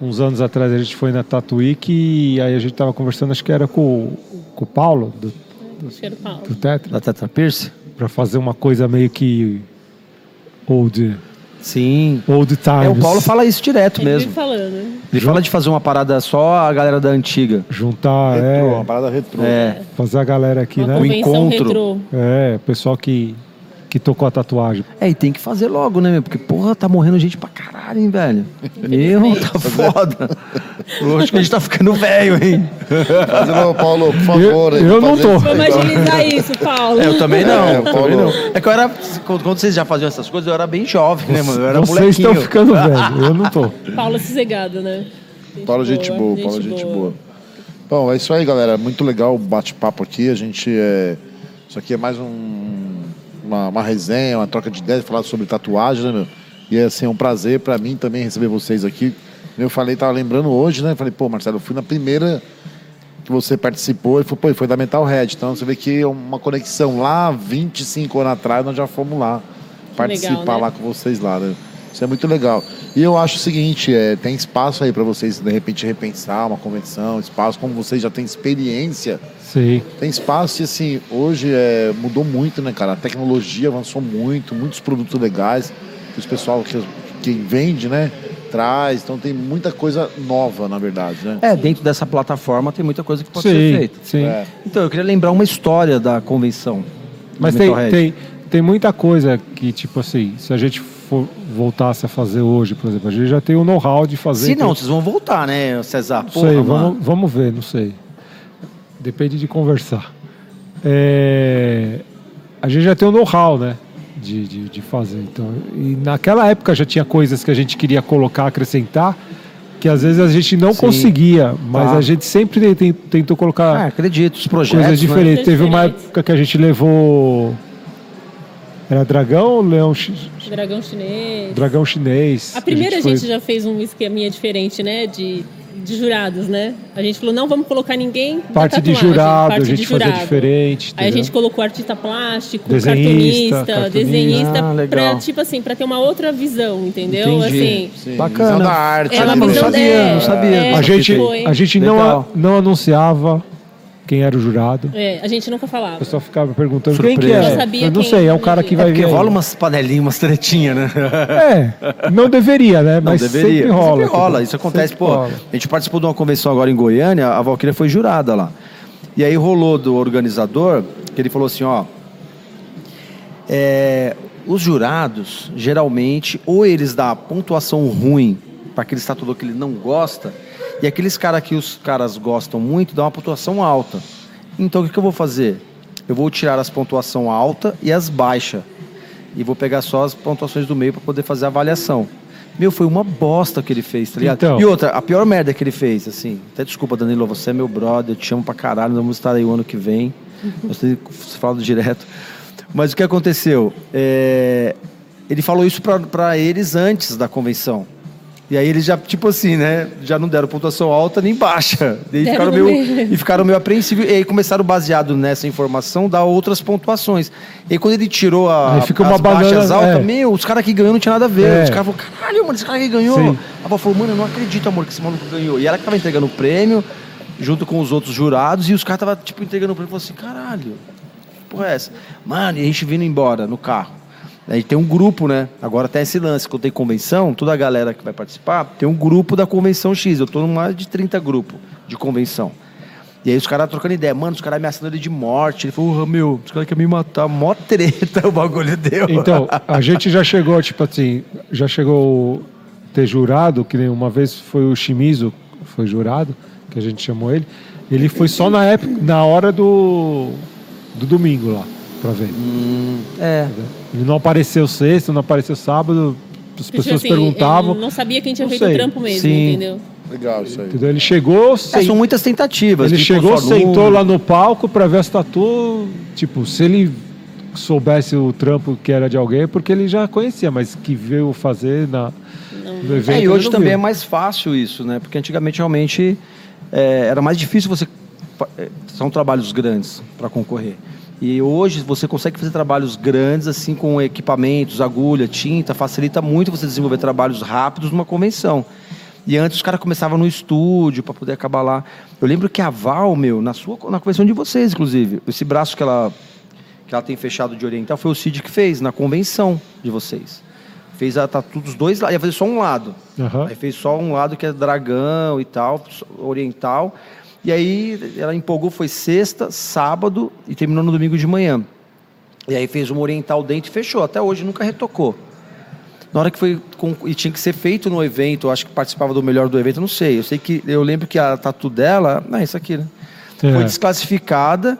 Speaker 4: uns anos atrás a gente foi na Tatuíque e aí a gente tava conversando, acho que era com, com o Paulo, do,
Speaker 2: Cheiro pau.
Speaker 4: do Tetra,
Speaker 3: Da Tata Pierce?
Speaker 4: pra fazer uma coisa meio que old,
Speaker 3: Sim.
Speaker 4: old times.
Speaker 3: É, o Paulo fala isso direto
Speaker 2: Ele vive
Speaker 3: mesmo.
Speaker 2: falando. né?
Speaker 3: Ele fala de fazer uma parada só a galera da antiga.
Speaker 4: Juntar,
Speaker 1: Retrô,
Speaker 4: é,
Speaker 1: uma parada retrô.
Speaker 3: É.
Speaker 4: fazer a galera aqui,
Speaker 2: Uma
Speaker 4: né?
Speaker 2: convenção
Speaker 3: encontro.
Speaker 2: retrô.
Speaker 4: É, o pessoal que, que tocou a tatuagem.
Speaker 3: É, e tem que fazer logo, né, meu? Porque, porra, tá morrendo gente pra caralho, hein, velho? Meu, tá foda. Lógico que a gente tá ficando velho, hein?
Speaker 1: Fazendo, ô, Paulo, por favor.
Speaker 4: Eu-
Speaker 1: aí,
Speaker 4: eu
Speaker 1: pra
Speaker 4: não
Speaker 1: fazer
Speaker 4: tô.
Speaker 1: isso aí,
Speaker 2: Vamos
Speaker 1: então.
Speaker 2: agilizar isso, Paulo.
Speaker 3: É, eu também não.
Speaker 1: É,
Speaker 3: eu também
Speaker 1: Paulo.
Speaker 3: não. É que eu era. Quando quando vocês já faziam essas coisas, eu era bem jovem, né, mano? Eu era
Speaker 4: Vocês estão
Speaker 3: molequinho.
Speaker 4: ficando velho, eu não tô.
Speaker 2: Paulo sossegado, né?
Speaker 1: Paulo, gente boa, Paulo, gente boa. Bom, é isso aí, galera. Muito legal o bate-papo aqui. A gente é. Isso aqui é mais um- uma, uma resenha, uma troca de ideias, falar sobre tatuagem, né, meu? E é assim, é um prazer pra mim também receber vocês aqui. Eu falei, tava lembrando hoje, né? Falei, pô, Marcelo, eu fui na primeira que você participou e foi, pô, foi da Mental Red. Então você vê que é uma conexão lá, 25 anos atrás, nós já fomos lá participar
Speaker 2: legal, né?
Speaker 1: lá com vocês lá, né? Isso é muito legal. E eu acho o seguinte, é, tem espaço aí para vocês de repente repensar uma convenção, espaço, como vocês já têm experiência,
Speaker 4: Sim.
Speaker 1: tem espaço e assim, hoje é, mudou muito, né, cara? A tecnologia avançou muito, muitos produtos legais, que os pessoal que, que vende, né, traz, então tem muita coisa nova, na verdade, né?
Speaker 3: É, dentro dessa plataforma tem muita coisa que pode ser
Speaker 4: Sim,
Speaker 3: feita.
Speaker 4: sim.
Speaker 1: É.
Speaker 3: Então, eu queria lembrar uma história da convenção.
Speaker 4: Mas
Speaker 3: do
Speaker 4: tem,
Speaker 3: Metalhead.
Speaker 4: tem, tem muita coisa que, tipo assim, se a gente for- voltasse a fazer hoje, por exemplo, a gente já tem o know-how de fazer.
Speaker 3: Se
Speaker 4: então-
Speaker 3: não, vocês vão voltar, né, César?
Speaker 4: Não sei,
Speaker 3: Porra, mano.
Speaker 4: vamos, vamos ver, não sei. Depende de conversar. É, a gente já tem o know-how, né? De, de, de fazer. Então, e naquela época já tinha coisas que a gente queria colocar, acrescentar, que às vezes a gente não
Speaker 3: Sim.
Speaker 4: conseguia, mas
Speaker 3: Tá.
Speaker 4: a gente sempre ten- tentou colocar
Speaker 3: Ah, acredito, os projetos.
Speaker 4: coisas
Speaker 3: né?
Speaker 4: diferentes. Teve uma
Speaker 2: Diferentes.
Speaker 4: época que a gente levou. Era dragão ou leão? chi-
Speaker 2: Dragão chinês.
Speaker 4: Dragão chinês.
Speaker 2: A primeira a gente,
Speaker 4: foi-
Speaker 2: já fez um esqueminha diferente, né? De, de jurados, né? A gente falou, não vamos colocar ninguém. da
Speaker 4: Parte de
Speaker 2: tatuagem,
Speaker 4: jurado,
Speaker 2: parte
Speaker 4: a gente
Speaker 2: de
Speaker 4: fazia
Speaker 2: jurado.
Speaker 4: diferente.
Speaker 2: Aí a
Speaker 4: entendeu?
Speaker 2: gente colocou artista plástico,
Speaker 4: Desenhista,
Speaker 2: cartunista,
Speaker 4: cartunista.
Speaker 2: desenhista,
Speaker 3: Ah, legal.
Speaker 2: pra, tipo assim, pra ter uma outra visão, entendeu?
Speaker 3: Entendi.
Speaker 2: Assim,
Speaker 1: Sim,
Speaker 3: Bacana.
Speaker 1: visão da arte.
Speaker 2: É,
Speaker 1: ali,
Speaker 2: uma
Speaker 3: não
Speaker 1: né?
Speaker 2: visão
Speaker 3: sabia,
Speaker 2: dela.
Speaker 3: não sabia.
Speaker 2: É,
Speaker 4: a gente,
Speaker 2: foi.
Speaker 4: a gente não, a-
Speaker 3: Legal.
Speaker 4: não anunciava quem era o jurado.
Speaker 2: É, a gente nunca
Speaker 4: O
Speaker 2: falava.
Speaker 4: pessoal ficava perguntando quem que
Speaker 3: Surpresa.
Speaker 4: é.
Speaker 2: Eu sabia
Speaker 4: Eu não
Speaker 2: quem-
Speaker 4: sei, é o cara que
Speaker 2: É
Speaker 4: vai
Speaker 3: Porque
Speaker 4: vir. aí.
Speaker 3: rola umas panelinhas, umas tretinhas, né?
Speaker 4: É, não deveria, né?
Speaker 3: Não,
Speaker 4: Mas sempre
Speaker 3: Mas
Speaker 4: rola. tipo,
Speaker 3: Sempre rola, isso acontece.
Speaker 4: Sempre
Speaker 3: pô,
Speaker 4: rola.
Speaker 3: a gente participou de uma convenção agora em Goiânia, a Valquíria foi jurada lá. E aí rolou do organizador, que ele falou assim, ó... é, os jurados, geralmente, ou eles dão a pontuação ruim para aquele estatuador que ele não gosta, e aqueles caras que os caras gostam muito dão uma pontuação alta. Então, o que, que eu vou fazer? Eu vou tirar as pontuação alta e as baixas. E vou pegar só as pontuações do meio para poder fazer a avaliação. Meu, foi uma bosta que ele fez, tá ligado?
Speaker 4: Então.
Speaker 3: E outra, a pior merda que ele fez, assim. Até desculpa, Danilo, você é meu brother, eu te amo pra caralho, nós vamos estar aí o ano que vem. Nós temos falado direto. Mas o que aconteceu? É, Ele falou isso pra- pra eles antes da convenção. E aí eles já, tipo assim, né? Já não deram pontuação alta nem baixa. E aí
Speaker 2: Deram
Speaker 3: ficaram
Speaker 2: no
Speaker 3: meio,
Speaker 2: meio.
Speaker 3: e ficaram meio apreensivos. E aí começaram, baseado nessa informação, dar outras pontuações. E aí quando ele tirou a,
Speaker 4: Aí fica uma
Speaker 3: as baixas
Speaker 4: banana,
Speaker 3: altas,
Speaker 4: é.
Speaker 3: meu, os caras que ganhou não tinha nada a ver.
Speaker 4: É.
Speaker 3: Os caras falaram, caralho, mano, esse cara que ganhou.
Speaker 4: Sim.
Speaker 3: A avó falou, mano, eu não acredito, amor, que esse maluco ganhou. E ela que tava entregando o prêmio, junto com os outros jurados, e os caras tava, tipo, entregando o prêmio. Falou assim, caralho, que porra é essa? Mano, e a gente vindo embora no carro. Aí tem um grupo, né? Agora tem esse lance, quando tem convenção, toda a galera que vai participar, tem um grupo da Convenção X. Eu tô em mais de 30 grupos de convenção. E aí os caras trocando ideia. Mano, os caras ameaçando ele de morte. Ele falou, "Oh, meu, os caras querem me matar. Mó treta o bagulho deu.
Speaker 4: Então, a gente já chegou, tipo assim, já chegou ter jurado, que nem uma vez foi o Shimizu, foi jurado, que a gente chamou ele. Ele foi só na época, na hora do, do domingo lá, pra ver.
Speaker 3: É.
Speaker 4: Ele não apareceu sexta, não apareceu sábado, as
Speaker 2: Tipo
Speaker 4: pessoas
Speaker 2: assim,
Speaker 4: perguntavam.
Speaker 2: eu Não sabia quem tinha
Speaker 4: Não
Speaker 2: feito o
Speaker 4: sei.
Speaker 2: trampo mesmo,
Speaker 3: Sim.
Speaker 2: entendeu?
Speaker 1: Legal isso aí.
Speaker 4: Entendeu? Ele chegou,
Speaker 3: É, são
Speaker 4: sentou,
Speaker 3: muitas tentativas. tipo,
Speaker 4: ele
Speaker 3: de
Speaker 4: chegou,
Speaker 3: conforme-
Speaker 4: sentou lá no palco pra ver as tatu. Tipo, se ele soubesse o trampo que era de alguém, é porque ele já conhecia, mas que veio fazer na, no evento.
Speaker 3: É, e
Speaker 4: ele
Speaker 3: hoje
Speaker 4: não
Speaker 3: também
Speaker 4: viu.
Speaker 3: é mais fácil isso, né? Porque antigamente realmente é, era mais difícil você. fa- é, São trabalhos grandes para concorrer. E hoje você consegue fazer trabalhos grandes, assim, com equipamentos, agulha, tinta, facilita muito você desenvolver trabalhos rápidos numa convenção. E antes os caras começavam no estúdio para poder acabar lá. Eu lembro que a Val, meu, na sua na convenção de vocês, inclusive, esse braço que ela que ela tem fechado de oriental foi o Cid que fez na convenção de vocês. Fez a tatu dos dois lados, ia fazer só um lado.
Speaker 4: Aham.
Speaker 3: Aí fez só um lado que é dragão e tal, oriental. E aí ela empolgou, foi sexta, sábado e terminou no domingo de manhã. E aí fez uma oriental dentro e fechou. Até hoje nunca retocou. Na hora que foi. com- e tinha que ser feito no evento, eu acho que participava do melhor do evento, eu não sei. Eu sei que. Eu lembro que a tatu dela. Não, é isso aqui, né?
Speaker 4: É.
Speaker 3: Foi desclassificada.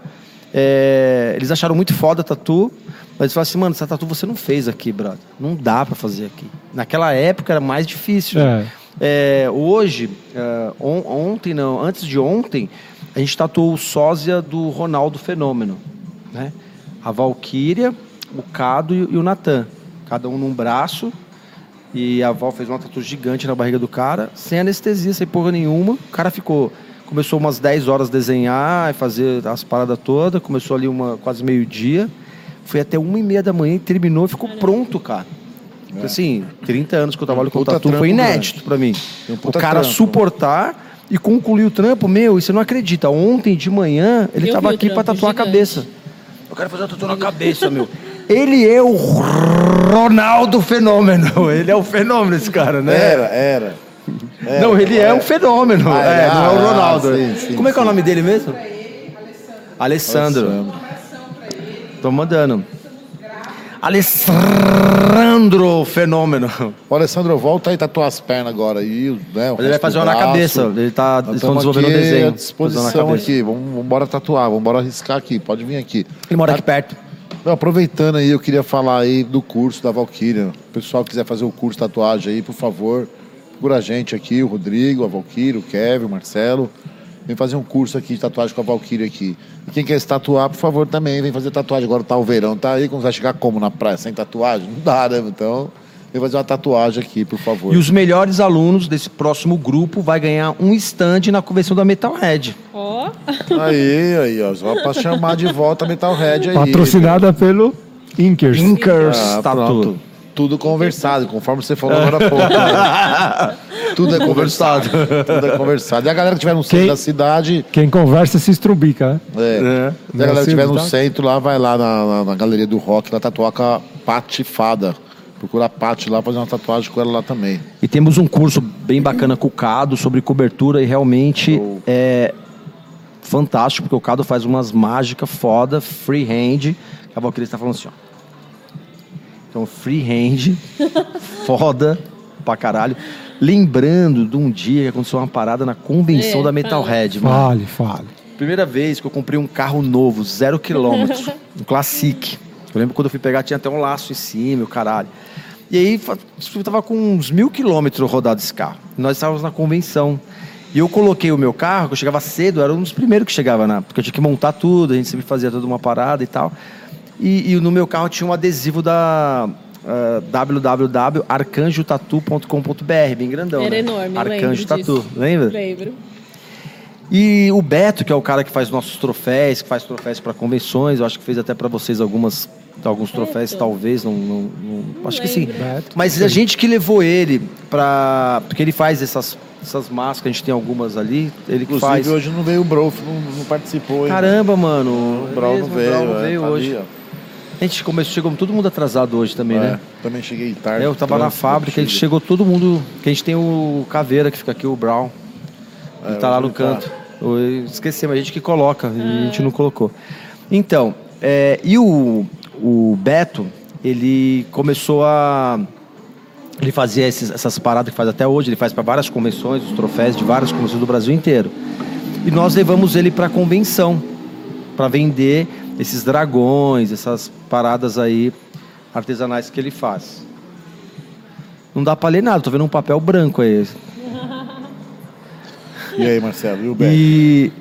Speaker 3: é, eles acharam muito foda a tatu. Mas eles falaram assim, mano, essa tatu você não fez aqui, brother. Não dá pra fazer aqui. Naquela época era mais difícil. né?
Speaker 4: É.
Speaker 3: É, hoje, é, on- ontem não, antes de ontem, a gente tatuou o sósia do Ronaldo Fenômeno. Né? A Valkyria, o Cado e, e o Natan. Cada um num braço. E a Val fez uma tatu gigante na barriga do cara, sem anestesia, sem porra nenhuma. O cara ficou. Começou umas 10 horas a desenhar e fazer as paradas todas. Começou ali uma, quase meio-dia. Foi até uma e meia da manhã e terminou e ficou pronto, cara. Porque, Assim, 30 anos que eu trabalho com
Speaker 1: É. puta
Speaker 3: tatu
Speaker 1: trampo
Speaker 3: foi inédito pra mim.
Speaker 1: Tem um
Speaker 3: O
Speaker 1: puta
Speaker 3: cara
Speaker 1: trampo.
Speaker 3: suportar e concluir o trampo, meu, e você não acredita. Ontem de manhã ele
Speaker 2: Eu
Speaker 3: tava
Speaker 2: vi o
Speaker 3: aqui pra
Speaker 2: trampo, é
Speaker 3: tatuar a
Speaker 2: gigante.
Speaker 3: cabeça. Eu quero fazer uma tatu na cabeça, meu. Ele é o Ronaldo Fenômeno. Ele é o fenômeno, esse cara, né?
Speaker 1: Era, era.
Speaker 3: não, ele é, um fenômeno.
Speaker 1: Ah,
Speaker 3: é,
Speaker 1: é,
Speaker 3: não é
Speaker 1: ah,
Speaker 3: o Ronaldo.
Speaker 1: sim, sim,
Speaker 3: Como é que é o
Speaker 1: sim.
Speaker 3: nome dele mesmo? Alessandro. Tô mandando. Alessandro Fenômeno.
Speaker 1: O Alessandro, volta aí, tatuar as pernas agora. E, né, o
Speaker 3: Ele vai
Speaker 1: resto do
Speaker 3: fazer uma na
Speaker 1: braço.
Speaker 3: cabeça. Ele tá
Speaker 1: Nós
Speaker 3: eles estão
Speaker 1: estamos
Speaker 3: desenvolvendo
Speaker 1: aqui
Speaker 3: o desenho.
Speaker 1: à
Speaker 3: Fazendo
Speaker 1: disposição
Speaker 3: na cabeça.
Speaker 1: aqui. Vamos vambora tatuar, vamos embora arriscar aqui. Pode vir aqui.
Speaker 3: Ele mora aqui perto.
Speaker 1: Não, aproveitando aí, eu queria falar aí do curso da Valkyria. O pessoal que quiser fazer o curso de tatuagem aí, por favor, procura a gente aqui, o Rodrigo, a Valkyria, o Kevin, o Marcelo. Vem fazer um curso aqui de tatuagem com a Valkyria aqui. E quem quer se tatuar, por favor, também vem fazer tatuagem. Agora tá o verão, tá aí, como você vai chegar como na praia? Sem tatuagem? Não dá, né? Então, vem fazer uma tatuagem aqui, por favor.
Speaker 3: E os melhores alunos desse próximo grupo vai ganhar um stand na convenção da Metalhead.
Speaker 2: Ó,
Speaker 1: Aí, aí, ó, só pra chamar de volta a Metalhead aí.
Speaker 4: é. Patrocinada pelo Inkers.
Speaker 3: Inkers
Speaker 1: Ah,
Speaker 3: Tattoo.
Speaker 1: pronto. Tudo conversado, conforme você falou agora há pouco. né? Tudo é conversado. Tudo é conversado. E a galera que tiver no centro
Speaker 4: Quem-
Speaker 1: da cidade,
Speaker 4: Quem conversa se estrubica, né?
Speaker 1: é, se a
Speaker 4: Não,
Speaker 1: galera
Speaker 3: Assim,
Speaker 1: que tiver no
Speaker 3: tá?
Speaker 4: cidade-
Speaker 1: centro lá, vai lá na, na- na galeria do rock, lá tatuar com a Patifada. Procura a Pati lá, fazer uma tatuagem com ela lá também.
Speaker 3: E temos um curso bem bacana com o Cado sobre cobertura e realmente é fantástico, porque o Cado faz umas mágicas foda, freehand. A Valkyrie está falando assim, ó. Então, freehand, foda pra caralho. Lembrando de um dia que aconteceu uma parada na convenção
Speaker 2: É,
Speaker 3: da Metalhead, mano.
Speaker 4: Fale, fale.
Speaker 3: Primeira vez que eu comprei um carro novo, zero quilômetro, um Classic. Eu lembro quando eu fui pegar, tinha até um laço em cima, o caralho. E aí, fa- eu tava com uns mil quilômetros rodado esse carro. Nós estávamos na convenção. E eu coloquei o meu carro, que eu chegava cedo, eu era um dos primeiros que chegava na. Porque eu tinha que montar tudo, a gente sempre fazia toda uma parada e tal. E, e no meu carro tinha um adesivo da ah, www.arcanjotatu.com.br, bem grandão.
Speaker 2: Era
Speaker 3: né?
Speaker 2: enorme, eu
Speaker 3: Arcanjo
Speaker 2: lembro
Speaker 3: Tatu,
Speaker 2: disso.
Speaker 3: lembra?
Speaker 2: lembro.
Speaker 3: E o Beto, que é o cara que faz nossos troféus, que faz troféus para convenções, eu acho que fez até para vocês algumas alguns troféus, talvez, não, não- não- acho que sim.
Speaker 4: Beto,
Speaker 3: Mas a gente que levou ele para porque ele faz essas essas máscaras, a gente tem algumas ali, ele que
Speaker 1: Inclusive,
Speaker 3: faz.
Speaker 1: hoje não veio o Brof, não, não participou. hein?
Speaker 3: Caramba, mano.
Speaker 1: O Brau não
Speaker 3: mesmo,
Speaker 1: veio,
Speaker 3: Brau não
Speaker 1: é,
Speaker 3: veio
Speaker 1: tá
Speaker 3: hoje.
Speaker 1: ali,
Speaker 3: A gente começou, chegamos todo mundo atrasado hoje
Speaker 1: ó.
Speaker 3: também,
Speaker 1: É,
Speaker 3: né?
Speaker 1: Também cheguei tarde.
Speaker 3: É, eu tava na
Speaker 1: trânsito,
Speaker 3: fábrica, a gente
Speaker 1: cheguei.
Speaker 3: chegou todo mundo. Que a gente tem o Caveira que fica aqui, o Brown. Ele
Speaker 1: É,
Speaker 3: tá lá
Speaker 1: hoje
Speaker 3: no
Speaker 1: ele tá.
Speaker 3: canto. Eu esqueci, mas a gente que coloca, e a gente não colocou. Então, é, e o, o Beto, ele começou a. Ele fazia esses- essas paradas que faz até hoje, ele faz para várias convenções, os troféus de várias convenções do Brasil inteiro. E nós levamos ele para convenção, para vender esses dragões, essas paradas aí artesanais que ele faz. Não dá para ler nada, tô vendo um papel branco aí.
Speaker 1: E aí, Marcelo, e o Beto?
Speaker 3: E,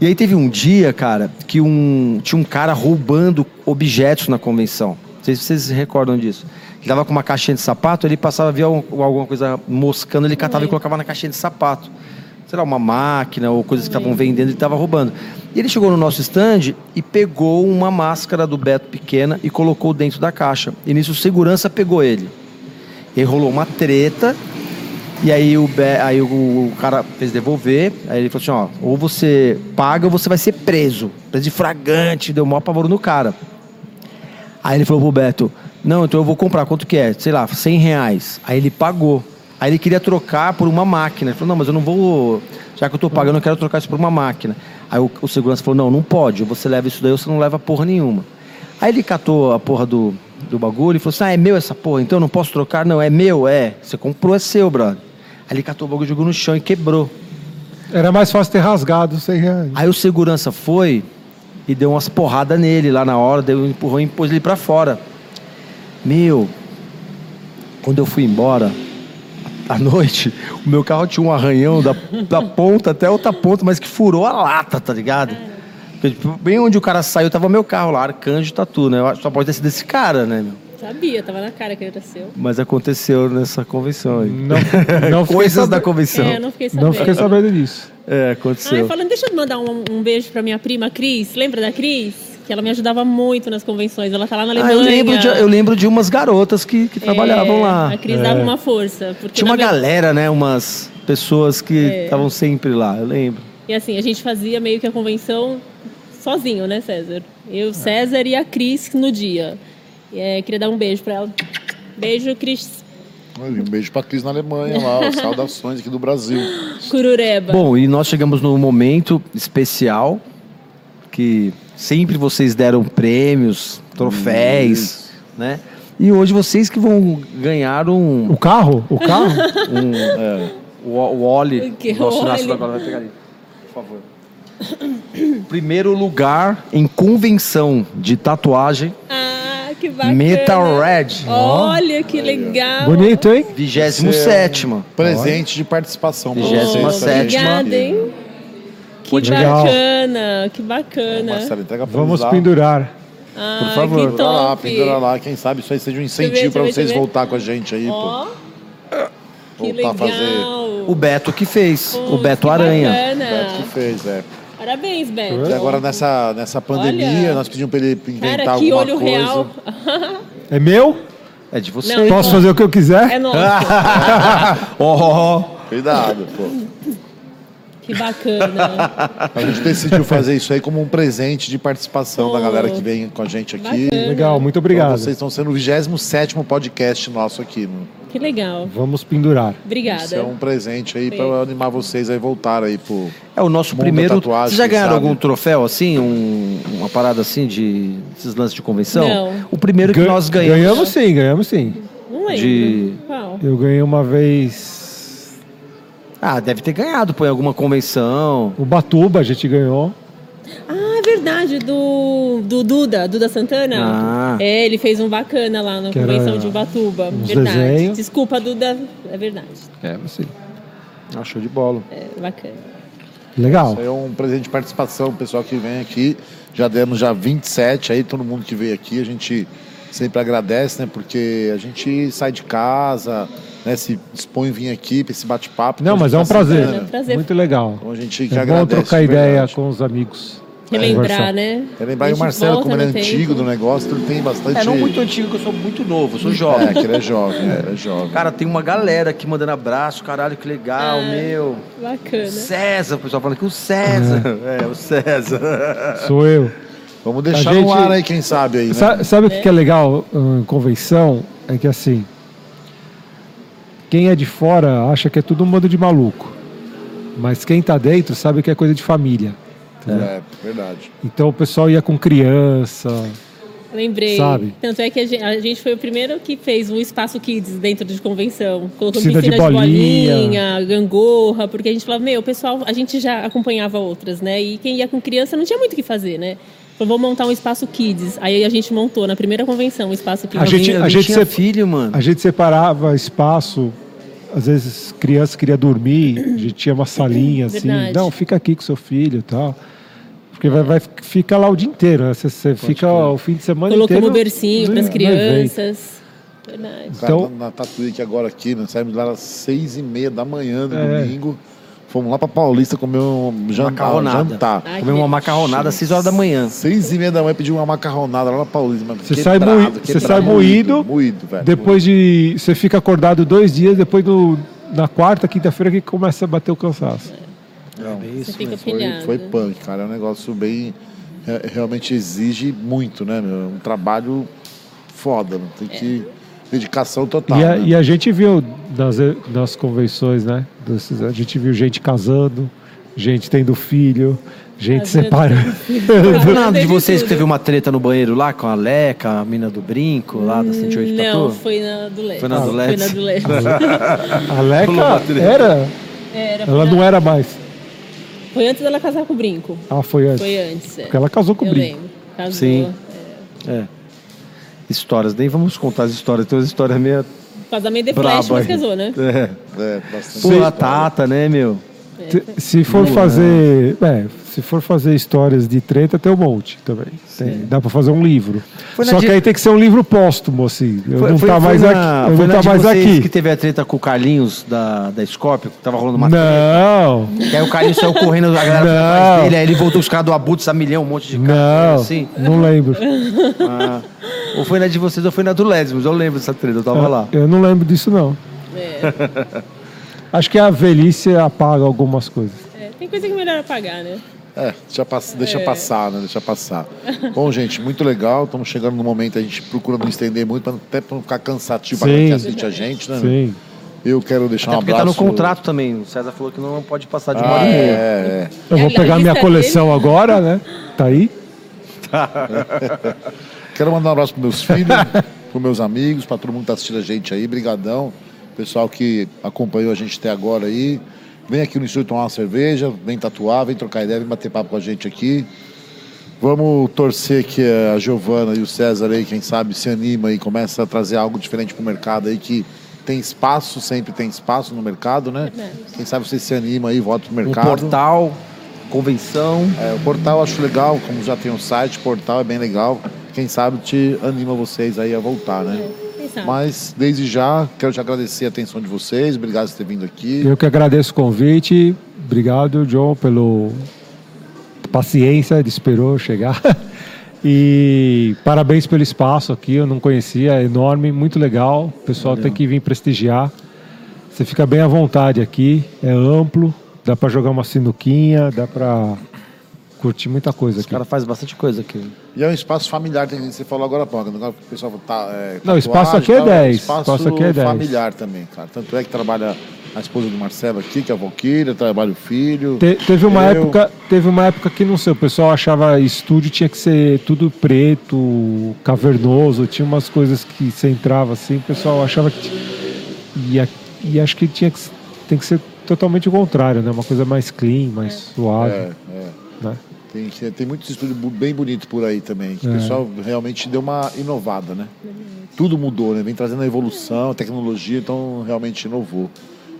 Speaker 3: e aí teve um dia, cara, que um, tinha um cara roubando objetos na convenção. Não sei se vocês se recordam disso. Ele tava com uma caixinha de sapato, ele passava, via um- alguma coisa moscando, ele catava e colocava na caixinha de sapato. Sei lá, uma máquina ou coisas que estavam vendendo, ele tava roubando. E ele chegou no nosso stand e pegou uma máscara do Beto pequena e colocou dentro da caixa. E nisso o segurança pegou ele. E aí rolou uma treta E aí o, Be- aí o, o cara fez devolver, aí ele falou assim, ó, ou você paga ou você vai ser preso. Preso de fragante, deu o maior pavor no cara. Aí ele falou pro Beto, não, então eu vou comprar, quanto que é? Sei lá, 100 reais. Aí ele pagou. Aí ele queria trocar por uma máquina. Ele falou, não, mas eu não vou, já que eu tô pagando, eu quero trocar isso por uma máquina. Aí o, o segurança falou, não, não pode, ou você leva isso daí ou você não leva porra nenhuma. Aí ele catou a porra do, do bagulho e falou assim, ah, é meu essa porra, então eu não posso trocar? Não, é meu, é. Você comprou, é seu, brother. Aí ele catou o bagulho, jogou no chão e quebrou.
Speaker 4: Era mais fácil ter rasgado 100 reais.
Speaker 3: Aí o segurança foi e deu umas porradas nele lá na hora, deu um empurrão e pôs ele pra fora. Meu, quando eu fui embora à noite, o meu carro tinha um arranhão da, da ponta até a outra ponta, mas que furou a lata, tá ligado? Porque, tipo, Bem onde o cara saiu tava meu carro lá, Arcanjo Tatu, né? Eu acho que só pode ter sido esse cara, né, meu?
Speaker 2: Sabia, tava na cara que era seu.
Speaker 3: Mas aconteceu nessa convenção aí. É,
Speaker 4: Não, não fiquei
Speaker 3: Coisas da
Speaker 4: sabendo-
Speaker 3: convenção.
Speaker 2: É, eu não fiquei sabendo.
Speaker 4: Não fiquei sabendo disso.
Speaker 3: É,
Speaker 2: Ai,
Speaker 3: aconteceu.
Speaker 2: falando, deixa eu mandar um, um beijo pra minha prima Cris. Lembra da Cris? Que ela me ajudava muito nas convenções. Ela tá lá na
Speaker 3: Ah,
Speaker 2: Alemanha.
Speaker 3: eu, lembro de, eu lembro de umas garotas que, que trabalhavam
Speaker 2: É,
Speaker 3: lá.
Speaker 2: A Cris
Speaker 3: É.
Speaker 2: dava uma força. Porque
Speaker 3: Tinha uma
Speaker 2: na ver-
Speaker 3: galera, né? Umas pessoas que
Speaker 2: É.
Speaker 3: estavam sempre lá, eu lembro.
Speaker 2: E assim, a gente fazia meio que a convenção sozinho, né, César? Eu, César e a Cris no dia. E, é, queria dar um beijo pra ela. Beijo, Cris
Speaker 1: Olha, Um beijo pra Cris na Alemanha lá, ó, saudações aqui do Brasil.
Speaker 2: Curureba.
Speaker 3: Bom, e nós chegamos num momento especial que sempre vocês deram prêmios, troféus, né? E hoje vocês que vão ganhar um.
Speaker 4: O carro? O carro?
Speaker 3: um o, o Oli.
Speaker 2: Que
Speaker 3: nosso
Speaker 2: Oli?
Speaker 3: Nacional agora vai pegar ali. Por favor. Primeiro lugar em convenção de tatuagem,
Speaker 2: Ah, que bacana.
Speaker 3: Metal Red.
Speaker 2: Olha que legal.
Speaker 4: Bonito, hein?
Speaker 3: 27.
Speaker 1: Presente de participação. pra vocês
Speaker 2: Oh,
Speaker 3: 27ª.
Speaker 2: Obrigada, hein? Que
Speaker 4: Legal.
Speaker 2: bacana, que bacana.
Speaker 1: Marcelo, entrega pra
Speaker 4: Vamos
Speaker 1: usar.
Speaker 4: pendurar.
Speaker 2: Ah,
Speaker 3: Por favor,
Speaker 2: que
Speaker 1: Pendura lá,
Speaker 2: top.
Speaker 1: pendura lá. Quem sabe isso aí seja um
Speaker 2: Deixa eu
Speaker 1: incentivo
Speaker 2: ver,
Speaker 1: pra
Speaker 2: deixa eu
Speaker 1: vocês
Speaker 2: ver.
Speaker 1: voltar com a gente aí, pô.
Speaker 2: Ó, que
Speaker 1: Voltar
Speaker 2: legal.
Speaker 1: a fazer.
Speaker 3: O Beto que fez,
Speaker 2: Pô,
Speaker 3: o Beto
Speaker 2: que
Speaker 3: Aranha.
Speaker 2: bacana.
Speaker 1: Beto que fez, é.
Speaker 2: Parabéns, Beto.
Speaker 1: E agora nessa, nessa pandemia,
Speaker 2: Olha.
Speaker 1: nós pedimos pra ele inventar
Speaker 2: Cara, que
Speaker 1: alguma
Speaker 2: olho
Speaker 1: coisa.
Speaker 2: real.
Speaker 4: É meu?
Speaker 3: É de você.
Speaker 2: Não,
Speaker 4: Posso fazer o que eu
Speaker 2: É
Speaker 4: quiser?
Speaker 2: nosso.
Speaker 3: Oh, oh, oh.
Speaker 1: Cuidado, pô.
Speaker 2: Que bacana.
Speaker 1: A gente decidiu fazer isso aí como um presente de participação da galera que vem com a gente aqui.
Speaker 4: Legal, muito
Speaker 1: Então,
Speaker 4: obrigado.
Speaker 1: vocês estão sendo o 27 podcast nosso aqui. né?
Speaker 2: Que legal.
Speaker 4: Vamos pendurar.
Speaker 1: Isso é
Speaker 2: Obrigada.
Speaker 1: um presente aí pra animar vocês aí voltar aí pro.
Speaker 3: É o nosso
Speaker 1: Mundo da
Speaker 3: primeiro.
Speaker 1: tatuagem,
Speaker 3: Vocês já
Speaker 1: quem
Speaker 3: ganharam
Speaker 1: sabe?
Speaker 3: algum troféu assim? um- uma parada assim de. esses lances de convenção?
Speaker 2: Não.
Speaker 3: O primeiro que
Speaker 4: Gan-
Speaker 3: nós ganhamos.
Speaker 4: Ganhamos sim, ganhamos sim.
Speaker 2: Não lembro.
Speaker 3: de-
Speaker 2: Qual?
Speaker 4: Eu ganhei uma vez.
Speaker 3: Ah, deve ter ganhado, pô, em alguma convenção.
Speaker 4: O Batuba a gente ganhou.
Speaker 2: Ah, é verdade, do, do Duda, Duda Santana.
Speaker 3: Ah.
Speaker 2: É, ele fez um bacana lá na
Speaker 4: Que era
Speaker 2: convenção de Ubatuba.
Speaker 4: uns
Speaker 2: Verdade.
Speaker 4: desenhos.
Speaker 2: Desculpa, Duda. É verdade.
Speaker 4: É, mas sim.
Speaker 3: Ah, show de bola.
Speaker 2: É bacana.
Speaker 4: Legal.
Speaker 1: Isso aí é um presente de participação, o pessoal que vem aqui. Já demos já 27 aí, todo mundo que veio aqui, a gente sempre agradece, né? Porque a gente sai de casa, né? Se dispõe a vir aqui pra esse bate-papo.
Speaker 4: Não,
Speaker 1: pra
Speaker 4: mas é
Speaker 1: gente
Speaker 4: um
Speaker 1: tá
Speaker 4: prazer.
Speaker 1: sacana.
Speaker 2: Prazer.
Speaker 4: Muito legal.
Speaker 1: Então a gente que
Speaker 4: É bom
Speaker 1: agradece.
Speaker 4: trocar
Speaker 1: de
Speaker 4: ideia
Speaker 1: verdade.
Speaker 4: com os amigos.
Speaker 2: Relembrar,
Speaker 4: Conversar.
Speaker 2: né?
Speaker 1: Quer lembrar aí
Speaker 2: A
Speaker 1: o
Speaker 2: gente
Speaker 1: Marcelo,
Speaker 2: volta
Speaker 1: como ele é
Speaker 2: no tempo.
Speaker 1: antigo do negócio, ele tem bastante.
Speaker 3: É, não muito antigo, que eu sou muito novo, eu sou jovem.
Speaker 1: É, que ele é jovem, é, ele é jovem.
Speaker 3: Cara, tem uma galera aqui mandando abraço, caralho, que legal,
Speaker 2: Ah,
Speaker 3: meu.
Speaker 2: Bacana.
Speaker 3: César, o pessoal falando que o César. É, o César.
Speaker 4: Sou eu.
Speaker 1: Vamos deixar
Speaker 4: a
Speaker 1: no
Speaker 4: gente-
Speaker 1: ar aí, quem sabe aí, né?
Speaker 4: Sa- Sabe o que que é legal em convenção? É que assim, quem é de fora acha que é tudo um bando de maluco. Mas quem tá dentro sabe que é coisa de família.
Speaker 1: É, verdade.
Speaker 4: Então o pessoal ia com criança.
Speaker 2: Lembrei.
Speaker 4: Sabe?
Speaker 2: Tanto é que a gente, a gente foi o primeiro que fez um espaço kids dentro de convenção. Colocou
Speaker 4: Piscina
Speaker 2: piscina,
Speaker 4: de
Speaker 2: de,
Speaker 4: bolinha.
Speaker 2: bolinha. gangorra, porque a gente falava, meu, o pessoal, a gente já acompanhava outras, né? E quem ia com criança não tinha muito o que fazer, né? Falou, vou montar um espaço kids. Aí a gente montou na primeira convenção um espaço
Speaker 4: A
Speaker 2: kids.
Speaker 4: gente-
Speaker 3: Alguém-
Speaker 4: a
Speaker 3: alguém
Speaker 4: gente
Speaker 3: tinha
Speaker 4: se-
Speaker 3: filho, mano.
Speaker 4: A gente separava espaço, às vezes criança queria dormir, a gente tinha uma salinha assim,
Speaker 2: Verdade.
Speaker 4: não, fica aqui com seu filho e tal. Porque vai, vai ficar lá o dia inteiro, né? Você, você fica o fim de semana inteiro. né,
Speaker 2: Colocamos um bercinho para as
Speaker 4: no- no evento.
Speaker 2: crianças. Verdade.
Speaker 1: Cara,
Speaker 4: Então-
Speaker 1: na, na Tatuíque agora aqui, nós saímos lá às seis e meia da manhã do
Speaker 4: É.
Speaker 1: domingo. Fomos lá pra Paulista comer um jantar. um
Speaker 3: Macarronada.
Speaker 1: jantar.
Speaker 2: Ai,
Speaker 3: Comeu uma macarronada às 6 horas da manhã.
Speaker 1: Seis e meia da manhã pediu uma macarronada lá na Paulista. Mas
Speaker 4: Você
Speaker 1: quebrado,
Speaker 4: sai moí- você
Speaker 1: quebrado,
Speaker 4: sai moído,
Speaker 1: Moído, velho.
Speaker 4: Depois de. Você fica acordado dois dias, depois do, na quarta, quinta-feira que começa a bater o cansaço.
Speaker 1: Não,
Speaker 2: Você fica
Speaker 1: foi,
Speaker 2: pilhado.
Speaker 1: foi punk, cara. É um negócio bem. é, realmente exige muito, né? meu? É um trabalho foda, não
Speaker 3: É.
Speaker 1: tem que. Dedicação
Speaker 3: Tá,
Speaker 1: total.
Speaker 4: e, a,
Speaker 1: né?
Speaker 4: e a gente viu nas, nas convenções, né? desses- a gente viu gente casando, gente tendo filho, gente
Speaker 2: Casando,
Speaker 4: separando.
Speaker 3: Nada
Speaker 2: Teve
Speaker 3: de vocês que
Speaker 2: tudo.
Speaker 3: teve uma treta no banheiro lá com a Leca, a mina do brinco, lá da 108
Speaker 2: Hum,
Speaker 4: tá
Speaker 2: Não,
Speaker 3: Tatu?
Speaker 2: foi na do Leste.
Speaker 3: Foi na do Leste.
Speaker 2: Foi na do Leste. É,
Speaker 4: A Leca era,
Speaker 2: Era, foi,
Speaker 4: ela
Speaker 2: na-
Speaker 4: não era mais.
Speaker 2: foi antes dela casar com o Brinco.
Speaker 4: Ela foi antes.
Speaker 2: Foi antes. É.
Speaker 4: Porque ela casou com o
Speaker 2: Eu
Speaker 4: Brinco.
Speaker 2: lembro. Casou.
Speaker 3: Sim.
Speaker 2: É.
Speaker 3: É. Histórias, nem vamos contar as histórias, tem umas histórias meio.
Speaker 2: Casamento de
Speaker 3: Brabo
Speaker 2: É flash, mas
Speaker 3: aí.
Speaker 2: casou, né?
Speaker 3: É.
Speaker 1: É, bastante.
Speaker 3: Pô, a Tata, né, meu?
Speaker 4: Se, se for fazer, é, se for fazer histórias de treta, tem um monte também. Tem, dá para fazer um livro.
Speaker 3: Foi na
Speaker 4: Só
Speaker 3: di-
Speaker 4: que aí tem que ser um livro póstumo, assim. Eu não tá mais
Speaker 3: na-
Speaker 4: aqui. Eu
Speaker 3: foi na
Speaker 4: não tá
Speaker 3: de
Speaker 4: mais
Speaker 3: vocês
Speaker 4: aqui.
Speaker 3: que teve a treta com o Carlinhos da, da Scorpio, que tava rolando uma treta.
Speaker 4: Não,
Speaker 3: Que aí o Carlinhos saiu correndo, a galera foi atrás
Speaker 4: Não.
Speaker 3: dele, aí ele voltou com os caras do Abutres a milhão, um monte de cara
Speaker 4: não,
Speaker 3: assim.
Speaker 4: não lembro.
Speaker 3: Ah, ou foi na de vocês ou foi na do Lesbos, eu lembro dessa treta, eu tava lá.
Speaker 4: Eu não lembro disso, não. Acho que é a velhice apaga algumas coisas.
Speaker 2: É, Tem coisa que é melhor apagar, né?
Speaker 1: É, deixa, pass- deixa passar, né? Deixa passar. Bom, gente, muito legal. Estamos chegando no momento, a gente procura não estender muito, pra, não- até para não ficar cansativo para
Speaker 4: Sim.
Speaker 1: quem assiste a gente, né?
Speaker 4: Sim.
Speaker 1: Eu quero deixar
Speaker 3: Até
Speaker 1: um
Speaker 3: porque
Speaker 1: abraço.
Speaker 3: tá no contrato também, o César falou que não pode passar de uma
Speaker 1: Ah,
Speaker 3: hora e meia.
Speaker 1: é, é.
Speaker 4: Eu vou
Speaker 2: Aliás,
Speaker 4: pegar minha
Speaker 2: isso é
Speaker 4: coleção agora, né? Tá aí?
Speaker 1: Quero mandar um abraço para meus filhos, para meus amigos, para todo mundo que está assistindo a gente aí. Brigadão. Pessoal que acompanhou a gente até agora aí. Vem aqui no estúdio tomar uma cerveja, vem tatuar, vem trocar ideia, vem bater papo com a gente aqui. Vamos torcer que a Giovana e o César aí, quem sabe, se anima e começa a trazer algo diferente pro mercado aí que tem espaço, sempre tem espaço no mercado, né? Quem sabe você se anima aí, volta pro
Speaker 3: Um
Speaker 1: mercado.
Speaker 3: portal, convenção.
Speaker 1: É, o portal eu acho legal, como já tem um site, o portal é bem legal. Quem sabe te anima vocês aí a voltar, né?
Speaker 2: Quem sabe?
Speaker 1: Mas desde já, quero te agradecer a atenção de vocês, obrigado por ter vindo aqui.
Speaker 4: Eu que agradeço o convite. Obrigado, John, pelo paciência, ele esperou eu chegar. E parabéns pelo espaço aqui, eu não conhecia, é enorme, muito legal. O pessoal tem que vir prestigiar. Você fica bem à vontade aqui, é amplo, dá para jogar uma sinuquinha, dá para curtir muita coisa
Speaker 3: O
Speaker 4: aqui.
Speaker 3: cara faz bastante coisa aqui.
Speaker 1: E é um espaço familiar, tem- você falou agora há pouco, agora o pessoal tá. é,
Speaker 4: Não, o espaço
Speaker 1: tatuagem
Speaker 4: aqui é
Speaker 1: e tal,
Speaker 4: 10,
Speaker 1: um
Speaker 4: espaço aqui é 10.
Speaker 1: familiar também, cara. Tanto é que trabalha a esposa do Marcelo aqui, que é a Valquíria, trabalha o filho.
Speaker 4: Te- teve uma
Speaker 1: Eu-
Speaker 4: época, teve uma época que não sei, o pessoal achava estúdio tinha que ser tudo preto, cavernoso, tinha umas coisas que você entrava assim, o pessoal achava que ti- e, a- e acho que tinha que s- tem que ser totalmente o contrário, né? Uma coisa mais clean, mais suave,
Speaker 1: É, é.
Speaker 4: né?
Speaker 1: Tem, tem muitos estúdios bu- bem bonitos por aí também, que o pessoal realmente deu uma inovada, né? Tudo mudou, né? Vem trazendo a evolução, a tecnologia, então realmente inovou.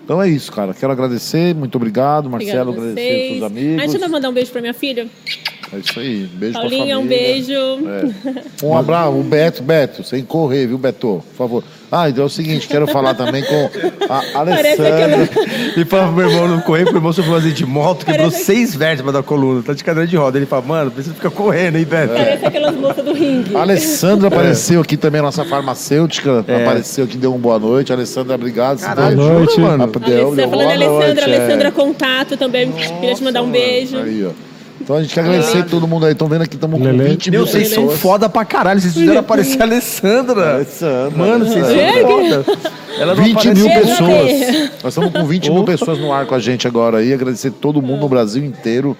Speaker 1: Então é isso, cara. Quero agradecer, muito obrigado,
Speaker 2: Obrigada
Speaker 1: Marcelo,
Speaker 2: a vocês.
Speaker 1: agradecer aos seus
Speaker 2: Ah,
Speaker 1: amigos.
Speaker 2: deixa eu mandar um beijo pra minha filha.
Speaker 1: É isso aí. Beijo pra família.
Speaker 2: Paulinha, um beijo.
Speaker 1: Um abraço, o Beto, Beto, sem correr, viu, Beto? Por favor. Ah, então é o seguinte, quero falar também com a
Speaker 2: Parece
Speaker 1: Alessandra.
Speaker 2: aquela-
Speaker 3: E fala pro meu irmão não correr, porque o irmão sofreu um acidente de moto, quebrou
Speaker 2: Parece-
Speaker 3: seis vértebras da coluna, tá de cadeira de roda. Ele fala, mano, precisa ficar correndo, hein, Beto?
Speaker 2: Parece aquelas moças do ringue.
Speaker 1: A
Speaker 3: É.
Speaker 1: Alessandra apareceu aqui também, a nossa farmacêutica. Apareceu aqui, deu um boa noite. Alessandra, obrigado.
Speaker 3: Caralho,
Speaker 4: Boa
Speaker 1: Deu-
Speaker 4: noite.
Speaker 1: Ah,
Speaker 3: mano.
Speaker 1: deu-
Speaker 2: Alessandra, tá
Speaker 1: deu
Speaker 2: falando
Speaker 1: boa
Speaker 2: em Alessandra,
Speaker 1: noite, é.
Speaker 2: Alessandra Contato também. Queria te mandar um beijo.
Speaker 1: Aí, ó. Então a gente quer agradecer todo mundo aí. Estão vendo aqui, estamos com
Speaker 4: Lelê.
Speaker 1: 20 mil
Speaker 3: Meu,
Speaker 2: é
Speaker 3: vocês são
Speaker 1: pessoas.
Speaker 3: foda pra caralho. Vocês fizeram aparecer a Alessandra.
Speaker 1: Alessandra,
Speaker 3: Mano, vocês
Speaker 2: É, que-
Speaker 3: são foda. Ela não
Speaker 1: 20
Speaker 3: aparece-
Speaker 1: mil
Speaker 2: Chega
Speaker 1: pessoas.
Speaker 2: aí.
Speaker 1: Nós estamos com 20 mil pessoas no ar com a gente agora aí. Agradecer todo mundo no Brasil inteiro.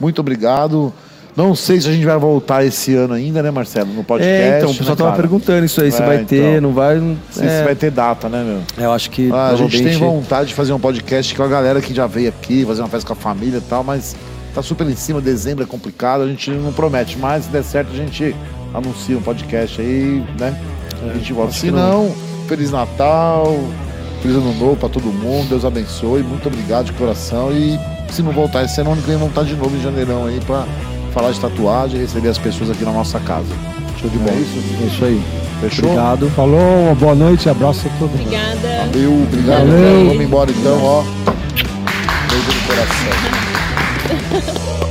Speaker 1: Muito obrigado. Não sei se a gente vai voltar esse ano ainda, né, Marcelo? No podcast.
Speaker 3: É, então, o pessoal
Speaker 1: né,
Speaker 3: tava
Speaker 1: cara?
Speaker 3: perguntando isso aí, se
Speaker 1: É,
Speaker 3: vai ter,
Speaker 1: então.
Speaker 3: não vai. é. Não,
Speaker 1: Se se vai ter data, né, meu?
Speaker 3: é, eu acho que
Speaker 1: Ah, a gente tem
Speaker 3: provavelmente-
Speaker 1: vontade de fazer um podcast com a galera que já veio aqui, fazer uma festa com a família e tal, mas tá super em cima, dezembro é complicado, a gente não promete, mas se der certo a gente anuncia um podcast aí, né? a gente volta. Se não, Feliz Natal, Feliz Ano Novo pra todo mundo, Deus abençoe, muito obrigado de coração e se não voltar esse ano, ano que vem vamos estar de novo em janeirão aí pra falar de tatuagem e receber as pessoas aqui na nossa casa. Show de bola.
Speaker 3: É isso aí.
Speaker 1: Fechou?
Speaker 3: Obrigado.
Speaker 4: Falou, boa noite, abraço a todo mundo.
Speaker 2: Obrigada.
Speaker 1: Valeu, obrigado.
Speaker 4: Valeu.
Speaker 1: Vamos embora então, ó. Beijo no coração.